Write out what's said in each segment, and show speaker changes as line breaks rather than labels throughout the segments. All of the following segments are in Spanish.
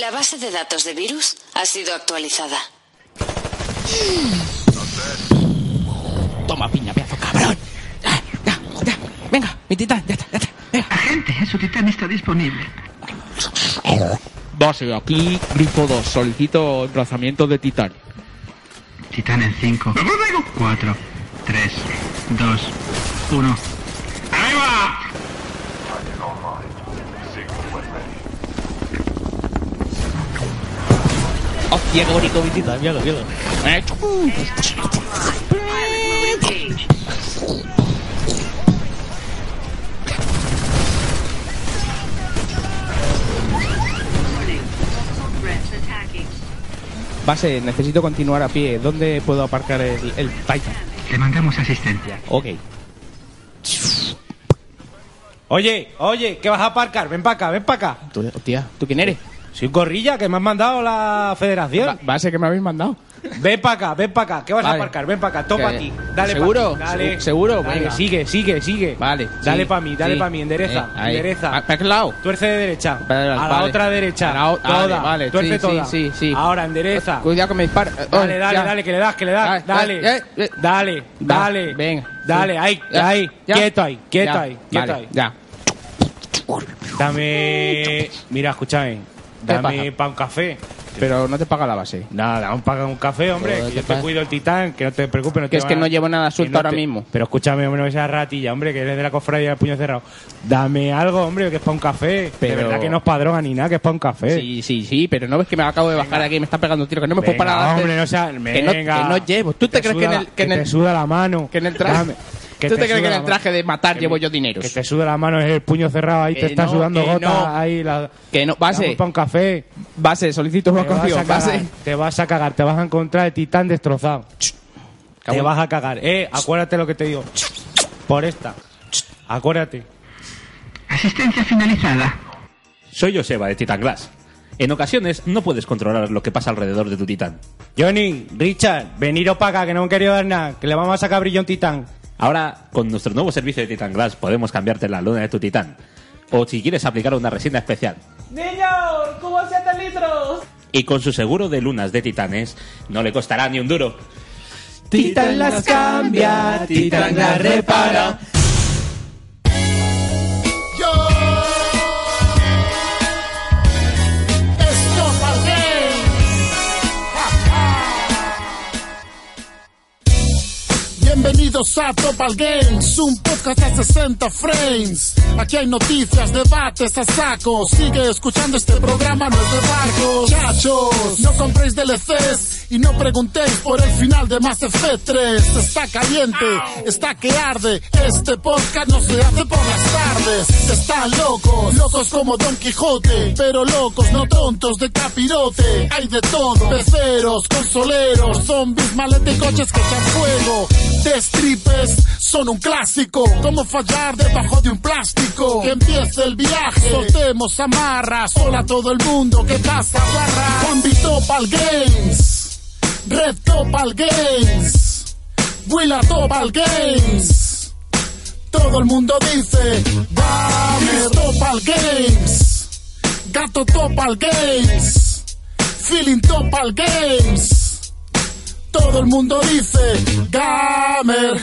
La base de datos de virus ha sido actualizada.
Toma, piña, pedazo, cabrón. Ah, ya, ya. Venga, mi titán, ya está, ya está. Venga.
Agente, eh, su titán está disponible.
Base, aquí, grifo 2. Solicito emplazamiento de titán.
Titán en 5, 4, 3, 2, 1. ¡Arriba!
Hostia, qué bonito mi titán, míralo, míralo.
Eh,
Base, necesito continuar a pie. ¿Dónde puedo aparcar el, el Titan?
Le mandamos asistencia.
Ok.
Oye, oye, ¿qué vas a aparcar? Ven para acá, ven para acá.
Tú, hostia, ¿tú quién eres?
Soy un gorrilla que me has mandado la federación.
Ba- Base, que me habéis mandado.
Ven para acá, ven para acá. ¿Qué vas
Vale.
a aparcar? Ven para acá, topa
Que-
aquí. Dale pa'
¿Seguro?
aquí, Dale.
Se- ¿seguro?
Dale,
Venga.
sigue, sigue, sigue.
Vale.
Dale
sí,
para mí, dale
sí.
para mí. Endereza,
Eh, ahí.
endereza.
Ah, ¿Para qué lado?
Tuerce de derecha.
Vale,
a la
vale.
otra derecha.
A la o-
toda.
vale, vale,
Tuerce
sí, sí,
toda.
sí, sí.
Ahora endereza.
Cuidado que me dispara. Eh,
Dale,
oh,
dale,
ya.
dale, que le das, que le das. Dale,
Dale, eh, eh.
dale,
Da-
dale.
Venga.
Dale, ahí,
Ya,
ahí.
ya.
Quieto ahí, quieto
Ya,
ahí,
vale,
quieto ahí.
Ya.
Dame. Mira, escúchame. Dame
pasa?
pa' un café.
Pero no te paga la base.
Nada, vamos para un café, hombre.
Joder,
que
¿qué
yo te
pasa?
cuido el titán, que no te preocupes. No
Que es que no llevo nada suelto ahora mismo.
Pero escúchame, hombre, no esa ratilla, hombre, que eres de la cofradía del puño cerrado. Dame algo, hombre, que es para un café.
Pero-
De verdad que no es pa' droga ni nada, que es para un café.
Sí, sí, sí, pero no ves que me acabo de bajar de aquí y me está pegando un tiro, que no me puedo
Venga,
parar. de hacer-
hombre, no seas-
que, no,
venga.
que no llevo. ¿Tú te, crees que en
suda-
el, que en
te
el,
suda la mano.
que en el traje,
Dame- que
¿tú
te
te crees
suda
que en
la
el
mano.
traje de matar
Que
llevo
me-
yo dinero?
Que te suda la mano, es el puño cerrado ahí,
Que
te está
no,
sudando
que
gotas
no.
ahí. La...
Que no, base,
para un café.
base, solicito
Te vas, a
evacuación,
cagar,
base.
te vas a cagar, te vas a encontrar el titán destrozado. Te
Cabrón.
vas a cagar. Eh, acuérdate lo que te digo. Por esta. Acuérdate.
Asistencia finalizada.
Soy Joseba de Titan Glass. En ocasiones no puedes controlar lo que pasa alrededor de tu titán.
Johnny, Richard, veniros para acá, que no han querido dar nada. Que le vamos a sacar brillo a un titán.
Ahora, con nuestro nuevo servicio de Titan Glass podemos cambiarte la luna de tu titán. O si quieres aplicar una resina especial. Y con su seguro de lunas de titanes, no le costará ni un duro.
Titán las cambia, Titán las repara.
Yo esto Bienvenidos a Topal Games, un podcast a 60 frames. Aquí hay noticias, debates a saco. Sigue escuchando este programa, no es de barcos. Chachos, no compréis DLCs y no preguntéis por el final de Mass Effect 3. Está caliente, está que arde. Este podcast no se hace por las tardes. Están locos, locos como Don Quijote, pero locos, no tontos de capirote. Hay de todo, peceros, consoleros, zombies, maletes y coches que echan fuego. De stripes son un clásico, como fallar debajo de un plástico. Que empiece el viaje, soltemos amarras. Hola a todo el mundo, ¿qué pasa? Barra, Zombie Topal Games, Red Topal Games, Willa Topal Games. Todo el mundo dice, dame Topal Games, Gato Topal Games, Feeling Topal Games. Todo el mundo dice, Gamer.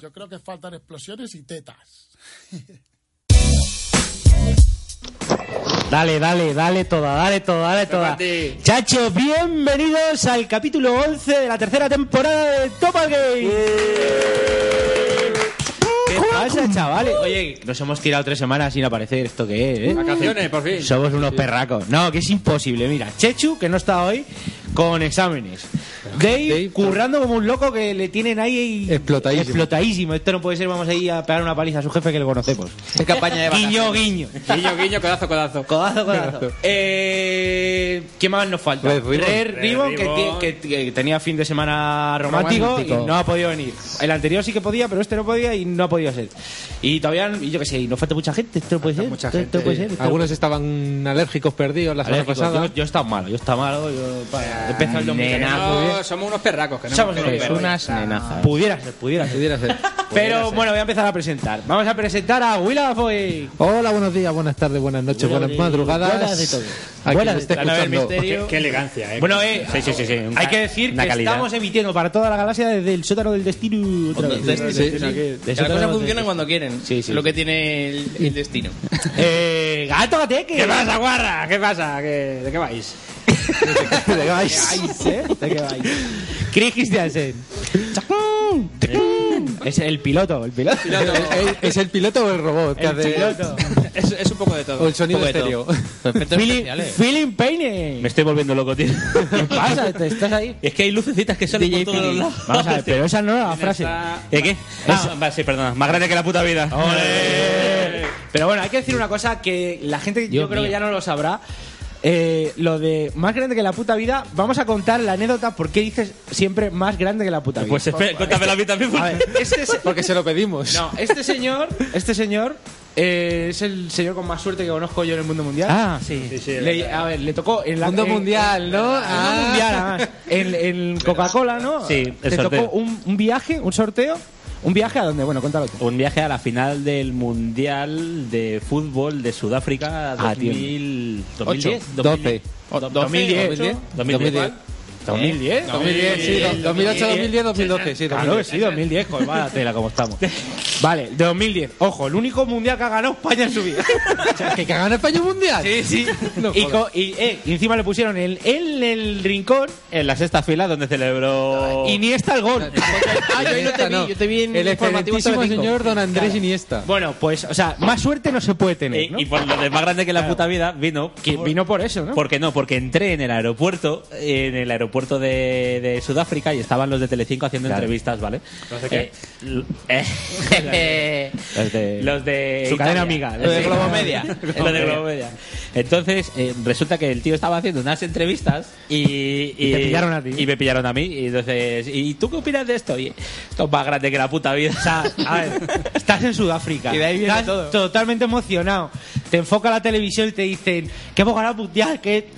Yo creo que faltan explosiones y tetas.
Dale, dale, dale toda, dale toda, dale toda. Chachos, bienvenidos al capítulo 11 de la tercera temporada de Topal Game. ¿Qué pasa, chavales? Oye, nos hemos tirado tres semanas sin aparecer. ¿Esto qué es? eh?
Vacaciones, por fin.
Somos unos perracos. No, que es imposible. Mira, Chechu, que no está hoy, con exámenes. Dave,
Dave,
currando como un loco que le tienen ahí... y-
Explotadísimo.
Explotadísimo. Esto no puede ser. Vamos ahí a pegar una paliza a su jefe que le conocemos.
Es campaña de vacaciones.
Guiño, guiño.
Guiño, guiño, codazo, codazo.
Codazo, codazo. Eh, ¿Qué más nos falta?
Red Ribbon.
Red Ribbon, que,
Ribbon.
tie- que- que tenía fin de semana romántico,
Romántico.
y no ha podido venir. El anterior sí que podía, pero este no podía y no ha podido ser. Y todavía, y yo qué sé, y nos falta mucha gente. Esto no puede ser.
Mucha
esto-
gente.
esto puede ser, esto-
Algunos estaban alérgicos perdidos la semana
Alérgicos.
pasada.
Yo, yo he estado malo, yo he estado malo. Yo, para, empezar el domingo.
No, somos unos perracos. Que no
Somos
hemos
unos
querido.
Unas
perracos.
nenazas.
Pudiera ser, pudiera ser.
Pudiera ser. pudiera
Pero
ser.
bueno, voy a empezar a presentar. Vamos a presentar a Willafoy.
Hola, buenos días, buenas tardes, buenas noches, buenas madrugadas.
buenas de todo.
A quien nos
Buenas de
esté
todo. La nave del
escuchando.
misterio.
Qué, qué elegancia, ¿eh?
Bueno, eh,
Sí, sí, sí, sí, un
hay
ca-
que decir
una
que
calidad.
estamos emitiendo para toda la galaxia desde el sótano del destino. Otra vez.
Destino,
Sí,
destino,
sí.
que- que las
sótano del
cosas funcionan
destino.
cuando quieren.
Sí, sí.
Lo que tiene el, el destino.
Eh, gato, gateque. ¿Qué pasa, guarra? ¿Qué pasa? ¿Qué- ¿De qué vais?
¿De qué vais?
¿eh? ¿De qué vais? Chris Christiansen. Chacún, chacún. Es el piloto, el piloto.
¿Es, es el piloto o el robot? que
El
hace-
piloto.
es, es un poco de todo.
O el sonido
Un poco de
estéreo.
todo. Efectos
Philip,
especiales.
Philip Payne.
Me estoy volviendo loco, tío.
¿Qué pasa? ¿Te- ¿Estás ahí?
es que hay lucecitas que salen por todos los lados.
Vamos a ver, pero esa no era la frase.
¿Eh, qué? Ah, va, sí, perdona. Más grande que la puta vida.
Pero bueno, hay que decir una cosa que la gente yo
Dios
creo que
mío.
ya no lo sabrá. Eh, lo de más grande que la puta vida, vamos a contar la anécdota por qué dices siempre más grande que la puta vida.
Pues espera, cuéntame la vida también.
a ver, este es,
Porque se lo pedimos.
no, este señor, este señor eh, es el señor con más suerte que conozco yo en el mundo mundial.
Ah,
Sí, sí,
Le- a ver, le tocó en la
Mundo
en-
mundial, ¿no?
en- en-
Ah.
Mundo mundial, además. En, en Coca-Cola, ¿no?
Sí, el
Le tocó
sorteo.
un, un viaje, un sorteo. ¿Un viaje a dónde? Bueno, cuéntalo tú.
Un viaje a la final del Mundial de Fútbol de Sudáfrica
Ah, tío.
2000, 2010.
12.
2010.
2010.
¿eh?
2010. ¿eh?
2010.
2010, sí, 2008, 2010, 2012, sí,
Claro que
2010.
sí, 2010, con la tela como estamos. Vale, 2010. Ojo, el único mundial que ha ganado España en su vida.
O sea, ¿Que cagan España un mundial?
Sí, sí.
No
y,
jodas.
co- y, eh, y encima le pusieron en el, el rincón
En la sexta fila donde celebró...
Iniesta al gol.
Ah, yo ahí no te vi, yo te vi en
El
informativo
excelentísimo
Telecinco.
señor don Andrés Iniesta.
Bueno, pues, o sea, más suerte no se
Y,
puede
Eh,
tener, ¿no?
eh, y por lo de más grande que la puta vida vino...
Que vino por eso, ¿no?
¿Por qué no? Porque entré en el aeropuerto, en el aeropuerto de, de Sudáfrica y estaban los de Telecinco haciendo entrevistas, ¿vale? Eh, ¿Los de qué? los de...
Su
Italia.
cadena amiga.
Lo de Globo Media.
Lo de Globo Media. Entonces, eh, resulta que el tío estaba haciendo unas entrevistas y... Y
te pillaron a ti.
Y me pillaron a mí. Y entonces, ¿y tú qué opinas de esto? Oye, esto es más grande que la puta vida.
O sea, a ver, estás en Sudáfrica.
Y de ahí viene
estás
todo.
totalmente emocionado. Te enfoca la televisión y te dicen, ¿qué hemos ganado mundial? ¿Qué,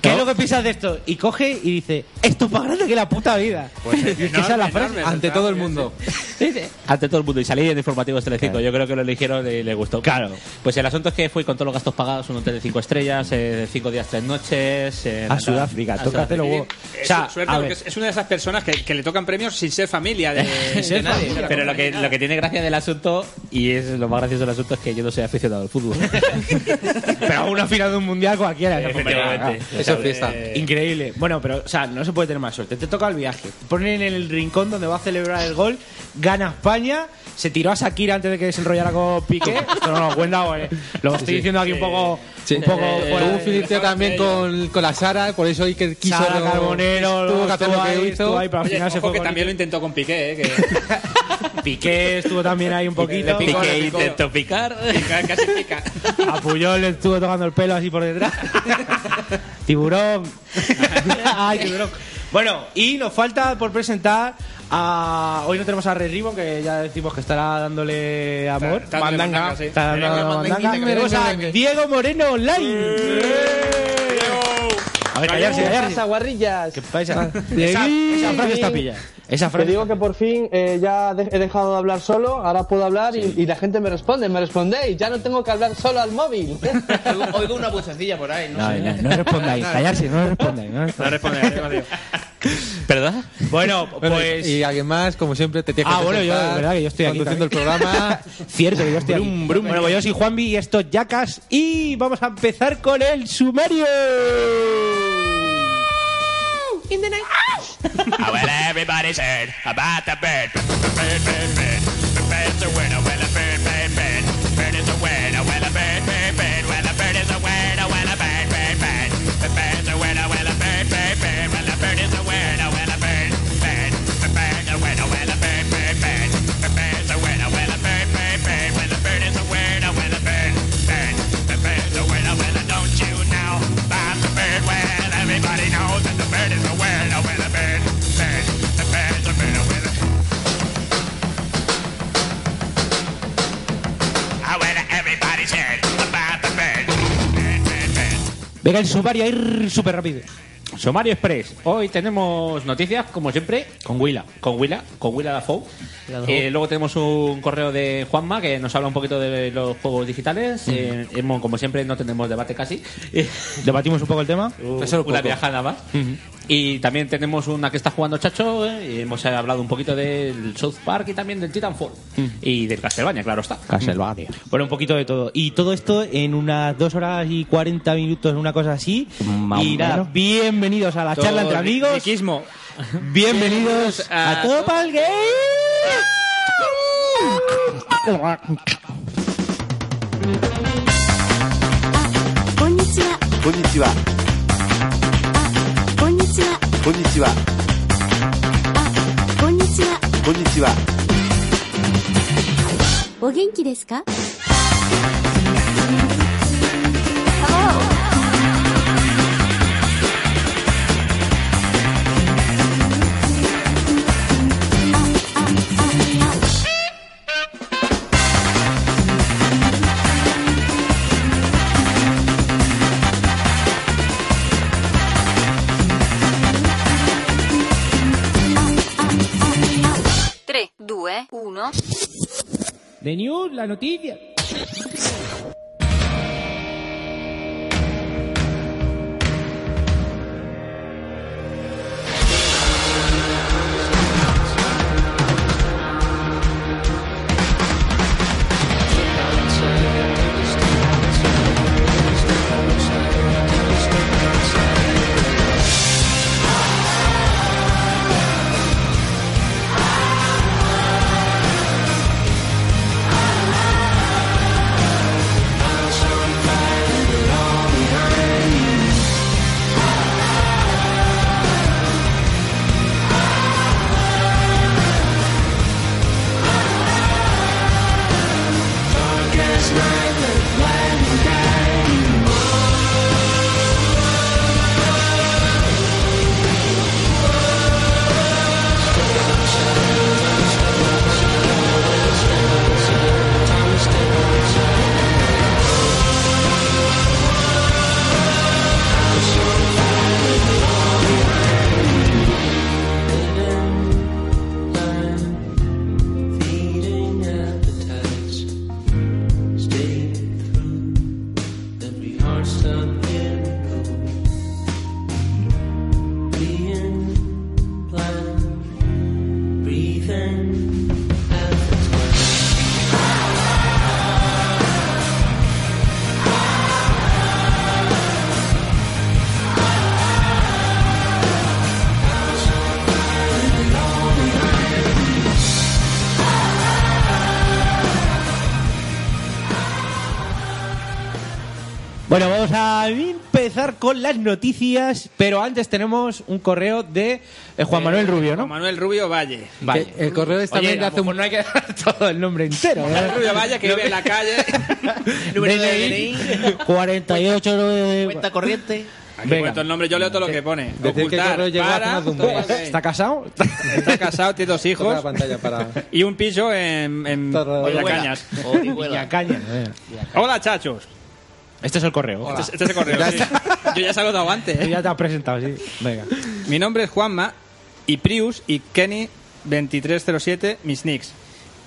qué es lo que piensas de esto? Y coge y dice, esto es más grande que la puta vida.
Pues
y es que esa es la frase.
Ante todo el mundo.
Dice, ante todo el mundo y salí en informativos Telecinco. Yo creo que lo eligieron y le gustó. Claro. Pues el asunto es que fui con todos los gastos pagados, un hotel de cinco estrellas, eh, cinco días, tres noches. eh,
A
nada.
Sudáfrica,
A
tócate los huevos.
Es
O sea,
suerte
a
porque
ver,
es- es una de esas personas que, que le tocan premios sin ser familia de,
ser
nadie.
familia.
Pero lo que, lo que tiene gracia del asunto, y es lo más gracioso del asunto, es que yo no soy aficionado al fútbol.
pero una final de un mundial cualquiera.
Efectivamente.
Eso es fiesta.
Increíble. Bueno, pero, o sea, no se puede tener más suerte. Te toca el viaje. Te ponen en el rincón donde va a celebrar el gol. Gana España. Se tiró a Shakira antes de que se enrollara con Piqué. Esto no lo cuenta, porque lo estoy diciendo aquí un poco.
Sí.
Un poco fuera
Tuvo un
de-
filteo también con, con la Sara, por eso Iker quiso.
Sara
no-
Carbonero,
tuvo que hacer lo
ahí,
que
estuvo
hizo.
ahí, pero al
Oye,
final se
ojo
fue
que
con
también lo intentó con Piqué, ¿eh? que
Piqué estuvo también ahí un poquito.
Piqué
Piqué
picó.
intentó picar.
ca- casi pica.
A Puyol le estuvo tocando el pelo así por detrás. tiburón. Ay, tiburón. Bueno, y nos falta por presentar a. Hoy no tenemos a Red Ribbon, que ya decimos que estará dándole amor.
Está dándole
Mandanga.
mandanga, sí.
Está dando
Tenemos
mandanga.
mandanguita, que
Tenemos a
merengue.
Diego Moreno Online. A ver, callarse, callarse.
aguarrillas.
¿Qué pasa? Esa, esa frase está pilla. Esa
Te
frase.
digo que por fin eh, ya de- he dejado de hablar solo, ahora puedo hablar y- y, la gente me responde, me respondéis, ya no tengo que hablar solo al móvil.
Oigo- Oigo una bucecilla por ahí, no,
No,
sé.
no, no respondáis, callarse, no respondáis. no respondáis.
¿Verdad?
Bueno,
Bueno,
pues.
Y alguien más, como siempre, te tienes
Ah,
que
bueno, yo,
presentar,
de verdad que yo estoy aquí
Conduciendo el
también.
programa.
Cierto, que yo estoy aquí. Bueno, pues yo soy Juanvi y esto es Yacas y vamos a empezar con el sumario.
I will everybody's heard about the bird. Bird, bird, bird. The bird's a word, oh well a bird, bird, bird. Bird is a word, oh well a bird, bird, bird. Well a bird is a word, oh well a bird, bird, bird. The bird's a word, oh well a bird, bird, bird. Well a bird is a word, oh well a bird, bird. The bird's a word, oh well a bird, bird, bird. The bird's a word, oh well a bird, bird, bird. Well a bird is a word, oh well a bird, bird. The bird's a word, oh well a don't you know about the bird? Well everybody knows that the bird is a word, oh well a bird, bird. The bird's a word, oh well a I went to everybody's head about the bird. Bird, bird, bird.
Venga, el sumario ahí súper rápido.
Somario Express. Hoy tenemos noticias, como siempre, con Willa. Con Willa, con Willa Dafoe.
Dafoe.
Eh, luego tenemos un correo de Juanma que nos habla un poquito de los juegos digitales. Eh, hemos- como siempre, no tenemos debate casi. Uh,
Debatimos un poco el tema.
una viajada más. Y también tenemos una que está jugando Chacho. eh, y hemos hablado un poquito del South Park y también del Titanfall. Y del Mm. Castlevania, claro está. Mm.
Castlevania.
Bueno, un poquito de todo. Y todo esto en unas dos horas y 40 minutos, una cosa así.
Más
y
o
nada,
menos.
bienvenidos a la charla entre amigos. Bienvenidos a,
a
Todo Pal Game.
Tre, due, uno.
The news, la noticia.
Bueno, vamos a empezar con las noticias, pero antes tenemos un correo de eh, Juan Manuel Rubio, ¿no?
Manuel Rubio Valle.
Vale. El correo de esta
Oye,
mierda
a lo
hace un-
mejor no hay que dar
todo el nombre entero.
Manuel Rubio Valle que vive en la calle.
Número de DNI, 48 de...
Cuenta corriente.
Aquí
Venga.
cuento el nombre, yo leo todo lo que pone.
Decir que
Ocultar,
Correo llegó hace
para-
más de un mes.
Está
casado?
Está casado, tiene dos hijos.
la pantalla para-
Y un piso en, en Cañas.
Oh,
Hola, chachos.
Este es el correo.
Este, es- este es el correo. sí. Yo ya he saludado antes. ¿eh?
Ya te has presentado, sí. Venga.
Mi nombre es Juanma y Prius y Kenny2307, mis nicks.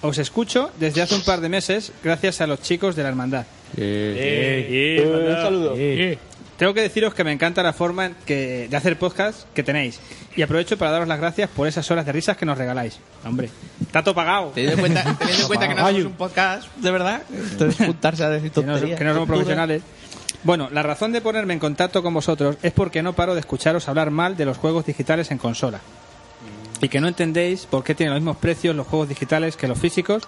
Os escucho desde hace un par de meses gracias a los chicos de la hermandad.
Eh, eh,
Un
hermandad.
saludo.
Eh.
Tengo que deciros que me encanta la forma en que, de hacer podcast que tenéis. Y aprovecho para daros las gracias por esas horas de risas que nos regaláis. Hombre, está todo pagado.
Teniendo en cuenta, teniendo en cuenta que no hacemos un podcast, de verdad, entonces juntarse a decir
que no,
tonterías.
que no somos profesionales. Bueno, la razón de ponerme en contacto con vosotros es porque no paro de escucharos hablar mal de los juegos digitales en consola. Y que no entendéis por qué tienen los mismos precios los juegos digitales que los físicos.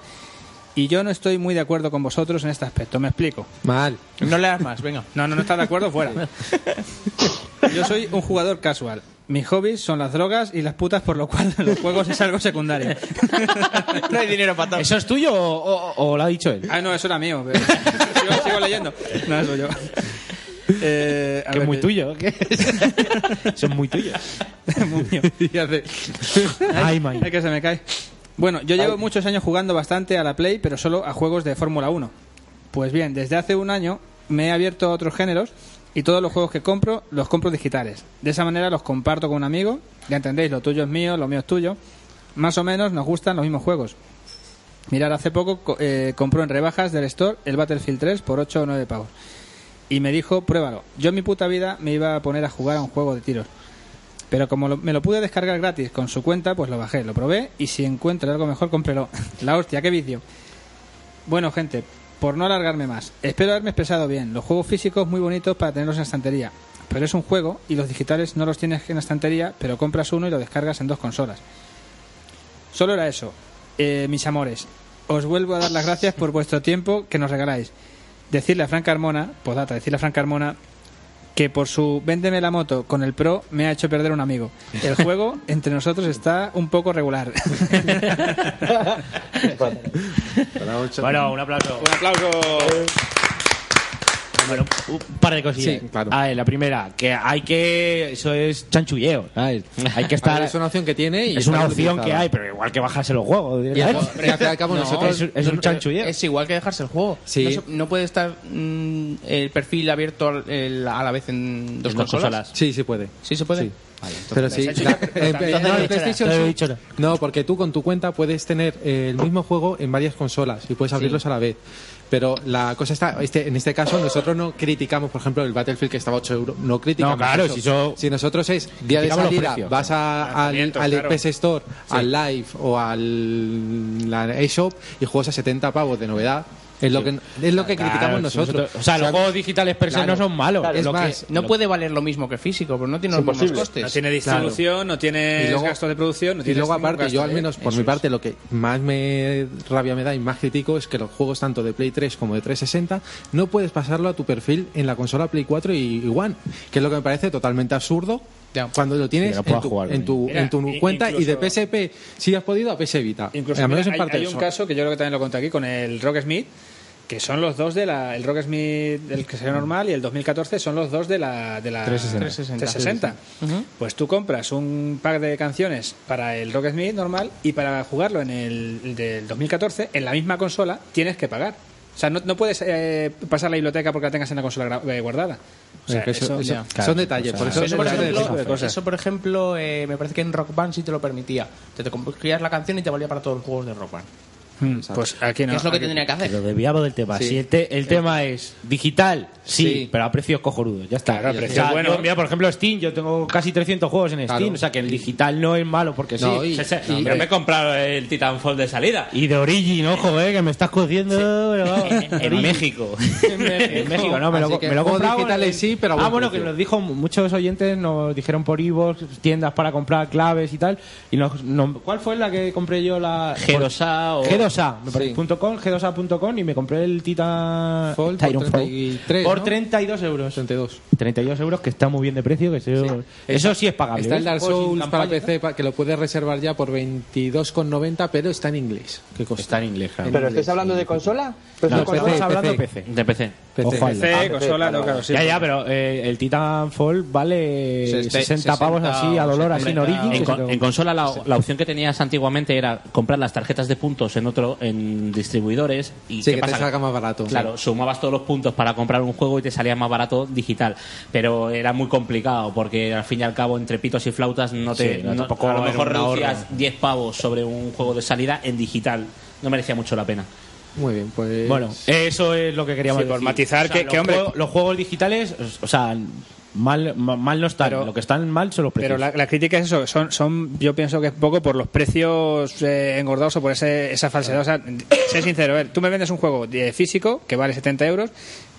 Y yo no estoy muy de acuerdo con vosotros en este aspecto, me explico.
Mal.
No leas más, venga. No, no, no estás de acuerdo, fuera. Yo soy un jugador casual. Mis hobbies son las drogas y las putas, por lo cual los juegos es algo secundario.
No hay dinero para todo. ¿Eso es tuyo o, o- o lo ha dicho él?
Ah, no, eso era mío. pero- sigo, sigo leyendo. No, eso yo. Eh, a
Que es
ver,
muy tuyo. que- Son muy tuyos.
muy mío.
Ay, my.
Ay, que se me cae. Bueno, yo llevo muchos años jugando bastante a la Play, pero solo a juegos de Fórmula 1. Pues bien, desde hace un año me he abierto a otros géneros y todos los juegos que compro los compro digitales. De esa manera los comparto con un amigo. Ya entendéis, lo tuyo es mío, lo mío es tuyo. Más o menos nos gustan los mismos juegos. Mirad, hace poco co- eh, compró en rebajas del store el Battlefield 3 por 8 o 9 pavos. Y me dijo, pruébalo. Yo en mi puta vida me iba a poner a jugar a un juego de tiros. Pero como lo- me lo pude descargar gratis con su cuenta, pues lo bajé, lo probé y si encuentro algo mejor, cómprelo. La hostia, qué vicio. Bueno, gente, por no alargarme más, espero haberme expresado bien. Los juegos físicos muy bonitos para tenerlos en la estantería, pero es un juego y los digitales no los tienes en la estantería, pero compras uno y lo descargas en dos consolas. Solo era eso. Eh, mis amores, os vuelvo a dar las gracias por vuestro tiempo que nos regaláis. Decirle a Fran Carmona, podata, decirle a Fran Carmona que por su véndeme la moto con el pro me ha hecho perder un amigo. El juego entre nosotros está un poco regular.
Bueno, un aplauso. Un aplauso. Bueno, un par de cosillas. eh,
Sí, claro.
A ver, ah, la primera, que hay que. Eso es chanchulleo. ¿sabes? Hay que estar.
Ahora es una opción que tiene y
es una
está
opción
utilizada.
que hay, pero igual que bajarse los juegos.
Y al-
directamente.
y al fin y al cabo
No,
nosotros-
es, es un chanchulleo.
Es igual que dejarse el juego.
Sí.
No, se- no puede estar mm, el perfil abierto al- el- a la vez en dos
En dos
consolas.
consolas. Sí, sí puede.
Sí, se puede. Vale,
Pero
entonces-
sí,
Entonces-
la- en-
entonces-
en- en PlayStation
entonces-
sí. No, porque tú con tu cuenta puedes tener eh, el mismo juego en varias consolas y puedes abrirlos a la vez. Pero la cosa está, este, en este caso nosotros no criticamos, por ejemplo, el Battlefield que estaba a 8 euros. No criticamos.
No, claro,
eso.
si eso-
Si nosotros es día de
Criticamos los
salida,
precios.
vas a- al,
Lanzamiento,
al
claro.
PS Store, al Live o al la eShop y juegos a 70 pavos de novedad. Es lo que, es lo que
Claro,
criticamos
si
nosotros.
nosotros- o sea, los juegos digitales per se no son malos.
Es
Lo que-
más,
no
lo-
puede valer lo mismo que físico, porque no tiene los mismos costes.
No tiene distribución, no tiene
Y luego-
gastos de producción,
y
no tiene
luego
ningún
aparte,
gasto,
yo al
¿eh?
menos por
Eso
mi
es.
parte lo que más me rabia me da y más critico es que los juegos tanto de Play 3 como de 360 no puedes pasarlo a tu perfil en la consola Play 4 y, y One, que es lo que me parece totalmente absurdo. Cuando lo tienes
Sí, que
en
puedas
tu,
jugar
en tu,
bien.
en tu
Mira,
cuenta
incluso-
y de PSP si has podido a PS Vita.
Incluso,
Al menos
mira,
en
hay-
parte
hay,
eso.
un caso que yo creo que también lo conté aquí con el Rock Smith, que son los dos de la. El Rock Smith, el que salió normal, y el 2014 son los dos de la. De la
360.
360. Pues tú compras un pack de canciones para el Rock Smith normal y para jugarlo en el, el del 2014, en la misma consola, tienes que pagar. O sea, no, no puedes eh, pasar la biblioteca porque la tengas en la consola gra- eh, guardada. O sea,
Es que eso-
eso-
eso-
ya.
son detalles, por eso-
eso, por
eso es
ejemplo,
tipo de cosas.
eso, por ejemplo, eh, me parece que en Rock Band sí te lo permitía. Te, te cogías la canción y te valía para todos los juegos de Rock Band.
Hmm, Pues aquí no.
es lo que
aquí-
tendría que hacer.
Mm, Pero desviamos del tema.
Sí.
Si el, te- el tema es digital, sí,
Sí.
pero a precios cojonudos. Ya está.
Claro, a
O
precios
sea,
buenos.
yo- mira, por ejemplo, Steam. Yo tengo casi 300 juegos en Steam.
Claro.
O sea, que el digital no es malo porque
No,
sí.
y-
O sea,
no,
y-
pero me he comprado el Titanfall de salida.
Y de Origin, ojo, eh, que me estás cociendo. pero vamos.
En México.
en México, no, me lo,
Así que
me lo he
juegos
comprado.
digitales
en-
sí, pero a
Ah,
buen
bueno, que
precio.
nos dijo muchos oyentes, nos dijeron por Evox, tiendas para comprar claves y tal. y nos- nos- ¿Cuál fue la que compré yo? la
G2A
Oh.
o-
G2A, me
Sí.
parece, punto com, G2A.com y me compré el Titan.
Fall por
Titanfall.
33,
Por
¿no?
32 euros.
32.
32 euros, que está muy bien de precio. que Eso, eso sí es pagable. ¿eh?
Está el
¿ves?
Dark
Juegos sin
Souls para
campaña.
PC pa- que lo puedes reservar ya por 22,90, pero está en inglés. ¿Qué cosa?
Está en inglés, claro.
¿Pero estáis hablando de consola?
Pues
No,
no, PC,
estamos hablando
PC.
PC.
De PC.
Ojo al-
PC,
ah, PC,
consola, no, claro, sí.
ya, ya, pero eh, el Titanfall vale 60, Eh, pavos así, a dolor, así en Origin.
En,
que
con-
se lo-
en consola la, la opción que tenías antiguamente era comprar las tarjetas de puntos en otro en distribuidores y
Sí, que
¿qué
te
pasa?
salga más barato.
Claro, sumabas todos los puntos para comprar un juego y te salía más barato digital, pero era muy complicado porque al fin y al cabo entre pitos y flautas no te
Sí, no,
no-
tampoco
a lo
era
mejor
un ahorro.
reducías 10 pavos sobre un juego de salida en digital, no merecía mucho la pena.
Muy bien, pues.
Bueno, eso es lo que queríamos
Sí, por
decir.
matizar que-
los
que, hombre-
juegos- los juegos digitales, o sea, mal, mal, mal no están. lo que están mal son los precios.
Pero la, la crítica es eso, son, son, yo pienso que es poco por los precios eh, engordados o por ese, esa falsedad. O sea, sé sincero, a ver, tú me vendes un juego de físico que vale 70 euros,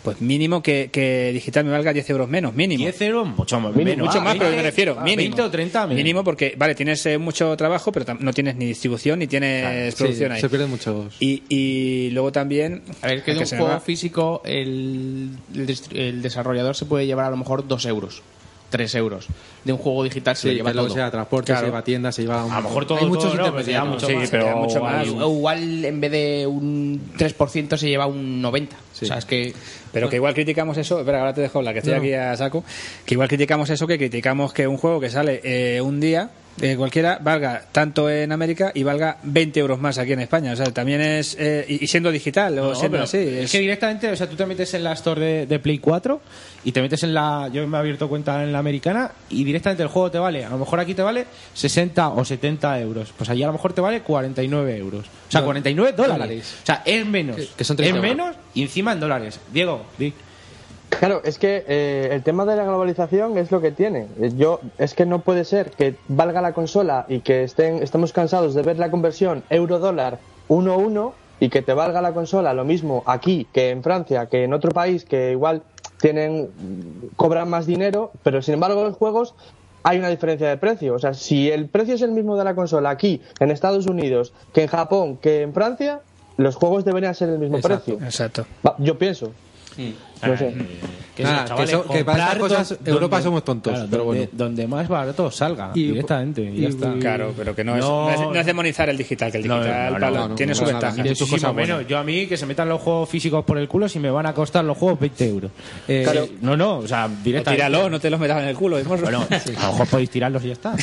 pues mínimo que, que digital me valga 10 euros menos, mínimo.
10 euros, mucho más.
Mínimo,
menos.
mucho
Ah,
más, pero
20,
me refiero,
ah,
mínimo.
20 o 30 mínimo.
Mínimo porque, vale, tienes eh, mucho trabajo, pero tam- no tienes ni distribución ni tienes
Sí,
producción ahí.
se pierden muchos.
Y, y luego también...
A ver, que
hay
de un
ser
juego
más-
físico el, el dist- el desarrollador se puede llevar a lo mejor 2 euros, 3 euros. De un juego digital se
Sí,
lo lleva
que luego
todo.
se lleva transporte, se lleva tiendas, se lleva. un-
A lo mejor
Hay muchos
intermediarios,
intermediarios.
Pues mucho más, queda mucho más. O Igual en vez de un 3% se lleva un 90%. O sea, es que...
Pero que igual criticamos eso, espera, ahora te dejo la que estoy
No.
aquí a saco, que igual criticamos eso, que criticamos que un juego que sale eh, un día
eh, cualquiera valga tanto en América y valga 20 euros más aquí en España. O sea, también es. eh, y, y siendo digital o
No,
siendo
pero
así.
es...
es-
que directamente, o sea, tú te metes en la store de, de Play 4 y te metes en la. Yo me he abierto cuenta en la americana y directamente el juego te vale. A lo mejor aquí te vale 60 o 70 euros. Pues allí a lo mejor te vale 49 euros. O sea,
No,
49 dólares.
dólares.
O sea, es menos.
que son 30 euros.
es menos y encima en dólares. Diego, di.
Claro, es que eh, el tema de la globalización es lo que tiene. Eh, Yo es que no puede ser que valga la consola y que estén estamos cansados de ver la conversión euro dólar 1-1 y que te valga la consola lo mismo aquí que en Francia, que en otro país que igual tienen cobran más dinero, pero sin embargo los juegos hay una diferencia de precio. O sea, si el precio es el mismo de la consola aquí en Estados Unidos que en Japón, que en Francia, los juegos deberían ser el mismo precio.
Exacto.
Va, Yo pienso. No sé.
Que
Mm. Nada,
eso,
que so- que para estas
comprar
cosas
don-
Europa
donde-
somos tontos,
claro,
pero
donde,
bueno.
donde más barato salga
Y-
directamente. y ya
y-
está.
Claro, pero que no es- no es- no es demonizar el digital, que el digital, Pablo, tiene su ventaja.
Y
Tiene sus
muchísimo
cosas buenas.
menos. Yo a mí que se metan los juegos físicos por el culo si me van a costar los juegos 20 euros. Eh,
Claro.
No, no, o sea, directamente.
tíralos, no te los metas en el culo.
Bueno, a lo mejor podéis tirarlos y ya está.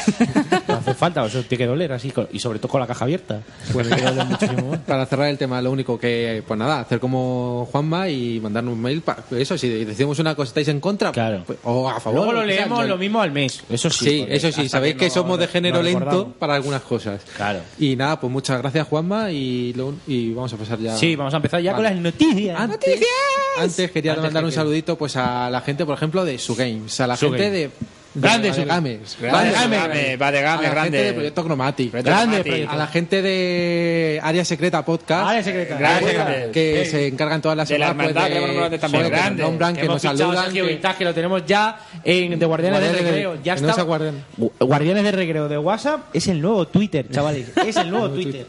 No hace falta, o sea, tiene que doler así, con- y sobre todo con la caja abierta.
Pues,
Tiene que doler muchísimo.
para cerrar el tema, lo único que, pues nada, hacer como Juanma y mandarnos un mail. pa- eso, si decimos una cosa, estáis en contra pues- o a favor.
Luego lo
o sea,
leemos
yo-
lo mismo al mes. Eso sí.
Sí,
porque
eso sí,
hasta
sabéis que,
no-
somos de
no
género lento
recordamos.
para algunas cosas.
Claro.
Y nada, pues muchas gracias Juanma y, lo- y vamos a pasar ya.
Sí, vamos a empezar ya
Vale.
con las noticias. ¡Noticias!
Antes quería
Antes
mandar
que
un
quede.
saludito pues a la gente, por ejemplo, de su games, a la
Su
gente
Games.
de
Grandes
de
Su-
Games,
Grandes
Vale,
Su
Games.
Games, vale,
A la
Games, grande.
gente de Proyecto Chromatic,
Proyecto Grande Chromatic. proyecto.
a la gente de Área Secreta Podcast,
Área Secreta.
Grande,
Grande.
que
Sí.
se encargan todas las
De la
semanas pues,
hermandad, que hemos nombrado antes también.
joder, que nos
Grande.
nombran, que
Hemos
nos
fichado a
saludan,
Sergio
que-
Vintage, que lo tenemos ya en de Guardianes de
Guardianes de-
Recreo. Ya
que no
está.
se aguarden.
Gu- Guardianes de Recreo de WhatsApp es el nuevo Twitter, chavales. Es el nuevo Twitter.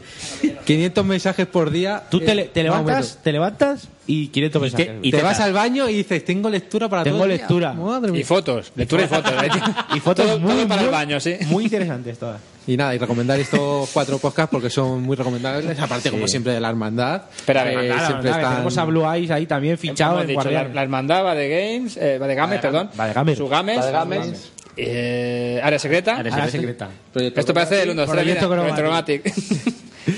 500 mensajes por día.
Tú te, le- te
eh, más o
levantas,
menos.
te levantas y 500
Y
mensajes.
te, y te vas al baño y dices, tengo lectura para
Tengo
todo el día".
lectura.
Madre mía.
fotos,
lectura y fotos, ¿eh?
y fotos
Todo-
muy,
todo para el
muy-
baño, sí.
Muy interesantes todas.
Y nada, y recomendar estos cuatro podcasts porque son muy recomendables, aparte como siempre de la hermandad.
Espera,
que
hermandad, la
siempre
hermandad, que
están-
tenemos a Blue Eyes ahí también fichado
Hemos
en
dicho, la,
Guardianes.
la hermandad va de games, eh, va de games, perdón.
Va de Gamer.
Su games.
Va de Games.
eh, área secreta.
Área secreta.
Proyecto Esto parece el 1 2
Proyecto Chromatic.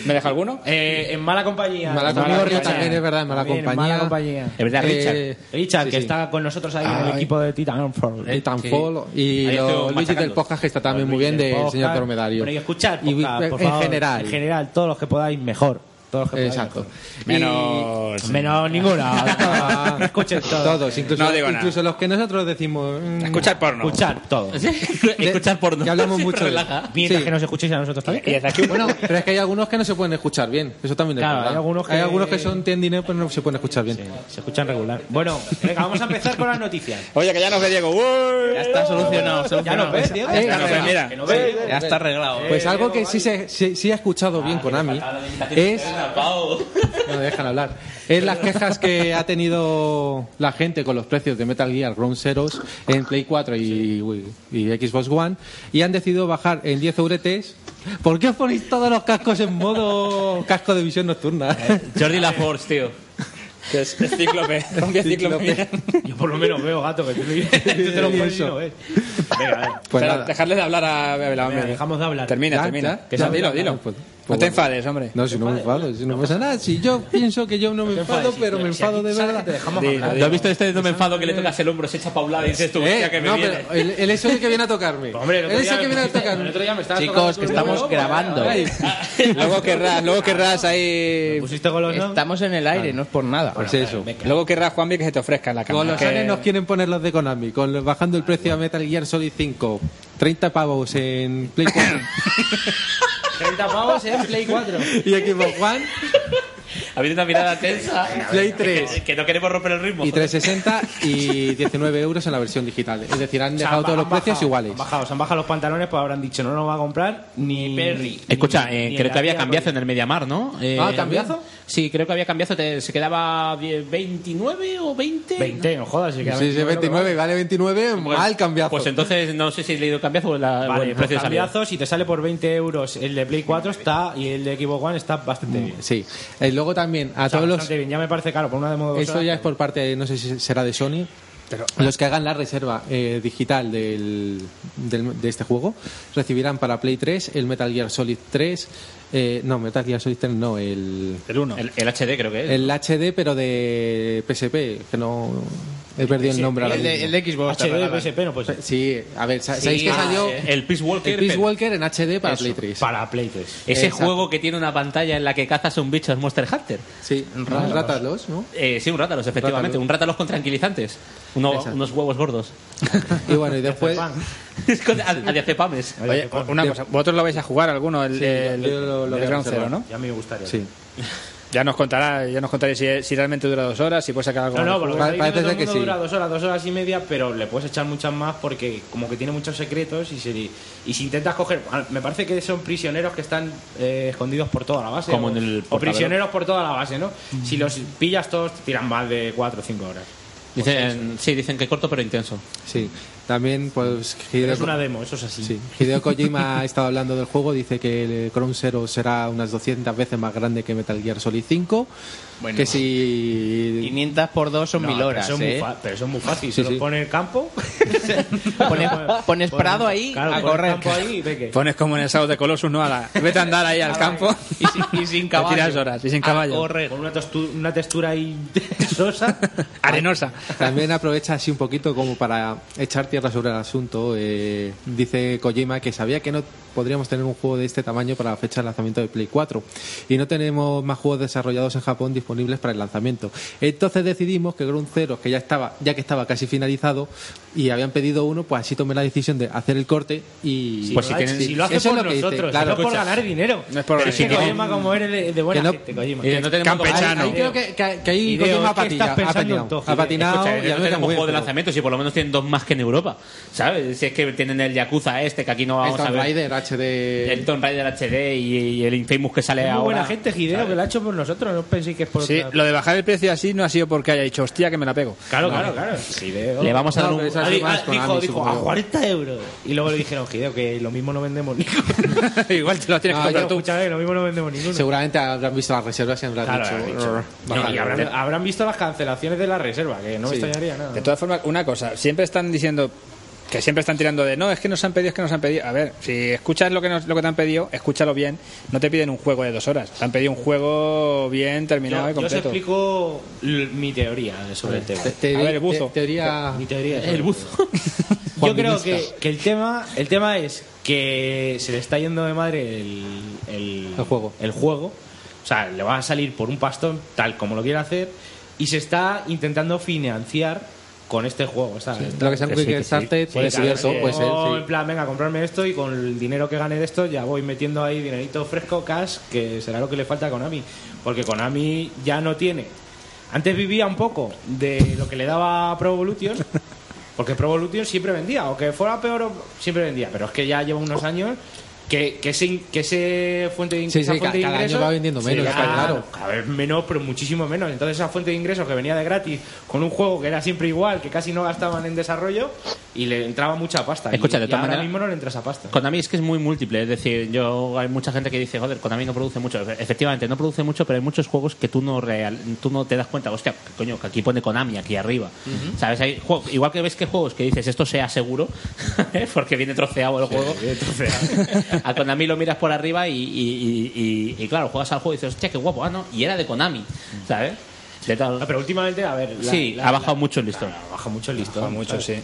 ¿Me deja alguno?
Eh, en mala compañía.
Mala Conmigo Río también, es
verdad, en mala
También en
compañía.
mala compañía.
Es verdad, Eh,
Richard. Richard,
sí,
que
sí.
está con nosotros ahí en el
Ay.
equipo de Titanfall.
Titanfall y lo- Luigi del podcast que está también muy bien del
Podcast.
señor Dromedario.
Bueno, y escuchar
Y-
podcast, Ah, por
en
favor.
general.
En general, todos los que podáis, mejor. Todos los que podáis,
Exacto.
mejor. Menos... Menos ninguna.
ah,
Escuchen todos.
Todos, incluso,
No digo nada.
incluso los que nosotros decimos. mm,
Escuchar porno. Escuchar todo. Escuchar porno.
que hablamos mucho de-
Mientras
Sí.
que nos escuchéis a nosotros también.
Bueno, pero es que hay algunos que no se pueden escuchar bien. Eso también es
Claro,
verdad.
hay algunos que-
Hay son ten dinero, pero no se pueden escuchar bien.
se escuchan regular. Bueno, venga, vamos a empezar con las noticias.
Oye, que ya nos ve Diego. Uy.
Ya está solucionado, Ya nos ves, Diego.
Ya nos ves, mira.
Que nos ves.
Ya está
Eh,
arreglado.
Pues algo que sí se sí, sí ha escuchado bien Konami es. No me dejan hablar. Es las quejas que ha tenido la gente con los precios de Metal Gear Ground Zeroes en Play 4 y, y Xbox One y han decidido bajar en 10 euretes. ¿Por qué os ponéis todos los cascos en modo casco de visión nocturna?
Jordi LaForce, tío.
Que es es cíclope. ¿Con qué cíclope?
eh, Yo por lo menos veo, gato, que tú, tú te lo pones y no ves. Venga, a ver.
Pues
nada.
dejarle de hablar a Bebela, hombre.
dejamos de hablar.
Termina,
Ya,
termina.
ya,
que
ya.
sea- dilo, dilo.
Pues-
no
pues
te
bueno.
enfades, hombre.
No, si no me enfado, si no pasa nada. Si yo pienso que yo no me enfado, pero me enfado de verdad.
¿Lo has visto este de Tom Enfado que le tocas el hombro, se echa paulada y dices tú,
Eh,
hostia, que me
no,
viene?
pero el, el hecho de que viene a tocarme.
Hombre, el otro
el hecho
día
de que
me
viene a
pusiste-
tocarme.
el otro día me estabas
Chicos, tocando que el estamos huevo,
grabando.
Ay,
Luego querrás, luego querrás ahí.
Estamos en el aire, no es por nada.
Pues eso.
Luego querrás, Juanvi, que se te ofrezca en la cama.
Con los
que...
anes nos quieren poner los de Konami, con los- bajando el precio a Metal Gear Solid 5. 30 pavos en Play 4
30 pavos en Play 4.
y Xbox One
Ha habido una mirada tensa.
Play tres.
Que, que no queremos romper el ritmo.
y 360 y 19 euros en la versión digital. Es decir, han
O sea,
dejado todos los
bajado,
precios iguales.
Han bajado, se han bajado los pantalones, pues habrán dicho, no nos va a comprar ni Perry.
Escucha,
Ni-
eh,
ni
creo
la
que había
tía,
cambiazo en el Mediamar, ¿no? Eh,
Ah, ¿cambiazo?
Sí, creo que había cambiazo.
Eh,
te- se quedaba 10, 29 o 20.
20, no jodas.
Sí, sí, 29, vale 29, mal Ah, cambiazo.
Pues entonces no sé si he leído cambiazo o, la, o
Vale,
el precio de
los
salida.
cambiazos, si te sale por 20 euros el de Play 4 está y el de Xbox One está bastante bien.
Sí. Mm. Eh, luego también a
O sea,
todos los
bastante bien. Ya me parece caro por una demo de dos
Eso
horas,
ya es por parte, no sé si será de Sony. Los que hagan la reserva eh, digital del, del- de este juego recibirán para Play 3 el Metal Gear Solid 3. eh, no, Metal Gear Solid 3 no, el.
El 1. El, HD, creo que es.
El HD, pero de PSP, que no. He perdido el nombre ahora
El de,
mismo.
el de Xbox. te regalan.
pues- Sí, a ver, sa-
Sí,
¿sabéis que
ah,
salió?
sí.
El Peace Walker.
El Peace
pero-
Walker en HD para
Eso,
Play 3.
Para Play 3.
Ese
Exacto.
juego que tiene una pantalla en la que cazas un bicho es Monster Hunter.
Sí, un
Rátalos.
Rátalos, ¿no?
Eh, sí, un rátalos, efectivamente.
Rátalos.
Un rátalos con tranquilizantes. Uno-
Exacto.
unos huevos gordos.
Y bueno, y después.
Es con- a- adiacepames.
Oye, una cosa, vosotros lo vais a jugar alguno, el, el- el Ground Zero, ¿no?
Ya me gustaría.
Sí.
Ya nos contará, ya nos contaréis si, si realmente dura dos horas, si puedes sacar algo.
No,
más
no,
del
por lo que
juego.
está diciendo todo el mundo dura dos horas, dos horas y media, pero le puedes echar muchas más porque como que tiene muchos secretos y si, y si intentas coger... Me parece que son prisioneros que están eh, escondidos por toda la base.
Como
o,
en el
o
portadero.
prisioneros por toda la base, ¿no?
Mm.
Si los pillas todos, te tiran más de cuatro o cinco horas.
Dicen, sí, dicen que corto pero intenso.
Sí, también pues
Pero
Hideo,
es una demo, eso es así.
sí, Hideo Kojima ha estado hablando del juego, dice que el Crown Zero será unas 200 veces más grande que Metal Gear Solid 5,
Bueno.
que si
500 por 2 son
No,
1000
pero
horas.
son muy
¿eh?
fa-
Pero eso es muy fácil.
Sí,
se
sí.
los pone en el campo...
Pones, pones
Pone-
Prado ahí
claro,
a
pone el
correr.
campo ahí y ve que-
Pones como en el South de Colossus, ¿no? A la- vete a andar ahí al campo.
Y sin, y sin
Te
caballo.
tiras horas, y sin
A
caballo.
correr.
Con una, tostu- una textura ahí rosa.
Arenosa.
También aprovecha así un poquito como para echar tierra sobre el asunto. eh, dice Kojima que sabía que no podríamos tener un juego de este tamaño para la fecha de lanzamiento de Play 4 y no tenemos más juegos desarrollados en Japón disponibles para el lanzamiento. Entonces decidimos que Ground Zero, que ya estaba, ya que estaba casi finalizado y habían pedido uno, pues así tomé la decisión de hacer el corte y
pues Si, lo, ha- si lo hace
Pues Eso es
por
lo que dice,
nosotros,
claro.
no es por ganar dinero.
No es por
Pero
ganar
es que
dinero.
Kojima, como eres de, de buena
Que no-
gente, Kojima.
Y no tenemos
Campechano.
Ahí creo que, que, que ahí
Hideo,
Kojima ha
es que estás
patinado, ha
pensando en
patinado,
todo,
ha
Hideo.
patinado
Escucha,
y a mí
no
me cae
tenemos
muy
juego de
bien, pero-
lanzamiento, si por lo menos tienen dos más que en Europa, ¿sabes? Si es que tienen el Yakuza este, que aquí no
El
vamos a
Tomb
ver.
Raider HD
El Tomb Raider HD y, y el Infamous que sale
Es muy
ahora.
buena gente, Hideo, que lo ha hecho por nosotros. No penséis que es por
Sí,
otra-
lo de bajar el precio así no ha sido porque haya dicho, hostia, que me la pego.
Claro, claro, claro. Hideo.
Le vamos a
No,
dar un...
pero esa-
Ah, di-
más
ah,
con
dijo,
Ami,
dijo,
supongo.
a 40 euros. Y luego le dijeron, Hideo, que lo mismo no vendemos ninguno.
Igual te lo tienes
No,
que comprar
yo-
tú.
Escucha, que lo mismo no vendemos ninguno.
Seguramente habrán visto las reservas y habrán
Claro,
dicho,
habrán dicho.
"Rrr,
No,
bájale".
y habrán, habrán visto las cancelaciones de la reserva, que no me
Sí.
extrañaría nada.
De todas formas, una cosa, siempre están diciendo que siempre están tirando de no, es que nos han pedido, es que nos han pedido. A ver, si escuchas lo que, nos- lo que te han pedido, escúchalo bien. No te piden un juego de dos horas, te han pedido un juego bien terminado
Yo,
y
yo os
completo.
explico l- mi teoría sobre el tema.
Te- te-
A ver, el buzo.
te- teoría-
Mi teoría.
El buzo.
Yo
Juan
creo que,
Vinista.
que el tema el tema es que se le está yendo de madre el, el,
El juego.
el juego. O sea, le va a salir por un pastón, tal como lo quiere hacer, y se está intentando financiar con este juego. O sea, está-
lo que sea un
Que sí, que
Kickstarter,
Sí,
puede
claro,
ser eso,
sí.
puede ser,
O
sí.
en plan, venga, comprarme esto y con el dinero que gane de esto ya voy metiendo ahí dinerito fresco, cash, que será lo que le falta a Konami. Porque Konami ya no tiene. Antes vivía un poco de lo que le daba Pro Evolution, porque Pro Evolution siempre vendía, o que fuera peor, o- siempre vendía. Pero es que ya lleva unos años que, que, ese, in- que ese fuente de, in-
Sí,
esa
sí,
fuente
ca-
de
cada año
ingresos-
va vendiendo menos,
Sí,
está claro.
Cada vez menos, pero muchísimo menos. Entonces esa fuente de ingresos que venía de gratis con un juego que era siempre igual, que casi no gastaban en desarrollo y le entraba mucha pasta. Y-
Escucha, de
y
todas
ahora
maneras-
mismo no le entra esa pasta.
Konami es que es muy múltiple, es decir, yo hay mucha gente que dice, joder, Konami no produce mucho. Efe- Efectivamente, no produce mucho, pero hay muchos juegos que tú no real, tú no te das cuenta, hostia, que coño, que aquí pone Konami aquí arriba. ¿Sabes? Hay juego- igual que ves que juegos que dices, esto sea seguro, ¿eh? porque viene troceado el juego. a Konami lo miras por arriba y, y- y- y- y, claro, juegas al juego y dices, hostia, qué guapo, ah, no, y era de Konami, ¿sabes? De tal-
No, Mm. Ah, pero últimamente, a ver. la-
sí,
la-
ha bajado mucho el listón.
la- baja mucho el listón.
Joder, mucho,
¿sabes?
sí.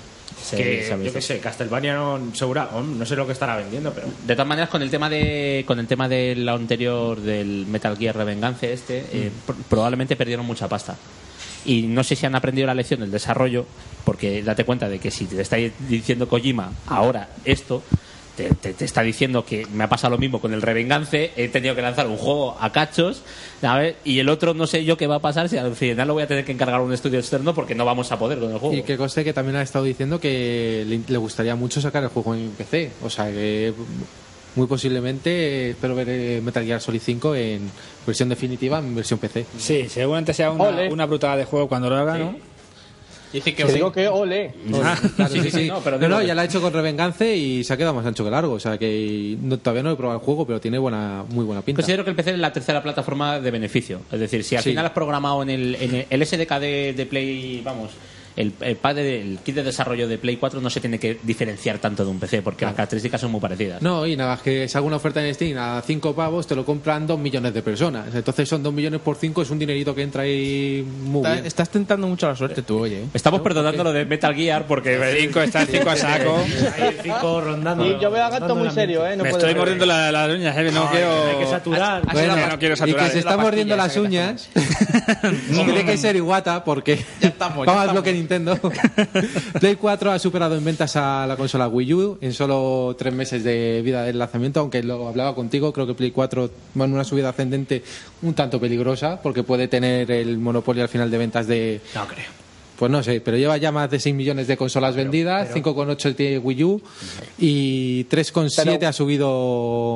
Sí,
que,
se ha
yo
visto.
qué sé, Castlevania no, segura, no sé lo que estará vendiendo, pero
De todas maneras, con el tema de con el tema de lo anterior del Metal Gear Revenganze este, eh,
Mm.
pr- probablemente perdieron mucha pasta. Y no sé si han aprendido la lección del desarrollo, porque date cuenta de que si te está diciendo Kojima ahora esto, te, te- te está diciendo que me ha pasado lo mismo con el Revenganze, he tenido que lanzar un juego a cachos, ¿sabes? Y el otro no sé yo qué va a pasar si al final lo voy a tener que encargar a un estudio externo porque no vamos a poder con el juego.
Y que conste que también ha estado diciendo que le, le gustaría mucho sacar el juego en PC. O sea que muy posiblemente eh, espero ver eh, Metal Gear Solid 5 en versión definitiva, en versión PC.
Sí, seguramente sea una,
Ole.
una brutada de juego cuando lo haga, ¿no?
Dice que
Que digo que ole.
Ah, claro,
sí,
sí,
sí,
sí.
no,
No,
pero digo
no,
que-
ya la ha hecho con Revenganze y se ha quedado más ancho que largo. O sea que no- todavía no he probado el juego, pero tiene buena, muy buena pinta.
Considero que el PC es la tercera plataforma de beneficio. Es decir, si al
Sí.
final has programado en el, en el- el SDK de, de Play, vamos, el, el padre, el kit de desarrollo de Play 4 no se tiene que diferenciar tanto de un PC porque las características son muy parecidas.
No, y nada, más que si hago una oferta en Steam a 5 pavos, te lo compran 2 millones de personas. Entonces son 2 millones por 5, es un dinerito que entra ahí muy
Está-
bien.
Estás tentando mucho la suerte tú, oye. ¿eh?
Estamos perdonando lo de Metal Gear porque
El cinco, está el cinco a saco.
Ahí el cinco rondando.
Y yo veo a Gato muy serio, ¿eh? No
Me
puede
estoy
ser.
mordiendo la, la uñas, eh, no quiero. Ah,
hay que saturar.
Bueno,
Bueno,
no quiero saturar.
Y que se
eh.
está mordiendo las uñas. y tiene que ser Iwata porque.
estamos, ya
Vamos al
estamos.
bloque Nintendo. Play 4 ha superado en ventas a la consola Wii U en solo tres meses de vida del lanzamiento, aunque lo hablaba contigo, creo que Play 4 va en una subida ascendente un tanto peligrosa porque puede tener el monopolio al final de ventas de.
No creo.
Pues no sé, pero lleva ya más de 6 millones de consolas vendidas, 5,8 tiene Wii U y 3,7
Pero-
ha subido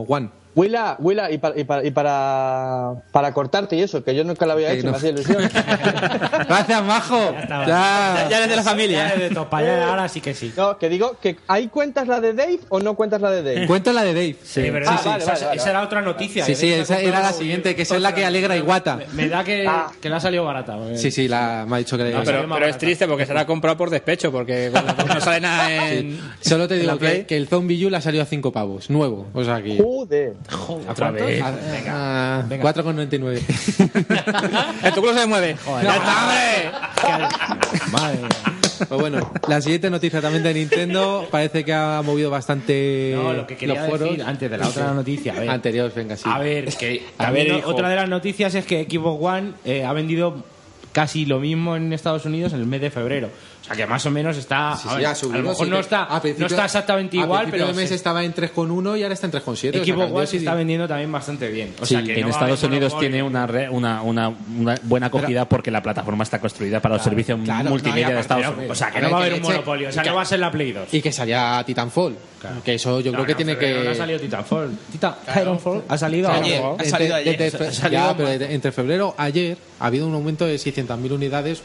One.
Willa, Willa, y, para, y, para, y para, para cortarte y eso, que yo nunca lo había
Que
hecho,
no.
me hacía ilusión.
Gracias, Majo.
estaba.
Ya.
Ya eres de la
Ya
familia. ¿eh?
¿eh?
Uh.
de topa, ya ahora sí que sí.
No, que digo que ¿hay cuentas la de Dave o no cuentas la de Dave?
Cuento la de Dave.
Sí, verdad.
Ah,
sí,
vale,
esa,
vale, vale.
esa era otra noticia.
Sí,
que
sí,
habéis
esa era la
contado.
siguiente, que esa es la que alegra a Iguata.
Me da que,
Ah.
que le ha salido barata. porque-
Sí, sí, la, me ha dicho que le
No,
salió
pero,
más
pero es
barata.
triste porque se la ha comprado por despecho, porque con la- no sale nada en.
Solo te
en la
digo
Play.
que, que el Zombie U la salió a 5 pavos, nuevo. O sea que.
Joder.
Otra vez.
a- a- 4,99.
El tu culo se mueve. ¡Ya está, hombre!
Madre mía.
pues bueno, la siguiente noticia también de Nintendo parece que ha movido bastante
No, lo que quería
los foros.
decir antes de la otra noticia. A ver,
Anteriores, venga, sí.
a ver que
A
también
ver,
o-
hijo.
otra de las noticias es que Xbox One eh, ha vendido casi lo mismo en Estados Unidos en el mes de febrero. O sea que más o menos está.
Sí,
a,
sí,
ver,
ha subido,
a lo mejor
sí,
no
que-
está,
a
no
principio-
está exactamente
a
igual,
principio
pero.
de mes
se-
estaba en 3,1 y ahora está en 3,7. o sea,
Xbox
cambió,
One
sí,
se
sí.
está vendiendo también bastante bien. O
Sí,
sea que
que en
no va a haber
Estados Unidos
monopolio.
tiene una, re- una, una, una buena acogida porque la plataforma está construida para los servicios
claro, no,
multimedia
y
de
aparte,
Estados
no,
Unidos.
O sea que
A
no
ver,
va a
que
haber un
le eche-
monopolio. O sea que
que-
va a ser la Play 2.
Y que salía Titanfall. Que eso yo creo que tiene que.
No ha salido Titanfall. Tita- Titanfall ha salido
Ayer.
ahora, ¿no?
Ha salido
Entre-
ayer.
entre-
Ha salido
ya,
en
pero entre febrero ayer ha habido un aumento de 600.000 unidades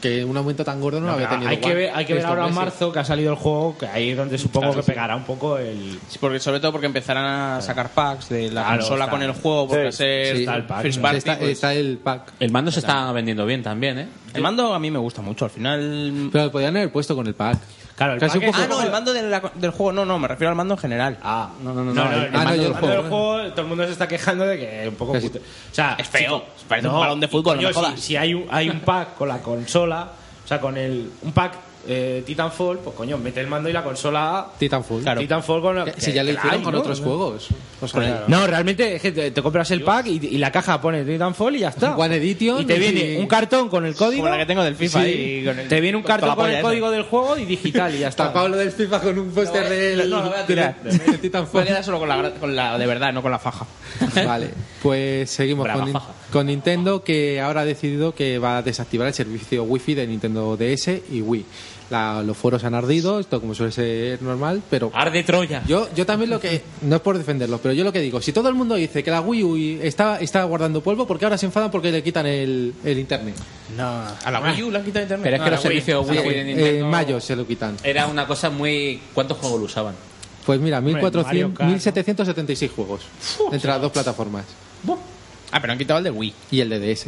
que un aumento tan gordo no, lo había
Pero
tenido.
Hay que
One
ver, hay que ver
estos
ahora en
meses.
marzo que ha salido el juego, que ahí es donde supongo que pegará un poco el.
Sí, porque, sobre todo porque empezarán a sacar packs de la
Claro,
consola
está.
con el juego, porque
Sí,
ser
sí.
está el pack,
first
¿no?
party,
Está,
pues,
está el pack.
El mando se está vendiendo bien también, ¿eh?
El mando a mí me gusta mucho, al final...
Pero lo podían haber puesto con el pack.
Claro, el
Casi
pack
un
es-
Ah, no, el mando de la- del juego, no, no, me refiero al mando en general.
Ah, no, no, no.
no,
el
ah,
mando
no, yo
del
el
juego,
juego.
todo el mundo se está quejando de que es un poco.
Casi-
puto- O sea,
Es feo,
chico,
parece un balón de fútbol,
coño,
no me
si-
jodas.
Si, hay, un, hay un pack con la consola, o sea, con el, un pack eh, Titanfall, pues coño, mete el mando y la consola.
Titanfall.
Titanfall con la-
Que-
que-
Eh, si ya lo
que la
hicieron
hay,
con
¿no?
otros juegos. O sea,
Pues No, realmente es que te, te compras el pack y, y la caja pone Titanfall y ya está.
One Edition
Y te
y-
viene un cartón con el código.
Como la que tengo del FIFA
Sí.
y con el-
Te viene un
con
cartón
la
con
polla
el
esa.
código del juego y digital y ya está.
Tapado lo del FIFA con un póster
no,
del,
no, lo voy a
del,
tirar.
del
Voy a
Titanfall.
quedar solo con la, gra- con la de verdad, no con la faja.
Vale, pues seguimos
Brava
con, Nin-
faja.
con Nintendo que ahora ha decidido que va a desactivar el servicio Wi-Fi de Nintendo DS y Wii. La- los foros han ardido, esto como suele ser normal, pero
Arde Troya.
yo, yo también lo que no es por defenderlos, pero yo lo que digo, si todo el mundo dice que la Wii U está, está guardando polvo, ¿por qué ahora se enfadan porque le quitan el, el internet?
A la Wii U la han quitado internet.
Pero es que
No,
los
a la Wii.
servicios Wii de
Eh,
Nintendo Eh.
En mayo se lo quitan.
era una cosa muy... ¿Cuántos juegos lo usaban?
Pues mira,
Hombre,
1400,
Mario Kart, ¿no?
1776 juegos entre las dos plataformas
Ah, pero han quitado el de Wii.
y el DDS.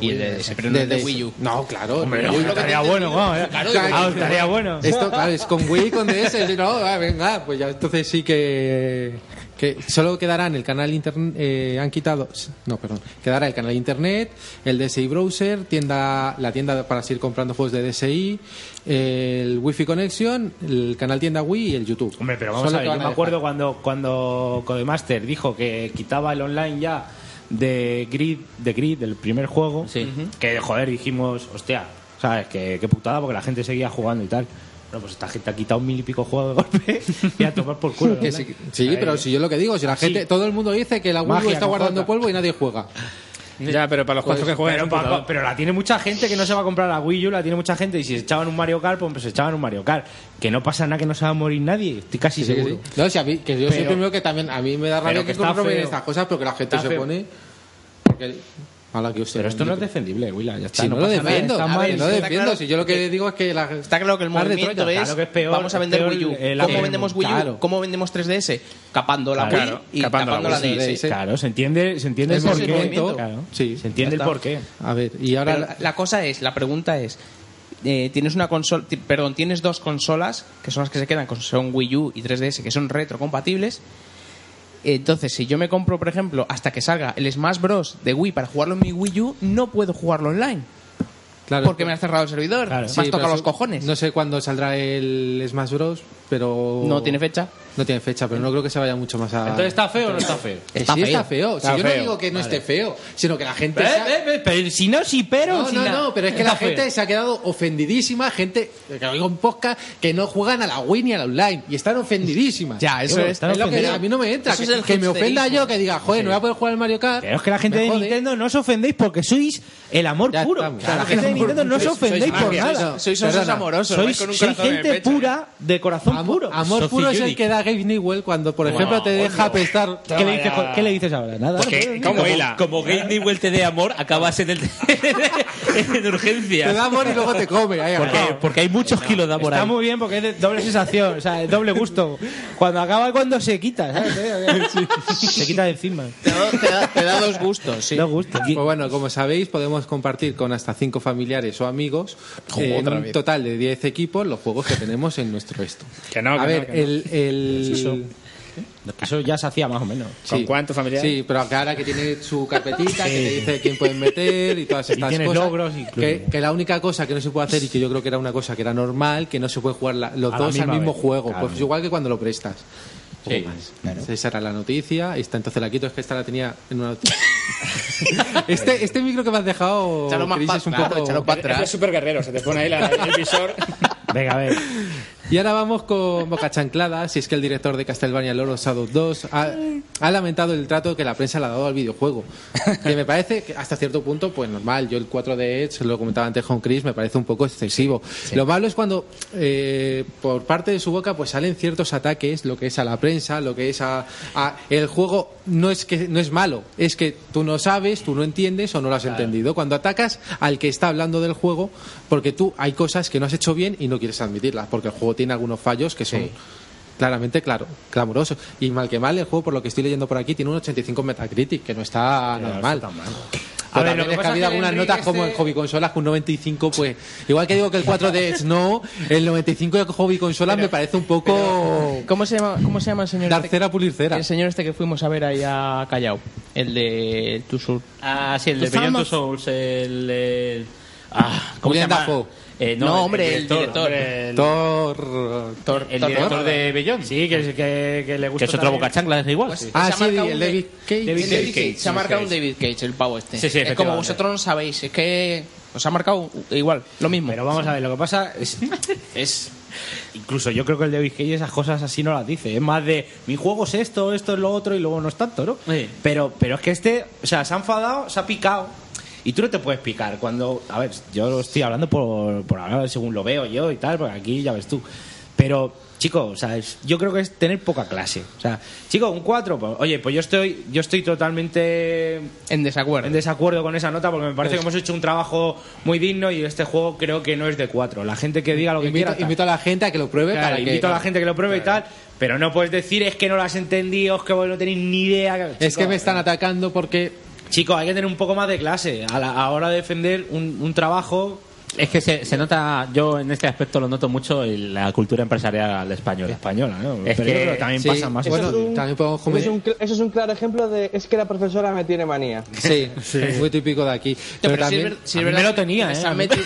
Y el de pero no el de
DDS.
Wii U.
No, claro.
Hombre,
Wii U lo que
estaría bueno, vamos, eh.
Claro,
Ah,
claro.
estaría bueno.
Esto, claro, es con Wii, con DS, si no, ah, venga, pues ya entonces sí que, que solo quedarán el canal internet, han quitado, no, perdón, quedará el canal internet, el DSi Browser, tienda, la tienda para seguir comprando juegos de DSi, el Wi-Fi Connection, el canal tienda Wii y el YouTube.
Hombre, pero vamos
Son lo
a ver,
que
yo
van
me
dejar.
acuerdo cuando, cuando Codemaster dijo que quitaba el online ya de Grid, de Grid, del primer juego,
Sí.
que joder, dijimos, hostia, ¿sabes? Que, que putada porque la gente seguía jugando y tal. Bueno, pues esta gente ha quitado mil y pico juegos de golpe y a tomar por culo. el
Que
online.
sí, sí, pero si yo lo que digo, si la gente,
Sí.
todo el mundo dice que la Wii U
Magia,
está
no
guardando
joda.
polvo y nadie juega.
Ya, pero para los cuatro que juegan.
Pero, pa- pa- pero la tiene mucha gente que no se va a comprar la Wii U, la tiene mucha gente y si se echaban un Mario Kart, pues se echaban un Mario Kart. Que no pasa nada, que no se va a morir nadie, estoy casi
Sí, sí, que
seguro.
sí. No, si a mí- que yo soy
Pero-
el primero que también a mí me da rabia
pero que
que,
está
comprueben
feo.
estas cosas, pero que la gente
Está
se
feo.
pone porque mala que usted.
Pero esto no es defendible, Willa, ya está.
Si no, lo
pasa nada,
defiendo,
está
a ver,
mal.
no lo
está
defiendo,
claro
si yo lo que digo es que la
Está claro que el
Mar de
movimiento
Troya.
es,
Claro que es peor,
vamos a vender
es peor
Wii U.
el- el
¿Cómo
avión,
vendemos Wii U?
claro.
¿Cómo vendemos 3DS? Capando la
Claro,
Wii y
capando
capando,
la
la
Wii.
DS.
Sí,
Claro, se entiende, se entiende el
Es el
porqué.
movimiento.
Claro.
Sí.
Se entiende el
Ya está.
porqué.
A ver, y ahora
Pero la cosa es, la pregunta es, eh, tienes una consola, ti- perdón, tienes dos consolas que son las que se quedan, con son Wii U y 3DS, que son retrocompatibles. Entonces, si yo me compro, por ejemplo, hasta que salga el Smash Bros. de Wii para jugarlo en mi Wii U, no puedo jugarlo online.
Claro,
porque me has cerrado el servidor, me has
Sí,
tocado
pero
los
eso-
cojones.
No sé cuándo saldrá el Smash Bros, pero...
No tiene fecha.
No tiene fecha, pero no creo que se vaya mucho más a...
Entonces, ¿está feo o no está feo?
Que Eh, sí está feo. Si yo no digo que no esté feo, sino que la gente...
Eh,
se ha-
pero si no, sí, pero.
No,
si
no,
la-
no, pero es que
está
la gente
feo.
se ha quedado ofendidísima, gente, que lo digo en podcast, que no juegan a la Wii ni a la online y están ofendidísimas.
Ah,
Ya, eso
Yo,
es, están
lo que
ofendidos.
a mí no me entra, que,
Eso es el
que me
hipsterismo.
ofenda yo, que diga, joder, no voy a poder jugar al Mario Kart.
Pero es que la gente de Nintendo no os ofendéis porque sois el amor puro. la gente de Nintendo no os
Sois- sois
ofendéis por
magias,
nada.
sois- sois osos
Perdona.
amorosos, vais
Sois,
con un
sois
corazón en el
gente
pecho,
pura de corazón puro.
Amor puro es el que da Gabe Newell cuando, por ejemplo, te deja apestar.
¿Qué le, dices, ¿Qué le dices ahora? Nada.
Porque como, como Game Newell te dé amor, acabas en, el, en urgencias.
Te da amor y luego te come. ahí,
Porque,
acabado.
porque hay muchos kilos de amor
Está
ahí.
muy bien porque es de doble sensación, o sea, de doble gusto. Cuando acaba y cuando se quita, ¿sabes? Se quita de encima.
Te da dos gustos, sí.
Dos gustos.
Pues bueno, como sabéis, podemos compartir con hasta cinco familiares o amigos
Joder,
eh, en
otra
un
vez.
total de 10 equipos los juegos que tenemos en nuestro esto.
Que no, que
A
no,
ver,
que no.
el... el-
Eso.
Eso ya se hacía más o menos.
sí. Sí, pero que ahora que tiene su carpetita, que
Sí.
te dice quién pueden meter y todas
Y
estas
tienes
cosas.
logros incluidos.
que, que la única cosa que no se puede hacer y que yo creo que era una cosa que era normal, que no se puede jugar la- los
A la
dos al
misma
mismo
vez,
juego.
claro.
Pues igual que cuando lo prestas. Poco más. Esa era la noticia. Esta entonces la quito, es que esta la tenía en una noticia. este, este micro que me has dejado
Échalo más
Chris,
pa-
es un
claro,
poco...
échalo pa' atrás. Es súper guerrero, se te pone ahí la- el visor.
Venga, a ver.
Y ahora vamos con Boca Chanclada. Si es que el director de Castlevania Lord of Shadow 2 ha, ha lamentado el trato que la prensa le ha dado al videojuego. Que me parece que hasta cierto punto, pues normal. Yo el 4 de Edge, lo comentaba antes con Chris, me parece un poco excesivo. Lo malo es cuando eh, por parte de su boca pues salen ciertos ataques, lo que es a la prensa, lo que es a, a- el juego no es que no es malo, es que tú no sabes, tú no entiendes o no lo has entendido. Cuando atacas al que está hablando del juego, porque tú hay cosas que no has hecho bien y no quieres admitirlas, porque el juego tiene algunos fallos que son claramente claro, clamorosos. Y mal que mal, el juego, por lo que estoy leyendo por aquí, tiene un 85 Metacritic, que no está nada mal.
A
A
ver,
ver,
lo que
que
pasa
ha habido
es que
algunas
Enrique
notas como en
este-
Hobby Consolas con un 95, pues igual que digo que el 4 de Edge no, el 95 de Hobby Consolas me parece un poco
¿Cómo se llama, cómo se llama el señor?
dar
este-
cera pulir cera.
El señor este que fuimos a ver ahí a Callao. El de Two Souls.
Ah, sí, el de
¿Tú
Beyond Two
sabes?
Souls, el... el- Ah, ¿Cómo
William
se llama?
Dafoe.
Eh,
No, hombre, el director.
hombre, el-
Thor.
Thor-
El
Thor-
director
Thor.
de Bellón.
Sí, que, que, le
Que es otra boca chancla, es igual.
Ah,
Pues Se ha
sí,
marcado
el
un
David
de-
Cage.
David
David
Cage.
Cage.
Se ha
David
marcado un
Cage.
David Cage, el pavo este.
Sí, sí,
es como
efectivamente.
vosotros no sabéis, es que os ha marcado igual, lo mismo.
Pero vamos a ver, lo que pasa es. es- incluso yo creo que el de Cage esas cosas así no las dice. Es más de mi juego es esto, esto es lo otro y luego no es tanto, ¿no? Pero, pero es que este, o sea, se ha enfadado, se ha picado. Y tú no te puedes picar cuando. A ver, yo lo estoy hablando por, por ahora, según lo veo yo y tal, porque aquí ya ves tú. Pero, chico, o sea, es- yo creo que es tener poca clase. O sea, chico, un 4, pues, oye, pues yo estoy, yo estoy totalmente
en desacuerdo.
En desacuerdo con esa nota porque me parece
Pues-
que hemos hecho un trabajo muy digno y este juego creo que no es de 4. La gente que diga lo que
Invito,
quiera. tal.
invito a la gente a que lo pruebe
Claro,
para que-
invito a la gente que lo pruebe y tal, pero no puedes decir es que no lo has entendido, es que vos no tenéis ni idea. eh,
Es que me están atacando porque
Chicos, hay que tener un poco más de clase a la a hora de defender un, un trabajo.
Es que se, se nota, yo en este aspecto lo noto mucho en la cultura empresarial española.
Española, ¿no?
Es
Pero yo
que-
creo que también pasa más
Eso
eso.
es un- eso es un cl- Eso es un claro ejemplo de es que la profesora me tiene manía.
Sí, es muy típico de aquí. Pero,
pero sí es
también
ver- sí es A mí verdad me lo tenía, que les ¿eh? han metido-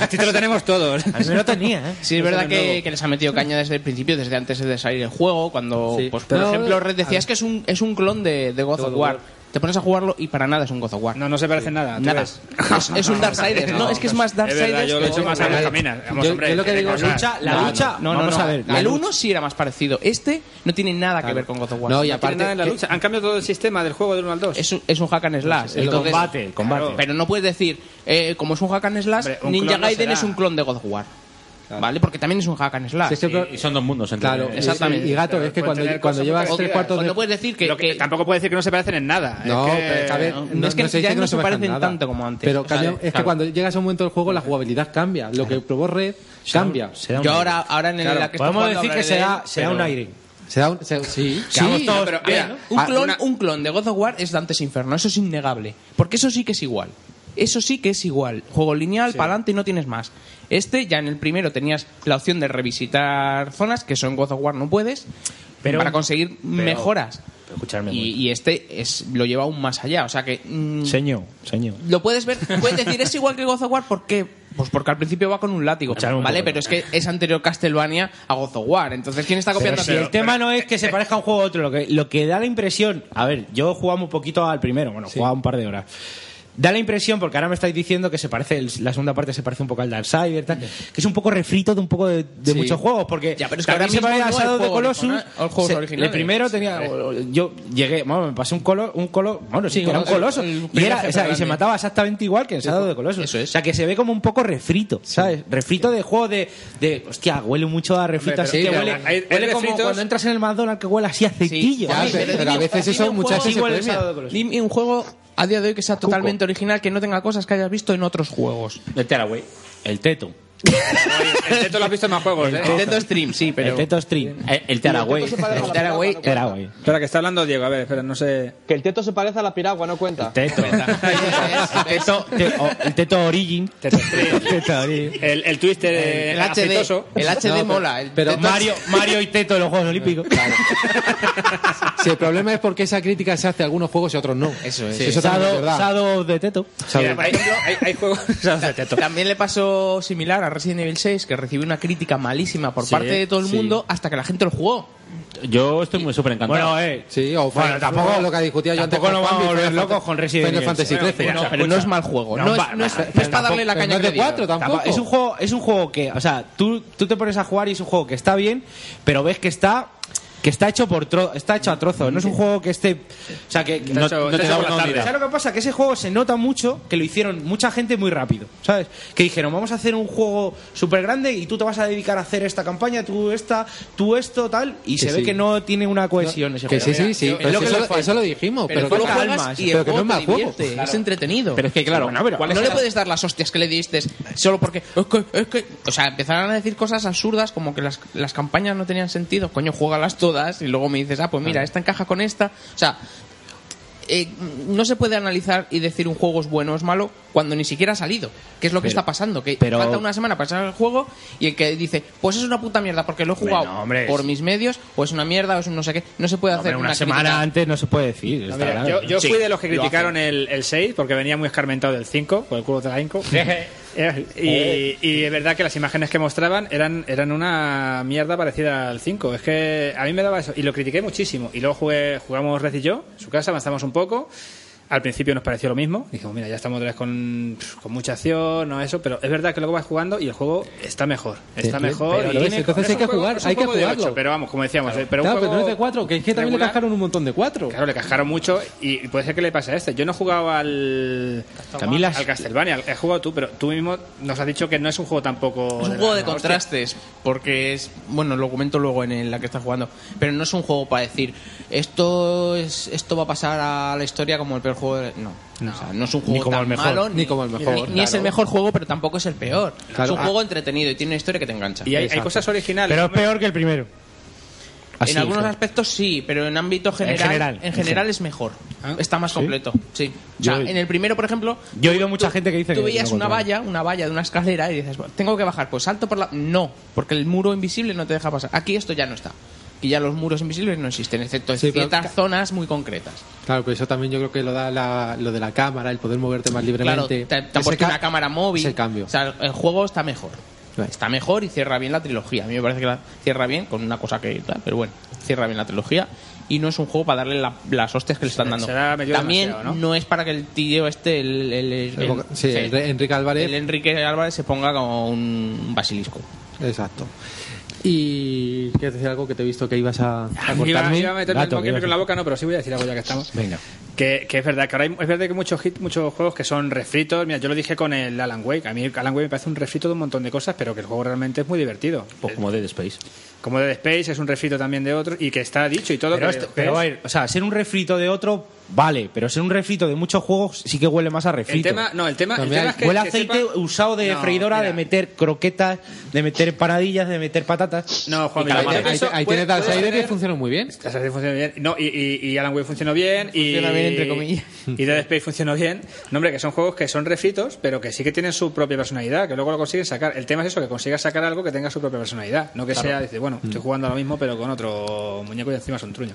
a ti te lo tenemos todos.
A mí me lo tenía, ¿eh?
Sí, es
Eso
verdad
de
que,
nuevo.
que les ha metido caña desde el principio, desde antes de salir el juego, cuando,
Sí.
pues, por
Pero-
ejemplo, Red
a
decías
ver.
que es un, es un clon de, de God of War. Te pones a jugarlo y para nada es un God of War.
No, no se parece nada. ¿tú
Nada.
ves?
Es, es un Darksiders. No, es que es más Darksiders.
Es verdad, yo lo he hecho más a las caminas. Vamos, hombre, tiene cosas.
la
No,
lucha,
no, no,
no,
vamos
no.
a ver, la
El
lucha.
1 sí era más parecido. Este no tiene nada que ver con God of War.
No, y aparte. en la lucha. Han cambiado todo el sistema del juego del 1 al 2.
Es un, es un hack and slash.
El
entonces-
combate, el combate.
Claro. Pero no puedes decir, eh, como es un hack and slash,
Hombre, un
Ninja
clon no
Gaiden
será.
es un clon de God of War. ¿Vale? Porque también es un hack and slash.
Sí, sí, pero- Y- y son dos mundos, entre
Claro,
comillas.
exactamente.
Y- y gato, es que Pero cuando- pueden tener cuando cosas llevas muy tres parecidas. cuartos de-
No puedes decir que.
Lo que- Tampoco puede decir que no se parecen en nada.
No,
es que,
pero es que, a ver, no,
no
no se dice que no se parecen nada. Pero
O sea,
cambia- es que
claro.
cuando llegas a un momento del juego, la jugabilidad cambia. Lo que probó Red cambia.
Yo ahora, ahora en el-
Claro,
la que
podemos
estoy jugando
decir que
hablaré de
será-
él,
será
pero-
un aire. Se da un- se- sí,
Sí, no,
ah,
Ah, pero, a ver, un, clon, un clon de God of War es Dante's Inferno, eso es innegable. Porque eso sí que es igual. Eso sí que es igual. Juego lineal, para adelante y no tienes más. Este, ya en el primero tenías la opción de revisitar zonas, que eso en God of War no puedes,
Pero-
para conseguir
pero-
mejoras.
Pero escucharme
Y, y este es, lo lleva aún más allá. O sea que. mm,
Señor, señor.
Lo puedes ver, puedes decir, es igual que God of War, ¿por qué? Pues porque al principio va con un látigo, ¿vale? Pero es que es anterior Castlevania a God of War. Entonces, ¿quién está copiando
Pero si el tema no es que se parezca un juego a otro, lo que, lo que da la impresión. A ver, yo jugaba un poquito al primero, bueno, jugaba un par de horas. Da la impresión, porque ahora me estáis diciendo que se parece, el- la segunda parte se parece un poco al Darksider, tal, que es un poco refrito de un poco de, de
Sí.
muchos juegos, porque
Ya, pero es que ahora
también se
mismo
parece
no
al
es
Shadow de
juego
Colossus.
original- o juegos
se-
originales.
El primero tenía. o- o- Yo llegué, bueno, me pasé un colo, un colo, bueno, sí,
Sí,
que era un
el-
coloso.
el
y, era,
primer jefe
o sea, y se
grande.
mataba exactamente igual que en Shadow de Colossus. O sea, que se ve como un poco refrito, ¿sabes? Refrito de juego de, de. Hostia, huele mucho a
Hombre,
refrito, así
pero-
que
sí,
huele,
pero hay- hay
huele como
refritos-
cuando entras en el McDonald's que huele así a aceitillo.
Ya,
Ay,
pero
pero
dime-
dime-
dime
dime
un
un juego
juego-
igual al Shadow de Colossus.
Dime un juego a día de hoy que sea totalmente original, que no tenga cosas que hayas visto en otros juegos.
El Tearaway. El Teto.
El teto lo has visto en más juegos, ¿eh?
El Teto Stream, sí, pero.
El Teto Stream. El, el Tearaway.
El
Tearaway.
Espera, que está hablando Diego, a ver, espera, no sé.
Que el teto se parece a la piragua, no cuenta.
Teto.
Teto, te- o- el Teto Origin.
Teto Origin.
El, el twister eh,
El HD.
aceitoso.
El HD
No, pero-
mola. el
Pero
Teto-
Mario, Mario y Teto en los Juegos Olímpicos.
Si el problema es porque esa crítica se hace a algunos juegos y a otros no. Eso
es.
Eso también es
Shadow,
verdad.
Shadow de Teto.
Mira, por ejemplo, hay, hay juegos.
También le pasó similar a Resident Evil 6, que recibió una crítica malísima por
Sí,
parte de todo el
sí.
mundo hasta que la gente lo jugó.
Yo estoy muy súper encantado.
Bueno, eh.
Sí, o
Bueno,
Final-
tampoco-
lo que discutía yo antes
tampoco
con
nos vamos a
Juanmi,
volver
Final
locos
Fantasy-
con Resident
Final
Evil.
Fantasy
Bueno,
13.
mira,
No, pero no es mal juego.
No,
No, es,
va-
no es-
va-
no es para darle la
tampoco-
caña
no es de
que le
cuatro,
dieron.
tampoco.
Es un juego, es un juego que, o sea, tú, tú te pones a jugar y es un juego que está bien, pero ves que está que está hecho por tro- está hecho a trozos, no es un juego que esté, o sea, que
Está hecho- está hecho por la tarde.
¿Sabes lo que pasa? Que ese juego se nota mucho que lo hicieron mucha gente muy rápido, ¿sabes? Que dijeron, "Vamos a hacer un juego súper grande y tú te vas a dedicar a hacer esta campaña, tú esta, tú esto, tal", y
Que
se
sí.
ve que no tiene una cohesión ese
Que
juego.
sí, sí, sí.
Es
pero
lo
si
que le
Eso
falta.
eso lo dijimos.
Pero
Pero
tú
que
lo
no-
juegas
pero
y el
que no
juego
es mal
te
juego.
divierte, es entretenido.
Pero es que, claro,
Sí, bueno, pero ¿cuál
no
es
le
el-
puedes dar las hostias que le diste solo porque. Es que, es que- o sea, empezaron a decir cosas absurdas como que las, las campañas no tenían sentido. Coño, juégalas todas y luego me dices, ah, pues mira, esta encaja con esta. O sea, eh, no se puede analizar y decir un juego es bueno o es malo cuando ni siquiera ha salido. Que es lo que está pasando. Que
pero-
falta una semana para salir el juego y el que dice, pues es una puta mierda porque lo he jugado
Bueno, hombre,
por
es-
mis medios o es una mierda o es un no sé qué. No se puede hacer
Hombre, una,
crítica.
semana antes no se puede decir. está
Mira,
claro.
yo, yo
Sí,
fui de los que
lo hacen.
criticaron el, el 6 porque venía muy escarmentado del 5, por el culo de la 5. y, y es verdad que las imágenes que mostraban eran, eran una mierda parecida al 5. Es que a mí me daba eso. Y lo critiqué muchísimo. Y luego jugué, jugamos Red y yo, en su casa, avanzamos un poco. Al principio nos pareció lo mismo. Dijimos, mira, ya estamos otra vez con, con mucha acción, no eso. Pero es verdad que luego vas jugando y el juego está mejor. Está
Pero
mejor.
lo
y
ves,
tiene-
entonces
es
hay
un
que
juego-
jugar,
es un
hay que
juego de
jugarlo.
ocho, pero vamos, como decíamos, eh, pero un
Claro, pero no
juego
es de 4, que es que también le
regular-
cascaron un montón de 4.
Claro, le cascaron mucho y y puede ser que le pase a este. Yo no he jugado al.
A mí las-
Al Castlevania, he jugado tú, pero tú mismo nos has dicho que no es un juego tampoco.
Es un
la-
juego de
la hostia.
contrastes, porque es. Bueno, lo comento luego en el- la que está jugando. Pero no es un juego para decir, esto es esto va a pasar a la historia como el peor juego. de- No. No. O sea, no es un juego
Ni como
tan
el mejor,
malo,
ni como el mejor,
Ni, ni es
claro.
el mejor juego, pero tampoco es el peor.
Claro.
Es un
Ah.
juego entretenido y tiene una historia que te engancha.
Y hay, hay
Exacto.
cosas originales.
Pero es peor que el primero. Así,
en algunos
claro.
aspectos sí, pero en ámbito general. En
general,
general,
en general.
es mejor. Está más completo. Sí. O sea,
Yo-
en el primero, por ejemplo,
Yo he oído mucha gente que dice
Tú
que
veías
lo
una
contrario.
valla, una valla de una escalera y dices, "Bueno, tengo que bajar, pues salto por la... No, porque el muro invisible no te deja pasar. Aquí esto ya no está. Aquí ya los muros invisibles no existen, excepto en
Sí, pero
ciertas zonas muy concretas.
Claro, pero eso también yo creo que lo da la- lo de la cámara, el poder moverte más
Claro,
libremente.
te, te han
Ese
puesto
ca-
una cámara móvil.
Ese cambio.
O sea, el juego está mejor.
Vale.
Está mejor y cierra bien la trilogía. A mí me parece que la cierra bien con una cosa que tal, pero bueno, cierra bien la trilogía. Y no es un juego para darle la- las hostias que le están dando.
Se la ha metido
También
demasiado, ¿no?
es para que el tío este, el, el- el-
El boca- sí,
sí,
el de Enrique Álvarez.
el Enrique Álvarez se ponga como un basilisco.
Exacto. Y quieres decir algo que te he visto que ibas a, a
Iba,
cortarme.
iba a
Dato,
meterme el
que
moquete
ibas
con la boca, no, pero sí voy a decir algo ya que estamos.
Venga.
Que, que es verdad que ahora hay- es verdad que muchos hit, muchos juegos que son refritos. Mira, yo lo dije con el Alan Wake. A mí el Alan Wake me parece un refrito de un montón de cosas, pero que el juego realmente es muy divertido.
Pues como Dead Space.
como Dead Space, es un refrito también de otros y que está dicho y todo.
Pero,
que-
esto- pero, a ver, o sea, ser un refrito de otro, vale, pero ser un refrito de muchos juegos sí que huele más a refrito.
tema- no, el tema- el
También
tema
hay-
es que-
huele a
que
aceite
sepa-
usado de
No,
freidora,
mira.
de meter croquetas, de meter empanadillas, de meter patatas.
No, Juan, mira,
calamares.
eso puede- puede tener-
funcionó muy bien.
Dark Side funcionó bien. No, y, y- y Alan Wake funcionó bien. Y,
Funciona bien, entre comillas.
Y Dead Space funcionó bien. No, hombre, que son juegos que son refritos, pero que sí que tienen su propia personalidad, que luego lo consiguen sacar. El tema es eso, que consigas sacar algo que tenga su propia personalidad. No que
Claro. Mm.
sea, dice, bueno, estoy jugando a lo mismo, pero con otro muñeco y encima es un truño.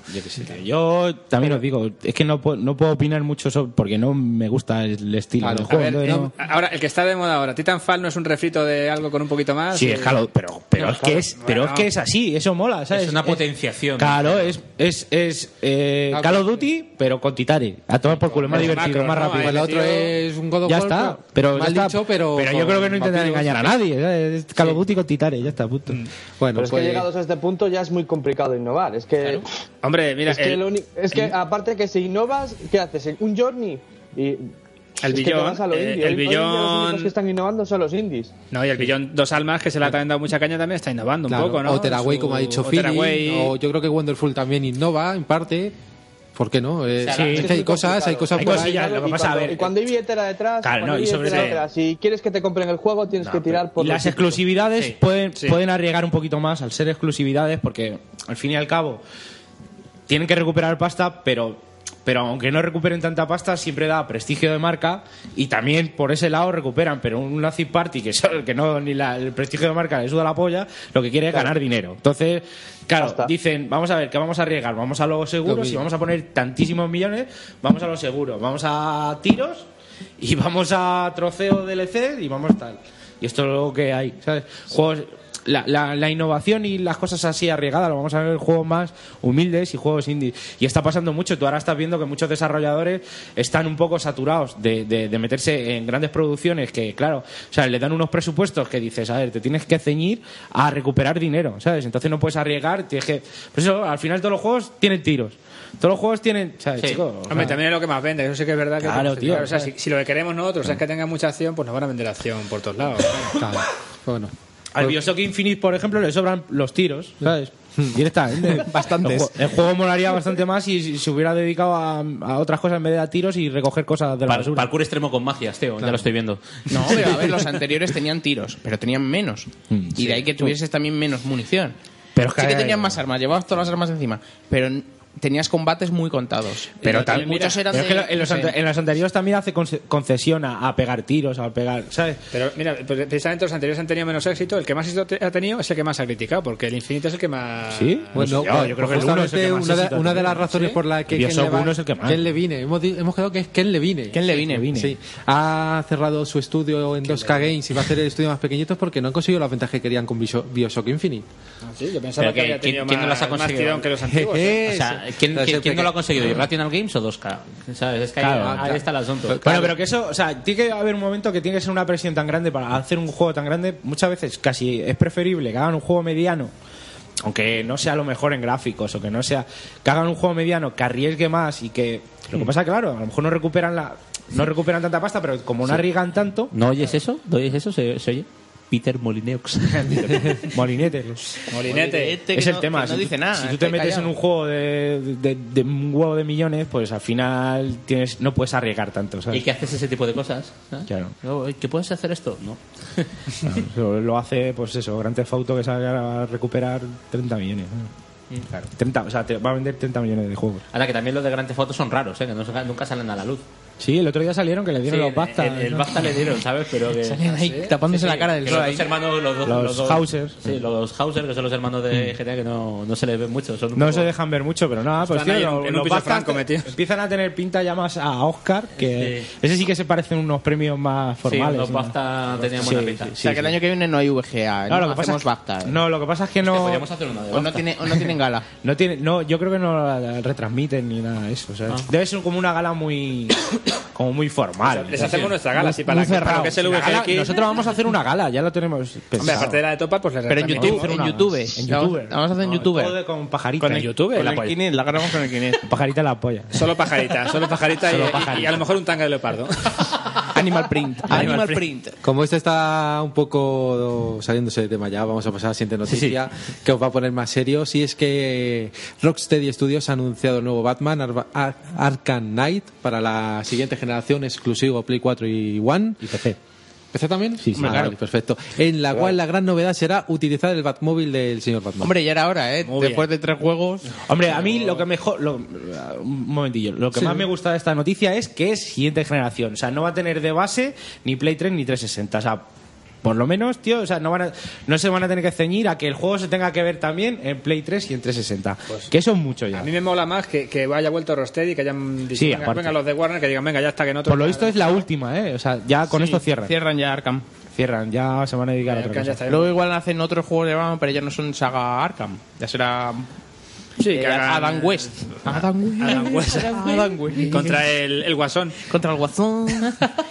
Yo
Yo también os digo, es que no, puedo- no puedo opinar mucho sobre, porque no me gusta el estilo del
A
juego.
ver,
entonces
eh,
no-
ahora, el que está de moda ahora, Titanfall no es un refrito de algo con un poquito
Ah,
más.
Sí,
Eh,
es Halo, pero, pero,
No,
es que es,
claro.
pero
Bueno.
es que es así, eso mola, ¿sabes? Eh,
Es una potenciación.
Claro, es, es, es eh, Call of Duty, pero con titanes. A tomar por culo, es más
Con
divertido,
macros,
más
¿no?
rápido.
Pues la otra es un God of
Ya
War,
está,
pero-
pero, ya
mal
está.
dicho, pero
Pero yo
con Mm.
creo que no intentan
vampiros.
engañar a nadie. ¿sabes? Es Call of Duty con titanes, ya está, punto. pues-
Bueno,
Pero es que llegados a este punto ya es muy complicado innovar. Es que.
Hombre, mira,
Es que,
el-
lo uni- es que aparte que si innovas, ¿qué haces? Un journey. Y. es que te
Beyond,
vas a lo
eh,
indie.
el
Hoy- hoy en día los
Beyond-
únicos que están innovando son los indies.
No, y el billón Dos Almas, que se le ha también dado mucha caña, también está innovando
Claro,
un poco, ¿no?
O Teraway,
Su-
como ha dicho
o
Phil.
Tearaway.
O yo creo que Wonderful también innova, en parte. ¿Por qué no? Eh,
O sea,
sí,
la-
es que hay cosas, hay cosas
Hay
por ahí.
cosillas, lo que
y,
pasa, a
cuando,
ver, eh,
y cuando hay billetera detrás,
Claro,
cuando
no,
hay
y sobre
billetera
todo-
detrás, si quieres que te compren el juego, tienes que tirar por
Y
lo
las
típico.
exclusividades
Sí.
pueden,
Sí.
pueden arriesgar un poquito más al ser exclusividades, porque al fin y al cabo tienen que recuperar pasta, pero, pero aunque no recuperen tanta pasta, siempre da prestigio de marca y también por ese lado recuperan. Pero un Nazi Party que, so- que no ni la- el prestigio de marca le suda la polla, lo que quiere es
Claro.
ganar dinero. Entonces, claro, dicen, vamos a ver, ¿qué vamos a arriesgar? Vamos a lo seguro,
Lo
si
mismo.
vamos a poner tantísimos millones, vamos a lo seguro, vamos a tiros y vamos a troceo DLC y vamos tal. Y esto es lo que hay, ¿sabes? Juegos, la, la- la innovación y las cosas así arriesgadas lo vamos a ver en juegos más humildes y juegos indie. Y está pasando mucho. Tú ahora estás viendo que muchos desarrolladores están un poco saturados de, de- de meterse en grandes producciones que, claro, o sea, le dan unos presupuestos que dices, a ver, te tienes que ceñir a recuperar dinero, ¿sabes? Entonces no puedes arriesgar, tienes que... Por eso, al final todos los juegos tienen tiros. Todos los juegos tienen... ¿Sabes, chico? O
Hombre,
sea,
también es lo que más vende, eso sí que es verdad. Que
Claro, tío,
o sea, si,
claro.
si lo que queremos nosotros es que tenga mucha acción, pues nos van a vender acción por todos lados.
Bueno.
Al Bioshock Infinite, por ejemplo, le sobran los tiros, ¿sabes? Directamente.
Bastantes.
El juego, el juego molaría bastante más si, si se hubiera dedicado a, a otras cosas en vez de a tiros y recoger cosas de la
Par-
basura.
parkour extremo con magias, Teo, ya lo estoy viendo.
No, pero a ver, los anteriores tenían tiros, pero tenían menos. y de ahí que tuvieses también menos munición.
Mm, Pero es que-
sí que tenían más armas, llevabas todas las armas encima, pero n- tenías combates muy contados.
Pero
Y- y
también
muchos eran
pero es que
de-
lo- en, los
no sé.
ante- en los anteriores también hace conce- concesión a, a pegar tiros, a pegar, ¿sabes?
Pero mira, pues, precisamente los anteriores han tenido menos éxito. El que más éxito te- ha tenido es el que más ha criticado, porque el infinito es el que más.
Bueno,
Hostia,
yo creo que justamente una, de, una de las razones
¿Sí?
por la que
El Bioshock
Levine-
uno es el que más.
Ken Levine, hemos, di- hemos quedado que es Ken Levine. Ken
Levine.
Sí. Ha cerrado su estudio en 2K Games y va a hacer el estudio más pequeñito porque no han conseguido las ventajas que querían con Biosho- Bioshock Infinite.
Ah, sí, yo pensaba
Pero
que
que-
había tenido
¿quién- quién no
más,
las ha
más
conseguido?
tirón que los antiguos.
¿eh?
O sea, ¿quién, quién- quién no lo ha conseguido? ¿Irrational Games o 2K? ¿Sabes? Es que ahí-
Claro,
ahí,
ah, claro.
está el asunto.
Bueno, pero que eso, o sea, tiene que haber un momento que tiene que ser una presión tan grande para hacer un juego tan grande. Muchas veces casi es preferible que hagan un juego mediano, aunque no sea lo mejor en gráficos o que no sea. Que hagan un juego mediano que arriesgue más y que. Lo
Mm.
que pasa, claro, a lo mejor no recuperan la. No recuperan tanta pasta, pero como
Sí.
no arriesgan tanto.
¿No oyes eso? ¿No oyes eso? ¿Se, se oye? Peter Molineux.
Molinete.
Molinete.
este
es el tema. si, tú-
eh,
si tú te metes en un juego de, de- de un huevo de millones, pues al final tienes no puedes arriesgar tanto. ¿sabes?
¿Y qué haces ese tipo de cosas? ¿sabes?
Claro.
No, ¿Que puedes hacer esto? No.
Eso lo hace, pues eso, Grand Theft Auto que sale a recuperar 30 millones. ¿no?
Mm.
Claro. 30, o sea, te va a vender 30 millones de juegos.
Ahora que también los de grandes fotos son raros, ¿eh? que no se- nunca salen a la luz.
Sí, el otro día salieron que le dieron
Sí,
los Basta.
el, el
¿no?
Basta le dieron, ¿sabes? Pero que,
Salían ahí
tapándose la cara del
que
sol
Los
ahí.
dos hermanos, los, dos-
Los
los dos-
Hausers.
Sí, los Hauser, que son los hermanos de GTA que no, no se les ve mucho. Son un
No
poco-
se dejan ver mucho, pero nada, pues
Están
tío,
ahí en-
los-
en un
los
piso
Basta
franco metidos.
empiezan a tener pinta ya más a Oscar, que
Sí.
ese sí que se parecen unos premios más formales.
Sí, los
¿no?
Bafta tenían buena pinta.
sí,
o sea,
sí,
que el
sí.
año que viene no hay VGA,
No,
no,
lo que pasa
hacemos
es-
BAFTA. ¿eh?
No, lo que pasa es que no.
podríamos hacer una de O no Bafta. tiene- o no tienen gala.
No tiene, no, yo creo que no la- la retransmiten ni nada de eso. ¿sabes?
Ah.
Debe ser como una gala muy. como muy formal.
Les hacemos nuestra gala,
Muy-
sí, para
muy
la- para
cerrado.
lo que es el
La gala-
VGX.
Nosotros vamos a hacer una gala, ya lo tenemos pensado.
Hombre, aparte de la de Topa, pues les
Pero en
retransmitimos.
YouTube, en YouTube. En YouTube.
Vamos a hacer en
No,
YouTube.
todo de con pajarita.
Con el-
YouTube,
con
la
el
polla.
Kinect, la grabamos con el Kinect.
Pajarita la polla.
Solo pajarita, solo pajarita, y-
Solo
y, y a lo mejor un tanga de leopardo.
Animal Print. Animal Print.
Como este está un poco saliéndose de tema ya, vamos a pasar a la siguiente noticia que os va a poner más serio. Si es que Rocksteady Studios ha anunciado el nuevo Batman Arba- Ar- Arkham Knight para la siguiente generación exclusivo Play 4 y One. Y PC. ¿PC también? Sí,
Hombre, claro.
perfecto. En la cual la gran novedad será utilizar el Batmóvil del señor Batman.
Hombre, ya era hora, ¿eh?
Muy
Después
bien.
de tres juegos.
Hombre, a mí lo que mejor. lo- un momentillo. Lo que
Sí.
más me gusta de esta noticia es que es siguiente generación. O sea, no va a tener de base ni Play 3 ni 360. O sea, por lo menos, tío, o sea, no, van a- no se van a tener que ceñir a que el juego se tenga que ver también en Play 3 y en 360. que eso es mucho ya.
Pues A mí me mola más que, que haya vuelto Rosteady y que hayan dicho,
Sí,
venga,
aparte.
venga, los de Warner que digan, venga, ya está, que no
Por lo visto es la última, ¿eh? O sea, ya con esto cierran.
Cierran ya Arkham.
Cierran, ya se van a dedicar a otra cosa.
Luego igual hacen otros juegos de Batman, pero ya no son saga Arkham. Ya será.
Sí,
eh,
que hagan-
Adam West. Adam West.
Adam West.
Adam West.
Contra el, el Guasón.
Contra el Guasón.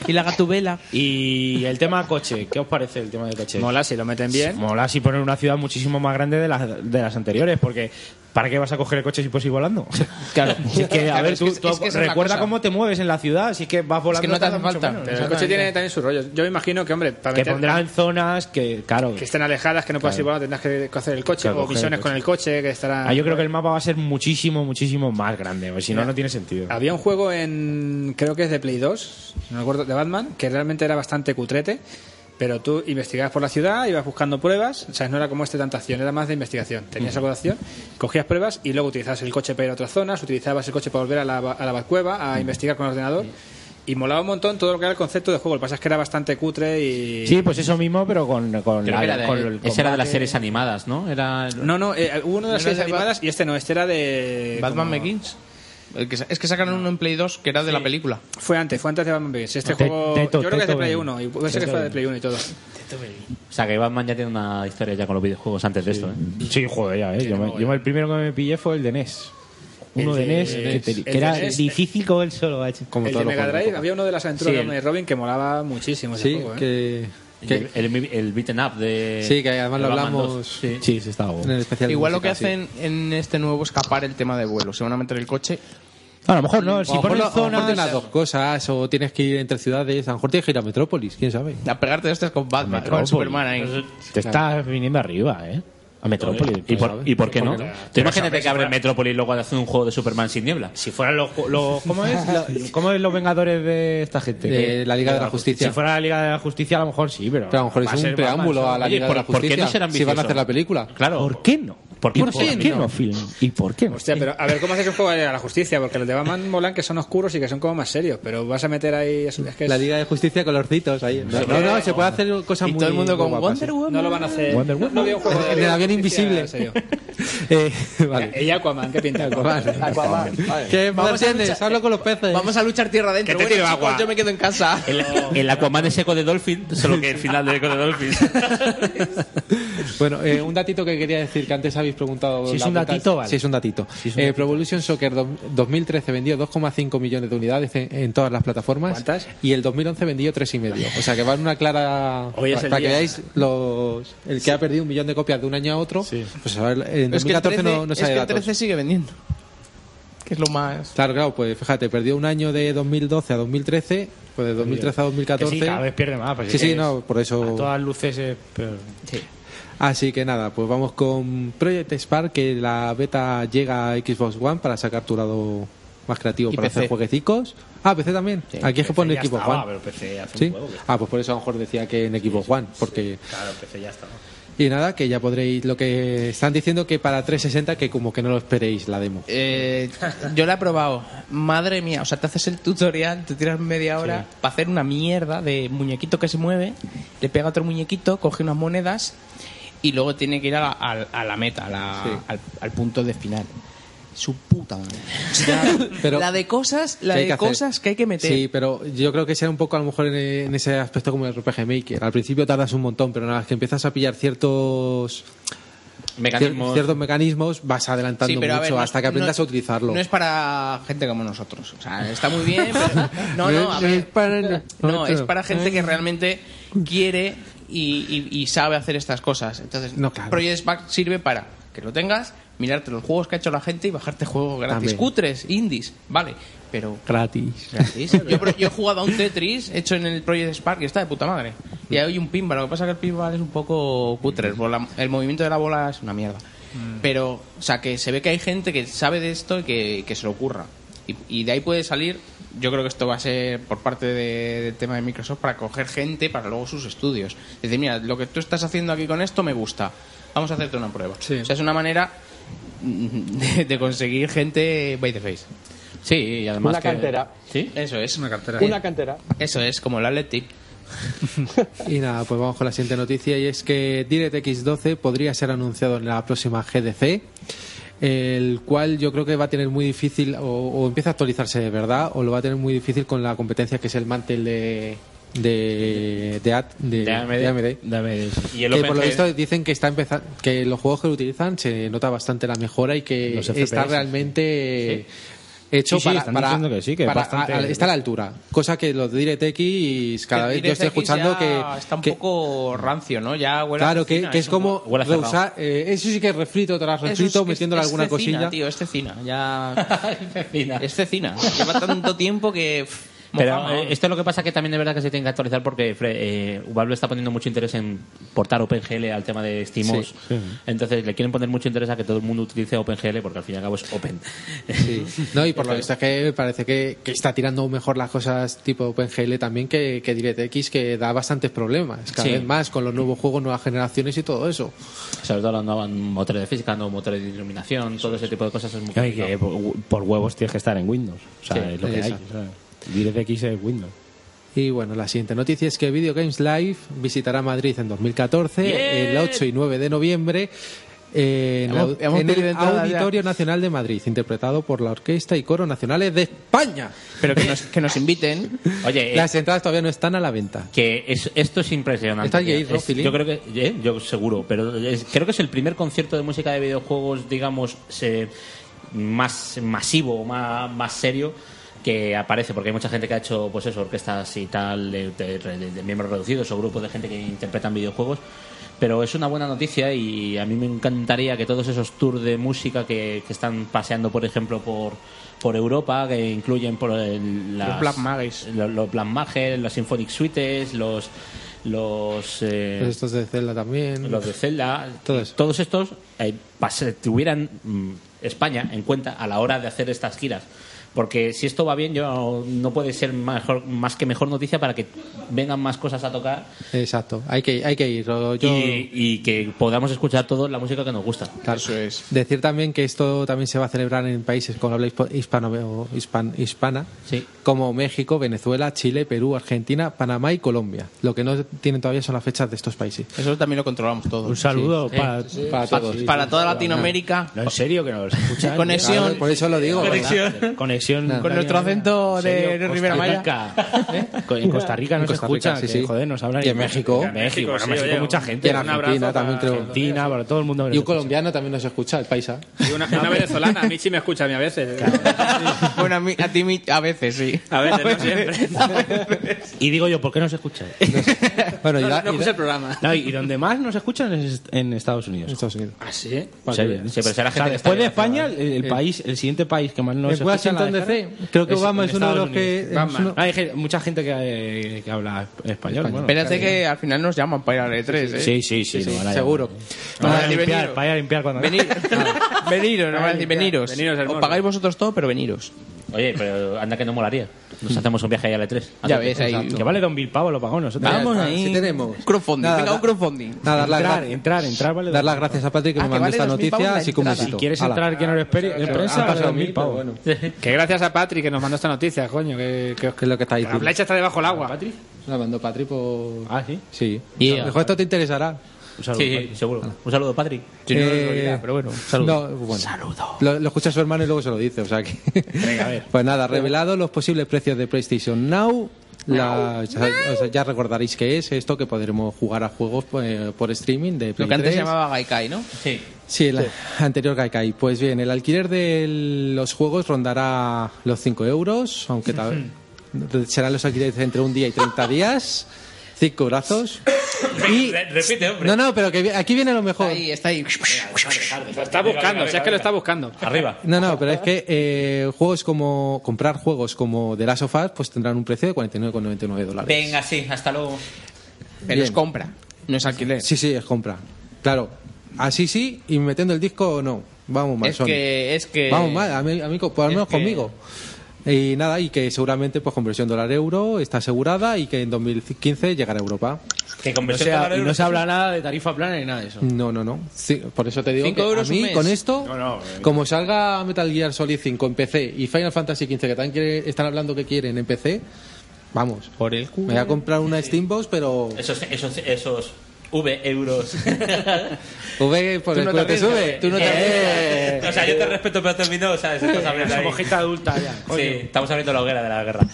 y la Gatubela.
Y el tema coche, ¿qué os parece el tema de coche?
Mola si lo meten bien.
Mola si ponen una ciudad muchísimo más grande de las, de las anteriores, porque ¿para qué vas a coger el coche si puedes ir volando? Claro. Si es que, a
Claro,
ver,
es
tú,
que-
tú
es que esa es la
recuerda
cosa.
cómo te mueves en la ciudad, si es que vas volando.
que no te hace
tarda mucho
falta.
menos.
Pero el coche tiene también sus rollos. Yo me imagino que, hombre, para
Que
meter-
pondrán zonas que, claro.
que estén alejadas, que no puedas ir volando, tendrás que hacer el coche.
Claro,
o
coger el
misiones con el coche, que estará...
Ah, yo creo que el mapa va a ser muchísimo, muchísimo más grande, porque si no,
Mira.
no tiene sentido.
Había un juego en. Creo que es de Play 2, no me acuerdo, de Batman, que realmente era bastante cutrete. Pero tú investigabas por la ciudad, ibas buscando pruebas, o sea, no era como este tanta acción, era más de investigación. Tenías algo de acción, cogías pruebas y luego utilizabas el coche para ir a otras zonas, utilizabas el coche para volver a la, ba- a la Batcueva, a investigar con el ordenador. Y molaba un montón todo lo que era el concepto de juego. Lo que pasa es que era bastante cutre y.
Sí, pues eso mismo, pero con, con
Creo
la-
que era de-
con el
Esa era de las
combate.
series animadas, ¿no? Era...
No, no, eh, hubo uno de las
No era
series
de
animadas y este no, este era de.
Batman
como-
Begins. El que sa- es que sacaron uno en Play 2 que era de la película.
Fue antes, fue antes de Batman Begins. Este
Te-
juego.
Teto,
yo creo que es de
Teto
Play
Begins.
1, y puede ser que
Teto
fuera de
Begins.
Play 1 y todo.
O sea, que Batman ya tiene una historia ya con los videojuegos antes de esto, ¿eh?
Sí, joder, ya, ¿eh? Yo, me- yo me- el primero que me pillé fue el de NES. Uno
El de-
de NES, que, te-
el
que
de
era
NES.
difícil con él solo, macho.
el de Mega Drive, había uno de las aventuras
Sí,
de
el-
Batman y Robin que molaba muchísimo ese juego, ¿eh?
El, el, el beaten up de.
Sí, que además
de
lo
Batman
hablamos.
2.
Sí.
Sí, sí, estaba
En el especial de
Igual lo que
música, sí.
hacen en este nuevo escapar el tema de vuelo. Se van a meter el coche.
A lo mejor no,
O a lo mejor no- a lo mejor de las dos cosas, o tienes que ir entre ciudades, a lo mejor tienes que ir a Metrópolis, quién sabe.
A pegarte de estas con Batman, con
Metrópolis.
Superman ahí.
Te estás viniendo arriba, ¿eh? A Metrópolis.
¿Y por, ¿Y por qué no? Tú
Pero
imagínate
sabes,
que abre Metrópolis y luego hace un juego de Superman sin niebla.
Si fueran los, los- ¿cómo, es? La- ¿Cómo es los Vengadores de esta gente?
De la Liga de la Justicia.
Si fuera la Liga de la Justicia, a lo mejor sí, pero.
Pero a lo mejor
va
es
ser
un preámbulo
Batman,
a la
Oye,
Liga
¿por-
de la
¿Por qué
Justicia,
no serán
si van a hacer la película.
Claro.
¿Por qué no? ¿Por qué,
¿Por qué
¿Por qué
no?
no, Phil? ¿Y por qué no?
Hostia, pero a ver cómo haces un juego de la justicia, porque los de Batman molan que son oscuros y que son como más serios, pero vas a meter ahí. Es, es que es-
La Liga de Justicia colorcitos ahí. No,
Sí.
no, no, se puede hacer cosas
Y
muy
todo el mundo con
muy guapas,
Wonder
¿eh?
Woman. No lo van a hacer. Wonder No- no Woman. había un juego de
En el
Liga
avión
de
invisible.
Justicia, serio.
Eh, vale.
Y Aquaman, ¿qué pinta?
Aquaman.
Aquaman.
¿Qué más
Vamos a
tienes?
luchar-
Hablo con los peces.
Vamos a luchar tierra adentro.
Que te
Bueno,
tire
chicos,
agua.
Yo me quedo en casa.
El, el Aquaman es eco de Dolphin, solo que el final de eco de Dolphin.
Bueno, eh, un datito que quería decir que antes habéis preguntado.
Si es
la
un
vuelta-
datito, vale.
Si es un datito.
Si es un
Eh,
datito.
Pro Evolution Soccer do- 2013 vendió 2,5 millones de unidades en, en todas las plataformas.
¿Cuántas?
Y el 2011 vendió 3,5. O sea que va en una clara.
Hoy es el
para que
día.
veáis los, el que ha perdido un millón de copias de un año a otro. Pues a ver, en
Pero es que
2014
el 13,
no, no
es
sale
que el
datos.
13 sigue vendiendo. Que es lo más.
Claro, claro, pues fíjate, perdió un año de 2012 a 2013, pues de 2013 a 2014.
Que sí, cada vez pierde más, pues
sí,
es que
sí,
es-
no, por
A
eso.
todas luces eh, es peor.
Así que nada, pues vamos con Project Spark, que la beta llega a Xbox One para sacar tu lado más creativo
Y
para
PC.
hacer jueguecicos. Ah, PC también. Aquí es que
PC
pone
ya
Xbox
estaba,
One.
pero PC hace un
¿Sí?
huevo que-
Ah, pues por eso a lo mejor decía que en Xbox One, porque
Claro, PC ya está.
y nada, que ya podréis lo que están diciendo que para 360 que como que no lo esperéis la demo.
Eh, yo la he probado. Madre mía, o sea, te haces el tutorial, te tiras media hora para hacer una mierda de muñequito que se mueve, le pega otro muñequito, coge unas monedas y luego tiene que ir a la, al- a la meta, a la-
Sí.
al, al punto de final. Su puta madre.
pero-
la de cosas, la
que hay
de
que hacer.
cosas que hay que meter.
Sí, pero yo creo que sea un poco a lo mejor en, en ese aspecto como el RPG Maker. Al principio tardas un montón, pero una vez que empiezas a pillar ciertos
Mecanismos.
cier- ciertos mecanismos vas adelantando
Sí, pero a
mucho
ver, no es-
hasta que aprendas
no
a
es-
utilizarlo.
No es para gente como nosotros. O sea, está muy bien. pero- No, no,
No
a
es- no
ver.
es para-
No,
no,
es
no.
para gente que realmente quiere y, y- y sabe hacer estas cosas. Entonces,
No, claro.
Project Spark sirve para que lo tengas, mirarte los juegos que ha hecho la gente y bajarte juegos gratis.
También.
Cutres, indies, vale, pero
Gratis.
gratis. yo, pero yo he jugado a un Tetris hecho en el Project Spark y está de puta madre. Y hay un pinball, lo que pasa es que el pinball es un poco cutre, el bola- el movimiento de la bola es una mierda.
Mm.
Pero, o sea, que se ve que hay gente que sabe de esto y que, que se lo ocurra. Y, y de ahí puede salir, yo creo que esto va a ser por parte de- del tema de Microsoft para coger gente para luego sus estudios. Es decir, mira, lo que tú estás haciendo aquí con esto me gusta. Vamos a hacerte una prueba. O sea, es una manera mm, de, de conseguir gente by the face. Sí, y
además Una que- cantera.
¿Sí? Eso es. Una cantera.
Una cantera.
Eso es, como el Athletic.
Y nada, pues vamos con la siguiente noticia y es que DirectX 12 podría ser anunciado en la próxima GDC, el cual yo creo que va a tener muy difícil o, o empieza a actualizarse de verdad o lo va a tener muy difícil con la competencia que es el mantel de de de, AT- de-
De AMD.
de AMD.
Y el
que
Open
por lo
G-
visto dicen que está empezando que los juegos que lo utilizan se nota bastante la mejora y que
Los
está
FPS,
realmente hecho
Sí, sí,
para,
están
para-
diciendo que sí, que es
para-
bastante-
a- a- está a la altura cosa que los de DirectX cada
Que
vez
el
yo estoy
DirectX
escuchando
ya
que
Está un poco rancio, ¿no? Ya huele a
Claro, que,
cecina,
que es
un
como
poco- cerrado.
rehusar, eh, eso sí que es refrito tras
Eso es
refrito,
que es-
metiéndole
es
alguna
cecina,
cosilla.
tío, es cecina. Ya... es cecina. Lleva tanto tiempo que... pff,
Pero
mojamos.
eh, esto es lo que pasa que también de verdad que se tiene que actualizar porque Fre- eh, Valve está poniendo mucho interés en portar OpenGL al tema de SteamOS.
Sí, sí.
Entonces le quieren poner mucho interés a que todo el mundo utilice OpenGL porque al fin y al cabo es Open.
No, y por lo visto es que parece que, que está tirando mejor las cosas tipo OpenGL también que, que DirectX, que da bastantes problemas, cada
Sí.
vez más con los nuevos juegos, nuevas generaciones y todo eso.
Sobre todo los nuevos motores de física, nuevos motores de iluminación, todo ese tipo de cosas es muy
Ay, que por, por huevos tienes que estar en Windows. O sea,
Sí,
es lo que hay.
exacto.
o sea, DirectX es Windows.
Y bueno, la siguiente noticia es que Video Games Live visitará Madrid en 2014,
Bien.
el 8 y 9 de noviembre. eh, en, la-
Hemos- hemos
en el
pedido entrada ya.
Auditorio Nacional de Madrid, interpretado por la Orquesta y Coro Nacionales de España.
Pero que nos, que nos inviten.
Oye, eh,
Las entradas todavía no están a la venta.
que es- esto es impresionante.
Está
tío.
Jair, ¿no,
Es-
Fili?
yo creo que eh, yo seguro, pero es- creo que es el primer concierto de música de videojuegos, digamos, se- más masivo, más, más serio que aparece, porque hay mucha gente que ha hecho, pues eso, orquestas y tal, de, de- de- de miembros reducidos o grupos de gente que interpretan videojuegos. Pero es una buena noticia y a mí me encantaría que todos esos tours de música que, que están paseando, por ejemplo, por, por Europa, que incluyen por el- las-
Los Black
lo- Los, Black Mages, las Symphonic Suites, los los eh,
Pues estos de Zelda también.
los de Zelda, todos estos eh, pas- tuvieran mm, España en cuenta a la hora de hacer estas giras. Porque si esto va bien, yo no puede ser mejor, más que mejor noticia para que vengan más cosas a tocar
Exacto, hay que, hay que ir. O Yo...
y, y que podamos escuchar todos la música que nos gusta.
Eso es. Decir también que esto también se va a celebrar en países con habla hispo- hispano, o hispan- hispana, como México, Venezuela, Chile, Perú, Argentina, Panamá y Colombia. Lo que no tienen todavía son las fechas de estos países.
Eso también lo controlamos todos.
Un saludo Sí. para- Sí, sí. para
Pa-
todos.
para toda Latinoamérica.
No, en serio que nos escuchan.
Conexión. Claro, por eso lo digo,
Conexión.
¿verdad?
Conexión.
Con nuestro acento de
Costa Rica.
Rivera Maya.
Co- En Costa Rica
En
nos
Costa
escuchan.
Rica, sí,
que,
sí.
Joder, nos hablan.
Y en México.
En México, bueno,
Sí,
México
oye,
mucha
un-
gente.
y en Argentina también creo.
Argentina, para todo el mundo. que nos
Y un colombiano también nos escucha, el paisa.
Y una, una venezolana, Michi me escucha a mí a veces.
Bueno, a, mí- a ti mi- a veces sí.
A veces, no
Y digo yo, ¿por qué no se escucha?
bueno,
No- no escucha el programa.
No, y donde más nos escuchan es en Estados Unidos.
Estados Unidos.
¿Ah, sí?
Para
Sí,
que veas.
sí, pero será
O sea,
gente que está
después de
bien
España, el, el
Eh.
país, el siguiente país que más nos
En
escucha en la
Washington
descarga
DC. Creo que Obama
en
es uno de
Estados
los que-
Unidos.
es Batman. uno-
Hay gen- mucha gente que, eh, que habla español. bueno.
Espérate que al final nos llaman para ir al E3, ¿eh?
Sí, sí, sí, lo van a
seguro.
Vaya a
Vale,
limpiar,
veniros.
vaya a limpiar cuando
Venid. Veniros, no van
Vaya
a
a
decir
limpiar.
veniros.
Veniros,
Os
hermano.
pagáis vosotros todo, pero veniros.
Oye, pero anda que no molaría. Nos hacemos un viaje ahí a la E3.
Ya ves, ahí-
Que vale dos mil pavos, lo pagamos nosotros.
Vamos ahí. Crowdfunding.
Nada,
Venga,
da-
un crowdfunding.
Nada, dar las
entrar,
gra-
entrar, entrar, vale.
Dar
dos
las
mil
gracias a Patrick que
Ah,
me
que
mandó
vale
esta
dos mil
noticia,
pavos la
así que un
entrada.
besito.
Si quieres
Hala.
entrar, que no lo
Ah,
espere- en prensa,
Han
vale
pasado
dos mil
mil, pero
pavos.
bueno.
Que gracias a Patri que nos mandó esta noticia, coño. Que, que,
Que es lo que está ahí.
la flecha está debajo del agua.
¿Patri?
La mandó Patri por...
Ah, sí.
Sí.
Yeah.
Mejor esto te interesará.
Un saludo, Patri, seguro. Un saludo, Patrick.
Ah. Eh, no, bueno. Lo, lo escucha su hermano y luego se lo dice, o sea que...
Venga, a ver.
Pues nada, revelado los posibles precios de PlayStation Now. La, ya, o sea, ya recordaréis que es esto que podremos jugar a juegos eh, por streaming de
Lo
Play
que antes
E
3.
se llamaba Gaikai, ¿no? Sí.
Sí, el anterior Gaikai. Pues bien, el alquiler de los juegos rondará los 5 euros, aunque tal, serán los alquileres entre un día y 30 días. Cinco brazos. Y-
Repite, hombre.
No, no, pero que vi- aquí viene lo mejor.
Ahí, está ahí.
Lo está buscando, si es que lo está buscando.
Arriba.
No, no, pero es que eh, juegos como comprar juegos como The Last of Us pues tendrán un precio de 49,99 dólares.
Venga, sí, hasta luego.
Pero es compra,
no es alquiler.
Sí, sí, es compra. Claro, así sí y metiendo el disco no. Vamos mal,
Es
Sony.
que- es que-
Vamos mal, a mí, a mí co- por lo menos
que-
conmigo. Y nada, y que seguramente pues conversión dólar-euro está asegurada y que en 2015 llegará a Europa.
Que
O
conversión
sea,
dólar
y
euro
no se
es-
habla nada de tarifa plana ni nada de eso.
No, no, no. Sí, por eso te digo
Cinco
que
euros
a
un
mí
mes.
con esto, como salga Metal Gear Solid 5 en PC y Final Fantasy 15 que también quiere- están hablando que quieren en PC, vamos.
Por el
Me voy a comprar una Steambox, pero
Esos, esos, esos V euros.
V por el culo te sube.
Tú no te
Eh.
arriesgas. O sea, yo te respeto, pero termino, ¿sabes? Estamos abriendo ahí.
adulta ya.
Sí, estamos abriendo la hoguera de la guerra.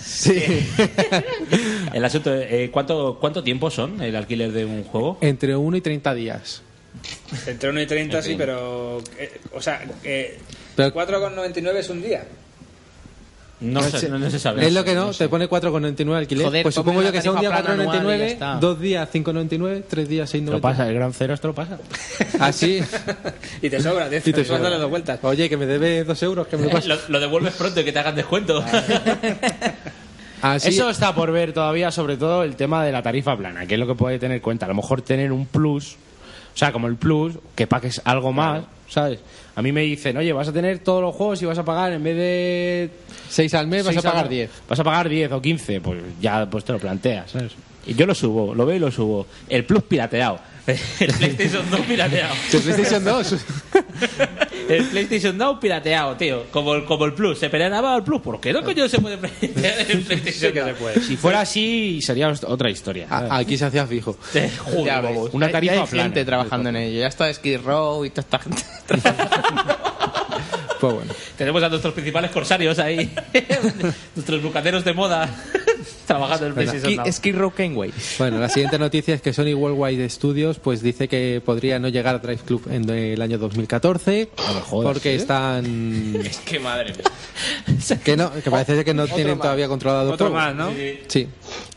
El asunto, es, eh, ¿cuánto, ¿cuánto tiempo son el alquiler de un juego?
Entre 1 y 30 días.
Entre 1 y 30, sí,
En fin.
pero. eh, o sea, eh,
Pero-
4,99 es un día.
No,
No
se-
sé.
no, no se sabe.
Es lo que no, te pone 4,99 alquiler.
Joder,
pues supongo
ponme
yo
la
que sea un día
tarifa plana anual y ya
4,99,
está.
dos días 5,99, tres días 6,99.
Lo pasa, el gran cero esto lo pasa.
Así.
y te sobra, te,
Y te
te sobra.
sobra.
darle dos vueltas.
Oye, que me debes dos euros, que me lo
Eh,
pasas.
Lo, lo devuelves pronto y que te hagan descuento.
Así-
Eso está por ver todavía, sobre todo el tema de la tarifa plana, que es lo que puede tener en cuenta. A lo mejor tener un plus, o sea, como el plus, que pagues algo más, ¿sabes? A mí me dicen, oye, vas a tener todos los juegos y vas a pagar en vez de.
6 al mes,
vas
a pagar 10.
Vas a pagar 10 o 15, pues ya pues te lo planteas, ¿sabes?
Y yo lo subo, lo veo y lo subo. El plus pirateado. El PlayStation 2 pirateado.
El PlayStation 2.
El PlayStation 2 pirateado, tío. Como el, como el Plus. Se peleaba el Plus. ¿Por qué no coño se puede piratear el PlayStation 2?
Si fuera así, sería os- otra historia.
Aquí se hacía fijo.
Joder,
Ya ves.
vamos.
Una
Ya-
tarifa
ya hay
plana.
gente trabajando en ello. Ya está Skid Row y toda esta gente.
Pues bueno.
Tenemos a nuestros principales corsarios ahí. nuestros bucaneros de moda. trabajando en el PlayStation 2.
Row Kenway. Bueno, la siguiente noticia es que Sony Worldwide Studios pues dice que podría no llegar a Drive Club en el año 2014 porque
¿sí?
están
Qué madre
que no que parece que no
Otro
tienen
más.
todavía controlado
Otro
todo.
más, ¿no?
Sí.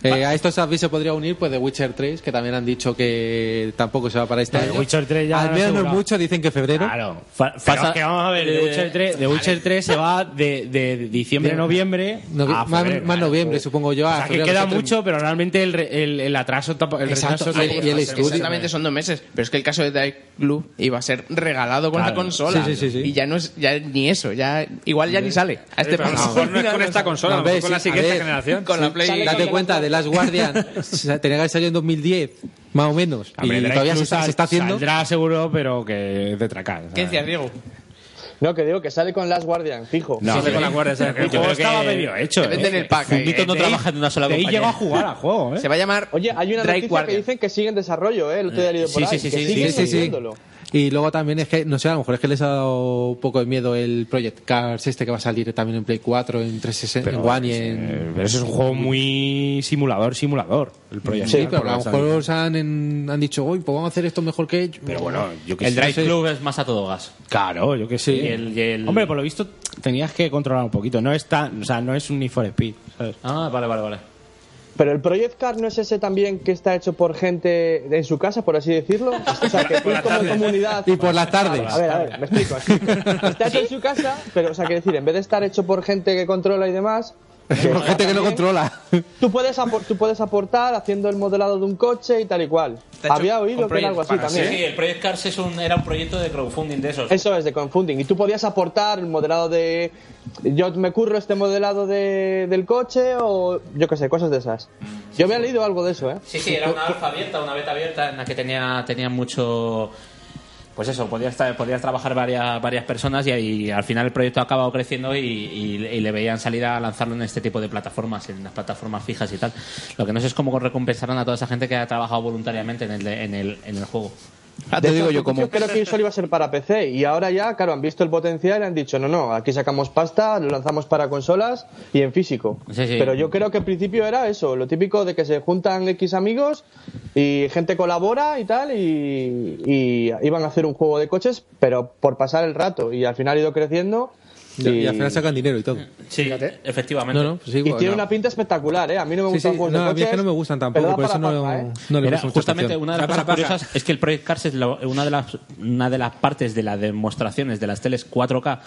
Eh, a estos avisos se podría unir pues The Witcher 3 que también han dicho que tampoco se va para este
The
año.
Witcher 3 ya
Al
han
menos no
asegurado.
mucho dicen que febrero. Eh,
Claro. Pero es que vamos a ver, The Witcher 3, The Witcher 3 se va de, de diciembre, noviembre
Novi-
a
más,
Ah, febrero.
más noviembre supongo yo.
O
a
sea, que
febrero,
queda
nosotros-
mucho, pero realmente el, re- el, el atraso tampo- el
Exacto,
retraso
y- y el estudio. Exactamente son dos meses. Pero es que el caso de Drive Club iba a ser regalado con
Claro.
la consola.
Sí, sí, sí, sí.
Y ya no es ya ni eso. ya Igual ya ni sale. A este
Pero a lo
paso.
mejor no es con esta consola, a lo mejor
ves,
con la
sí,
siguiente
a ver,
generación.
Con la Play.
Date cuenta, de Last Guardian o sea, tenía que haber salido en 2010, más o menos.
Hombre,
y
Drake
todavía se
Club
está,
sal-
se está haciendo.
Saldrá seguro, pero que es de tracar. ¿sabes?
Diego?
No, que digo que sale con Last Guardian, fijo.
No,
Sale con la guardia, ¿sabes?
el juego
Yo creo
estaba
que-
medio hecho.
te venden
¿eh?
el pack ahí.
Fundito no
Eh,
trabaja
en una sola
De ahí
compañía.
llegó a jugar al juego, ¿eh?
Se va a llamar.
Oye, hay una
Drive
noticia
Guardian.
que dicen que sigue en desarrollo, ¿eh? El otro día he leído por
Sí,
ahí.
sí, sí,
que
sí,
siguen
sí, sí, sí.
haciéndolo.
Y luego también es que, no sé, a lo mejor es que les ha dado un poco de miedo el Project Cars este que va a salir también en Play 4, en 360, en One y
Eh,
en...
Pero eso es un juego muy simulador, simulador. El Project
Sí,
Cars,
pero
por
a lo
que
mejor se han, en- han dicho, uy, pues vamos a hacer esto mejor que ellos.
Pero bueno, yo que
El
sé.
Drive
Sí.
Club es más a todo gas.
Claro, yo que sé.
Y el- y el-
Hombre, por lo visto tenías que controlar un poquito. No es tan, o sea, no es un Need for Speed, ¿sabes?
Ah, vale, vale, vale.
Pero el Project Car no es ese también que está hecho por gente en su casa, por así decirlo. O sea, que tú como comunidad.
Y por las tardes.
A ver, a ver, me explico. me explico. Está hecho en su casa, pero, o sea, que decir, en vez de estar hecho por gente que controla y demás,
Por gente que no controla.
tú puedes, apor- tú puedes aportar haciendo el modelado de un coche y tal y cual.
Está hecho
Había
con
oído que
Project
era algo así
Car,
también. ¿eh?
Sí, sí, el Project Cars es un, era un proyecto de crowdfunding de esos.
Eso es, de confunding. Y tú podías aportar el modelado de. Yo me curro este modelado de, del coche o yo qué sé, cosas de esas. Yo había leído algo de eso, ¿eh?
Sí, sí, era una alfa abierta, una beta abierta en la que tenía, tenía mucho. Pues eso, podías, tra- podías trabajar varias, varias personas y, ahí, al final el proyecto ha acabado creciendo y, y- y le veían salida a lanzarlo en este tipo de plataformas, en las plataformas fijas y tal. Lo que no sé es cómo recompensarán a toda esa gente que ha trabajado voluntariamente en el, de- en el, en el juego. Ah,
De hecho, al principio creo que solo iba a ser para PC y ahora ya, claro, han visto el potencial y han dicho, no, no, aquí sacamos pasta, lo lanzamos para consolas y en físico.
Sí, sí.
Pero yo creo que al principio era eso, lo típico de que se juntan X amigos y gente colabora y tal y, y iban a hacer un juego de coches, pero por pasar el rato y al final ha ido creciendo
Y, y al final sacan dinero y todo.
Sí, efectivamente.
No, no, pues sí,
y
bueno,
tiene
no.
una pinta espectacular, ¿eh? A mí no me
Sí,
gustan
sí,
juegos
no,
de
a mí es
coches.
que no me gustan
pero
tampoco,
da
por eso
para
no-
palma, ¿eh?
no le
Mira,
puse mucha
justamente
atención.
una de
Da
las cosas
para pasar.
curiosas es que el Project Cars es la- una de las una de las partes de las demostraciones de las teles 4K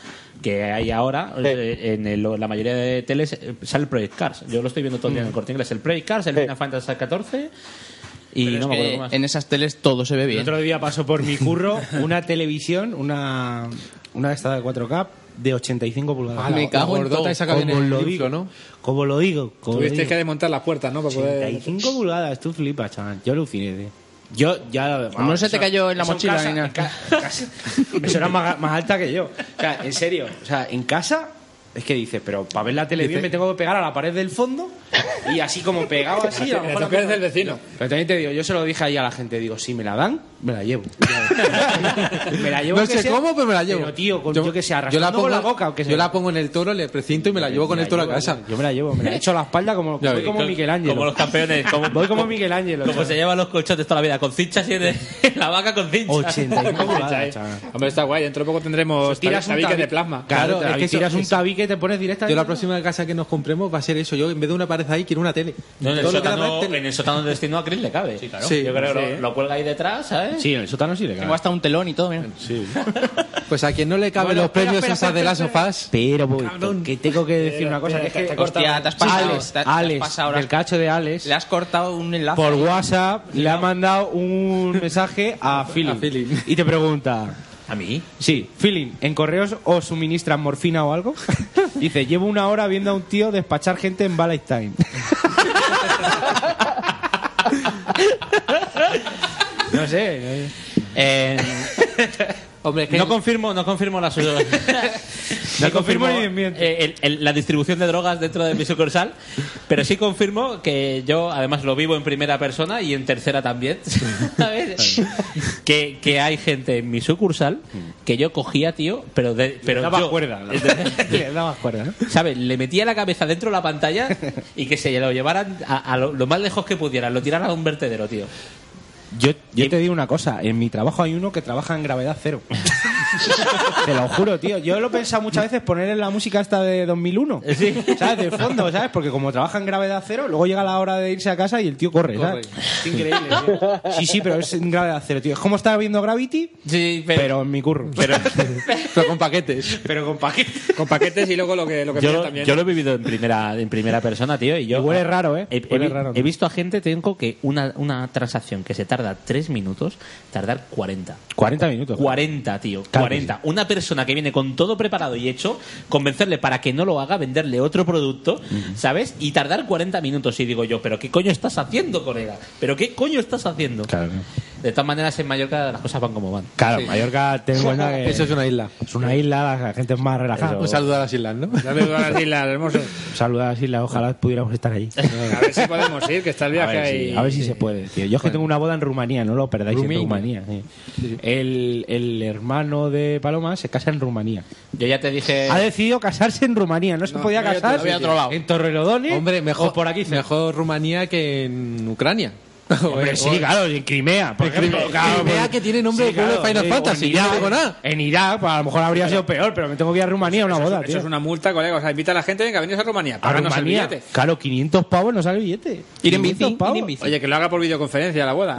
que hay ahora eh, en el- la mayoría de teles eh, sale el Project Cars. Yo lo estoy viendo todo el día en
Mm.
el corte inglés. El Project Cars, el Final Fantasy XIV y no me acuerdo más.
En esas teles todo se ve
El
bien.
otro día pasó por mi curro una televisión, una, una esta de 4K de 85 pulgadas.
Ah, Me cago en
Gordota
todo.
y saca bien
Como
el
lo
inflo,
digo.
¿no? Como lo digo. Como lo
Tuviste
digo.
que desmontar las puertas, ¿no? Para poder...
85 pulgadas, tú flipas, chaval. Yo aluciné, tío. Yo ya.
Ah, No se te cayó en la
eso
mochila
casa-
ni nada.
en ca- casa- Eso era más, más alta que yo. O sea, en serio. O sea, en casa. Es que dices, pero para ver la tele bien
Dice-
me tengo que pegar a la pared del fondo y así como pegado así. A lo
Le
mejor
toca desde
el vecino. Pero también te digo, yo se lo dije ahí a la gente, digo, si me la dan, me la llevo. me la llevo.
No
aunque
sé
sea-
cómo, pero me la llevo.
Pero, tío, con, yo,
Yo-
que sé,
yo la
arrastrando
pongo-
con la boca. Aunque
yo la pongo en el toro, le precinto y me la llevo con el toro a casa.
Yo me la llevo, me la echo a la espalda como,
Ya
voy
ves.
como
Como-
Miguel Ángel.
como los campeones, como-
voy como Miguel Ángel.
Como se llevan los colchones toda la vida, con cinchas y de- la vaca con cinchas.
85 pulgadas, chaval.
Hombre, está guay. Dentro de poco tendremos
tiras un
tabiques
tabique.
de plasma.
Claro, es que tiras un
tabique
y te pones directa.
Yo la próxima casa que nos compremos va a ser eso. Yo en vez de una pared ahí quiero una tele.
No, en, el
Todo lo que da pared,
sótano,
tele.
en el sótano de destino a Chris le cabe. Sí, claro.
Sí.
Yo creo que
Sí.
lo, lo cuelga ahí detrás, ¿sabes?
en el sótano sí le
Tengo hasta un telón y todo, mira.
Sí.
Pues a quien no le caben
Bueno,
los
espera,
premios
espera,
esas de
espera,
las
espera.
sofás.
Pero voy, que tengo que decir una cosa. que es que,
Hostia, te has pasado.
Alex,
te has- te has
Alex,
pasado ahora.
el cacho de Alex,
Le has cortado un enlace.
por WhatsApp le ha mandado un mensaje a Philip. Y te pregunta...
¿A mí?
Sí, Philip, ¿en correos os suministran morfina o algo? Dice, llevo una hora viendo a un tío despachar gente en Valentine. no sé.
Eh,
Hombre,
no confirmo, no confirmo la suya.
Ni confirmo ni desmiento.
eh, el- el- la distribución de drogas dentro de mi sucursal, pero sí confirmo que yo además lo vivo en primera persona y en tercera también. ¿sabes? que, que hay gente en mi sucursal que yo cogía, tío, pero de, pero
daba
yo-
cuerda, ¿no? Le dabas cuerda, ¿no?
¿Sabes? Le metía la cabeza dentro de la pantalla y que se lo llevaran a, a lo, lo más lejos que pudieran, lo tiraran a un vertedero, tío.
Yo, yo te digo una cosa, en mi trabajo hay uno que trabaja en gravedad cero. te lo juro, tío. Yo lo he pensado muchas veces poner en la música esta de 2001. Eh, ¿Sabes? De fondo, ¿sabes? Porque como trabaja en gravedad cero, luego llega la hora de irse a casa y el tío corre, ¿sabes? Es increíble. tío. Sí, sí, pero es en gravedad cero, tío. Es como estar viendo Gravity,
sí,
pero, en mi curro.
Pero,
con paquetes.
Pero con paquetes.
Con paquetes y luego lo que, lo que
Yo
piden
lo,
también.
yo lo he vivido en primera, en primera persona, tío. Y yo,
huele raro, ¿eh?
He, he
Huele
vi-
raro,
he
tío.
visto a gente, tengo que una, una transacción que se tarda 3 minutos, tardar 40.
40 minutos.
40, tío.
Claro
40. Una persona que viene con todo preparado y hecho, convencerle para que no lo haga, venderle otro producto, ¿sabes? Y tardar 40 minutos. Y digo yo, ¿pero qué coño estás haciendo, colega? ¿Pero qué coño estás haciendo? De todas maneras, en Mallorca las cosas van como van.
Claro, Mallorca, ten en cuenta que
Eso es una isla.
es una isla, la gente es más relajada.
Un saludo a las islas, ¿no?
Saludos a las islas, hermoso.
Saluda a las islas, ojalá pudiéramos estar allí.
A ver si podemos ir, que está el
A
viaje
ver,
ahí.
si, a ver si se puede, tío. Yo es que tengo una boda en Rumanía, no lo perdáis
Rumiña.
en Rumanía. sí. El, el hermano de Paloma se casa en Rumanía.
Yo ya te dije.
Ha decidido casarse en Rumanía, no se
No,
podía
había otro-
casar
había otro lado.
en Torrelodones.
Hombre, mejor,
o por aquí. cerca.
mejor Rumanía que en Ucrania.
Hombre, sí, claro, y en Crimea. Por ejemplo, claro,
Crimea
pues-
que tiene nombre de pueblo de Final
sí, eh, o en
Fantasy, yo no
Irak,
digo nada.
En Irak, pues a lo mejor habría sido peor, pero me tengo que ir a Rumanía a una boda,
Eso
tío.
es una multa, colega. O sea, invita a la gente, venga, venid a Rumanía.
A
Páganos el
Rumanía.
billete.
Claro, 500 pavos no sale el billete.
Ir en bici,
500 pavos.
ir en bici.
Oye, que lo haga por videoconferencia la boda.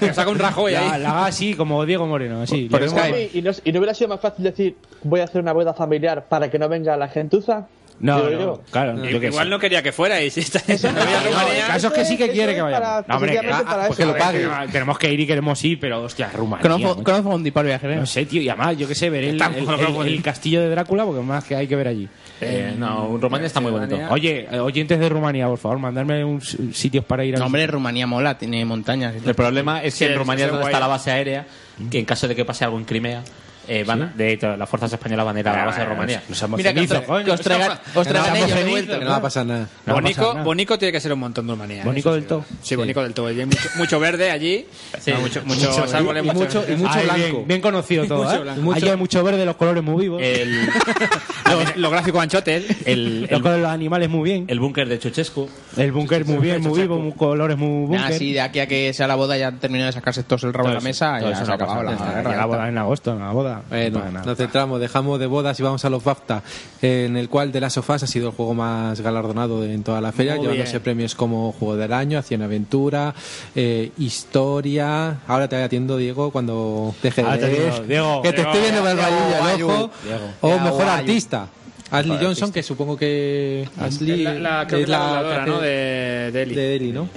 Que saca
Pues
un Rajoy
La,
ahí.
la haga así, como Diego Moreno, así.
Por
Le
Skype.
vemos-
Ay.
¿Y no, y no hubiera sido más fácil decir, voy a hacer una boda familiar para que no venga la gentuza?
No,
Digo
no,
yo.
claro, yo qué sé.
Igual no quería que fuera y si está no voy a
El
Rumanía.
caso es que sí que
Eso
quiere
es
que vayamos.
para-
No, hombre,
específicamente para
pues que
eso.
lo pague.
Ah, Tenemos que ir y queremos ir, pero hostia, Rumanía.
Conozco
macho.
conozco a un tipo al viaje, venga.
No sé, tío, y además, yo qué sé, veré el,
Tampoco
el-
lo
el-
puedo ir.
el castillo de Drácula, porque más que hay que ver allí.
Eh, no, Rumanía está muy bonito.
Oye, eh, oyentes de Rumanía, por favor, mandarme un s- sitios para ir a...
No, hombre, Rumanía mola, tiene montañas. y todo.
El problema es que
Sí,
en Rumanía es
está
donde
guay.
está la base aérea, que en caso de que pase algo en Crimea, eh, van a- de hecho, las fuerzas españolas van a ir
Ah,
a la base de Rumanía.
No seamos
Mira, que os,
cenizos,
tra-
coño.
que os traigan, os traigan ellos de vuelta.
Que no va a pasar nada.
No va a pasar
Bonico,
nada.
Bonico tiene que ser un montón de Rumanía. ¿eh?
Bonico
Eso
del
sí,
todo.
Sí, Bonico del todo. Y hay mucho, mucho verde allí. No, mucho, mucho,
verde.
árboles,
Y mucho- y
Ay,
blanco.
Bien, bien conocido todo,
Mucho
¿eh?
blanco.
Allí hay mucho verde, los colores muy vivos.
El,
los, los gráficos anchotes.
eh.
el,
los
el,
colores de los animales muy bien.
el búnker de Chuchescu.
El búnker muy bien, muy vivo, muy colores muy
Nah,
búnker.
sí, de aquí a que sea la boda ya han terminado de sacarse todos el rabo de la mesa y
todo
ya
eso
se ha
no pasa
acabado la
nada.
guerra.
Ya la boda en agosto, en la boda
nada.
Bueno,
Para nada.
nos centramos, dejamos de bodas y vamos a los BAFTA, en el cual The Last of Us ha sido el juego más galardonado en toda la feria,
Muy
llevándose
bien.
premios como Juego del Año, Acción Aventura, eh, Historia. Ahora te atiendo, Diego, cuando deje
Ahora Ah, te
de
atiendo, Diego.
Que te estoy viendo por el
Diego,
rabillo del
Diego,
ojo.
Diego.
O
Diego,
mejor
Guayu.
artista. Ashley
Mejor
Johnson, que supongo que Ashley
la, la, creo
es
que la
la
dobladora,
que
¿no?
hace-
De, de Eli.
de Eli, ¿no?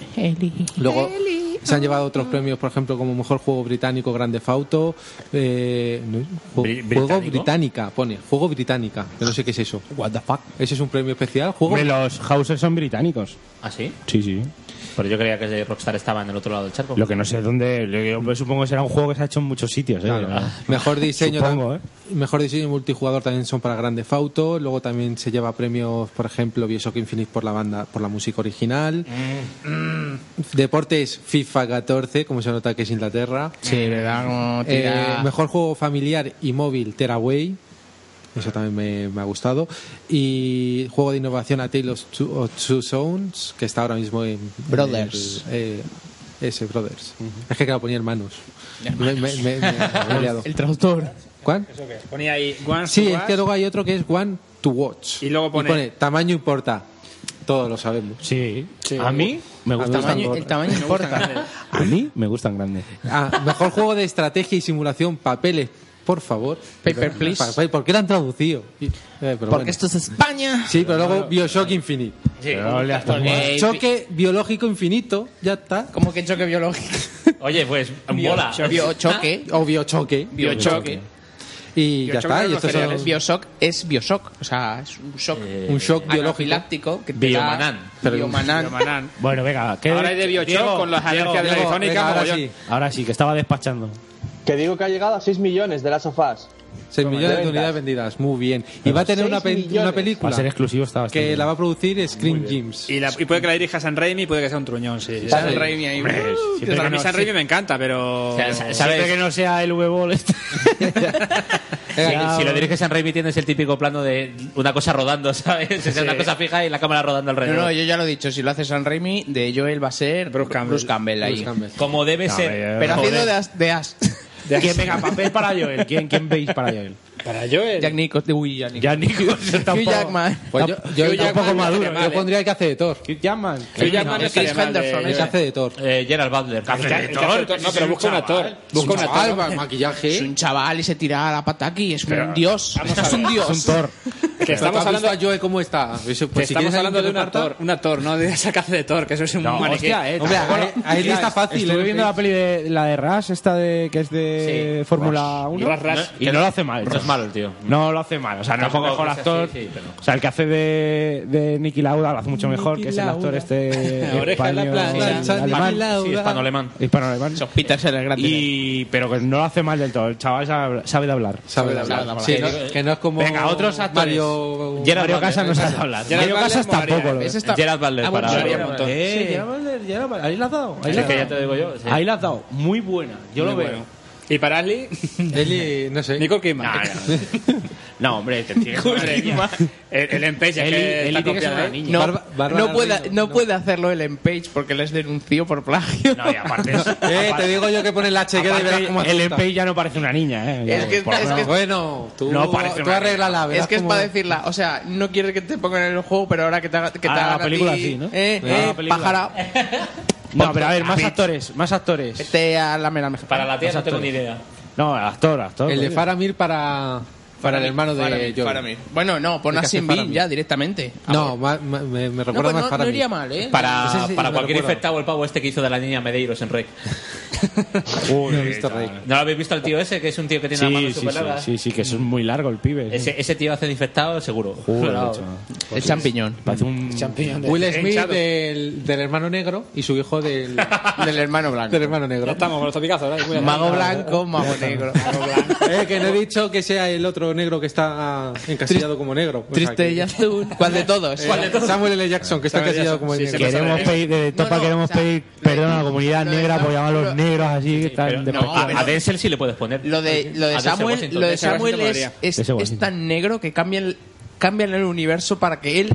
Luego se han llevado otros premios, por ejemplo, como mejor juego británico Grande Fauto, eh, no, ju- juego
británico?
británica, pone, juego británica. Yo no sé qué es eso. What the fuck? Ese es un premio especial, juego.
Hombre, los Hauser son británicos.
¿Ah, sí?
Sí, sí.
Pero yo creía que ese Rockstar estaba en el otro lado del charco.
Lo que no sé dónde. lo que Yo supongo que será un juego que se ha hecho en muchos sitios. ¿eh?
Claro.
Ah.
Mejor diseño,
Supongo, ¿eh?
tam- mejor diseño multijugador también son para Grande Fauto. Luego también se lleva premios, por ejemplo, Bioshock Infinite por la banda, por la música original.
Mm.
Deportes FIFA 14, como se nota que es Inglaterra.
Sí, ¿verdad? Como tira-
Eh, mejor juego familiar y móvil, Teraway. Eso también me, me ha gustado. Y juego de innovación a Tale of Two, of Two Zones, que está ahora mismo en.
Brothers.
en el- eh, ese, Brothers. Es que claro, ponía hermanos. Me- me- me- me- me he liado.
El traductor.
¿Cuál?
Ponía ahí One
Sí,
to
es que
Watch.
luego hay otro que es One to Watch.
Y luego pone-
tamaño importa. Todos lo sabemos.
Sí. A mí me gusta
gustan gordos.
A mí me gustan grandes.
Ah, mejor juego de estrategia y simulación, papeles, por favor.
Paper, please.
Pa- ¿Por qué lo han traducido? Y- eh, pero
Porque
bueno.
esto es España.
Sí, pero luego Bioshock Infinite.
Porque-
Choque biológico infinito, ya está.
Como que choque biológico.
Oye, pues, mola.
Biochoque.
Ah, O biochoque.
Biochoque.
Y ya está. Y estos son-
Bioshock es Bioshock. O sea, es Eh, un shock.
Un shock biológico.
anafiláctico que te
Biomanán.
da-
Pero-
Biomanán.
Biomanán.
Bueno, venga. ¿qué-
Ahora hay de Biochoc
Diego,
con las
Diego,
agencias de
Diego,
Telefónica,
venga, ahora
mogollón.
sí. Ahora sí, que estaba despachando.
Que digo que ha llegado a 6 millones de las sofás.
6 millones de
ventas.
unidades vendidas, muy bien. Y va a tener
Seis
una, pe-
millones.
una película
Para ser exclusivo está bastante
que
bien.
la va a producir Scream Ah, Gems.
Y, la- y puede que la dirija San Raimi y puede que sea un truñón, sí.
San Raimi
ahí.
Hombre,
Uh,
siempre
que
que a mí
no,
San
sí.
Raimi me encanta, pero...
O sea, sa-
Siempre que
¿sabes?
no sea el V-Ball este.
Si, si lo diriges en Raimi tienes el típico plano de una cosa rodando, ¿sabes? O sea, una cosa fija y la cámara rodando
No,
alrededor.
no, yo ya lo he dicho. Si lo hace San Raimi, de Joel va a ser Bruce Campbell, ahí.
Como debe
No, eh.
ser.
Pero
Joder.
haciendo de as. De as.
¿Quién venga papel para Joel? ¿Quién, quién veis para Joel?
Para Joel.
Jack Nicholson. Uy, Jack
Ya
Nicholson.
ni tampoco.
Hugh Jackman.
Pues yo, yo,
Hugh Jackman
tampoco
no
maduro.
estaría mal,
yo
¿eh?
pondría el que hace de Thor.
Hugh Jackman.
Hugh Jackman
No,
no estaría mal de- El que hace de Thor.
Eh, Gerald Butler.
de Thor?
No, pero busca un actor. Busca un actor.
el maquillaje.
Es un chaval y se tira la pata aquí. Es
Pero-
un dios.
Vamos a
Es un
ver.
dios.
Es un Thor. Que estamos
¿Has visto
hablando...
a Joe cómo está? Eso,
que
pues, si
estamos
quieres
hablando de
alguien
un
que reparta-
actor, un actor, no de esa caza de Thor, que eso es un maniquí.
hostia, eh.
Hombre,
tampoco-
a él- a él
Hostia,
está fácil,
Estuve
¿eh?
viendo la peli de la de Rush, esta de que es de
Sí,
Fórmula
Rush.
1.
Rush, Rush.
Y no lo hace mal.
No es malo el tío.
No lo hace mal. Ah, O sea, no es el
Tampoco
mejor
que sea
actor.
así, sí, pero-
O sea, el que hace de, de Nicky Lauda lo hace mucho mejor, que es el actor
Lauda.
Eh,
este.
Oreja en la
español-
planta,
sí,
San
alemán.
Nicky Lauda. Sí, hispano-alemán.
Hispano-alemán.
Sospitas en el grande.
Y, pero que no lo hace mal del todo. El chaval sabe, sabe de hablar.
Sabe de hablar. Sí, no- que no es como
Venga, otros actores.
Mario,
Gerard Mario Casas no sabe hablar.
Gerard
Mario
Butler
Casas
molaría,
tampoco. lo
¿eh?
es.
Ese está-
Gerard Butler
Ah, bueno,
para...
molaría un montón.
Eh, Gerard Butler, Gerard Butler. Ahí la has dado. Ahí
Es
la
que
has
ya te
dado.
digo yo. sí.
Ahí la has dado. Muy buena. Yo
Muy
lo veo.
bueno. Y para Ashley,
Eli, no sé.
Nicole Kidman.
No, hombre, te tienes
Madre mía. El, el em- empeño
Eli-
que
Eli
está
tiene que ser
copiado,
una
¿eh?
niña.
No,
Barba- Bárbara
no puede,
Reino,
no puede hacerlo el Empage porque les denunció por plagio.
No, y aparte es-
Eh,
aparte-
te digo yo que pone la chequera y verás
aparte
cómo
el
apunta.
MP ya no parece una niña, ¿eh?
Es que-
Por
es
favor.
que-
Bueno, tú,
No parece
tú
una-
arréglala, verás
es que es
cómo-
para decirla, o sea, no quieres que te pongan en el juego, pero ahora que te haga- que te
Ahora Ah, la
hagan a
película
ti,
sí, ¿no?
Eh,
Ahora la
eh,
película.
pájara,
No, pero a ver, más actores, más actores.
vete a la mera mejor.
Para la tía
Los
no tengo ni
actores.
idea.
No, actor, actor.
El de
coño.
Faramir para, para el hermano de Joel.
Bueno, no, pon
Es
a
que hace
Sin Bean
Faramir.
ya directamente.
No, ma- ma- me, me
No,
recuerda
pues
más
no, no
Faramir.
iría mal, ¿eh?
Para,
Ese sí,
para
me
cualquier
recuerda.
infectado, el pavo este que hizo de la niña Medeiros en Rey.
Uy,
No he visto
chaval.
Rey.
¿No lo habéis visto al tío ese, que es un tío que tiene la mano
Sí, sí,
súper
sí,
larga?
sí, sí, que es un muy largo el pibe. sí.
Ese, ese tío hace de infectado, seguro.
Joder,
Claro.
chaval.
El champiñón.
Parece un...
Will Smith
Hinchado.
del, del hermano negro y su hijo del,
Del hermano blanco.
del hermano
Ya
negro.
estamos con los topicazos, ¿verdad? Cuidado.
Mago blanco, mago negro.
Eh, que no he dicho que sea el otro negro que está encasillado como negro. O sea,
Triste
que-
y azul. ¿Cuál de todos?
Eh, Samuel L. Jackson, que está
Samuel
encasillado
Jackson,
como el
sí,
negro.
sí, lo
Queremos
Pero-
pedir, de Topa
No, no,
queremos
o sea,
pedir perdón a la comunidad
lo de-
negra por llamar a
lo-
los negros así que están de
No,
No,
a,
pero-
a Denzel sí le puedes poner.
Lo de, lo
A
de
Denzel
Samuel,
Ah, Washington.
lo de
Ese Washington
Samuel es,
molaría.
es,
Ese
es
Washington.
tan negro que cambian, cambian el universo para que él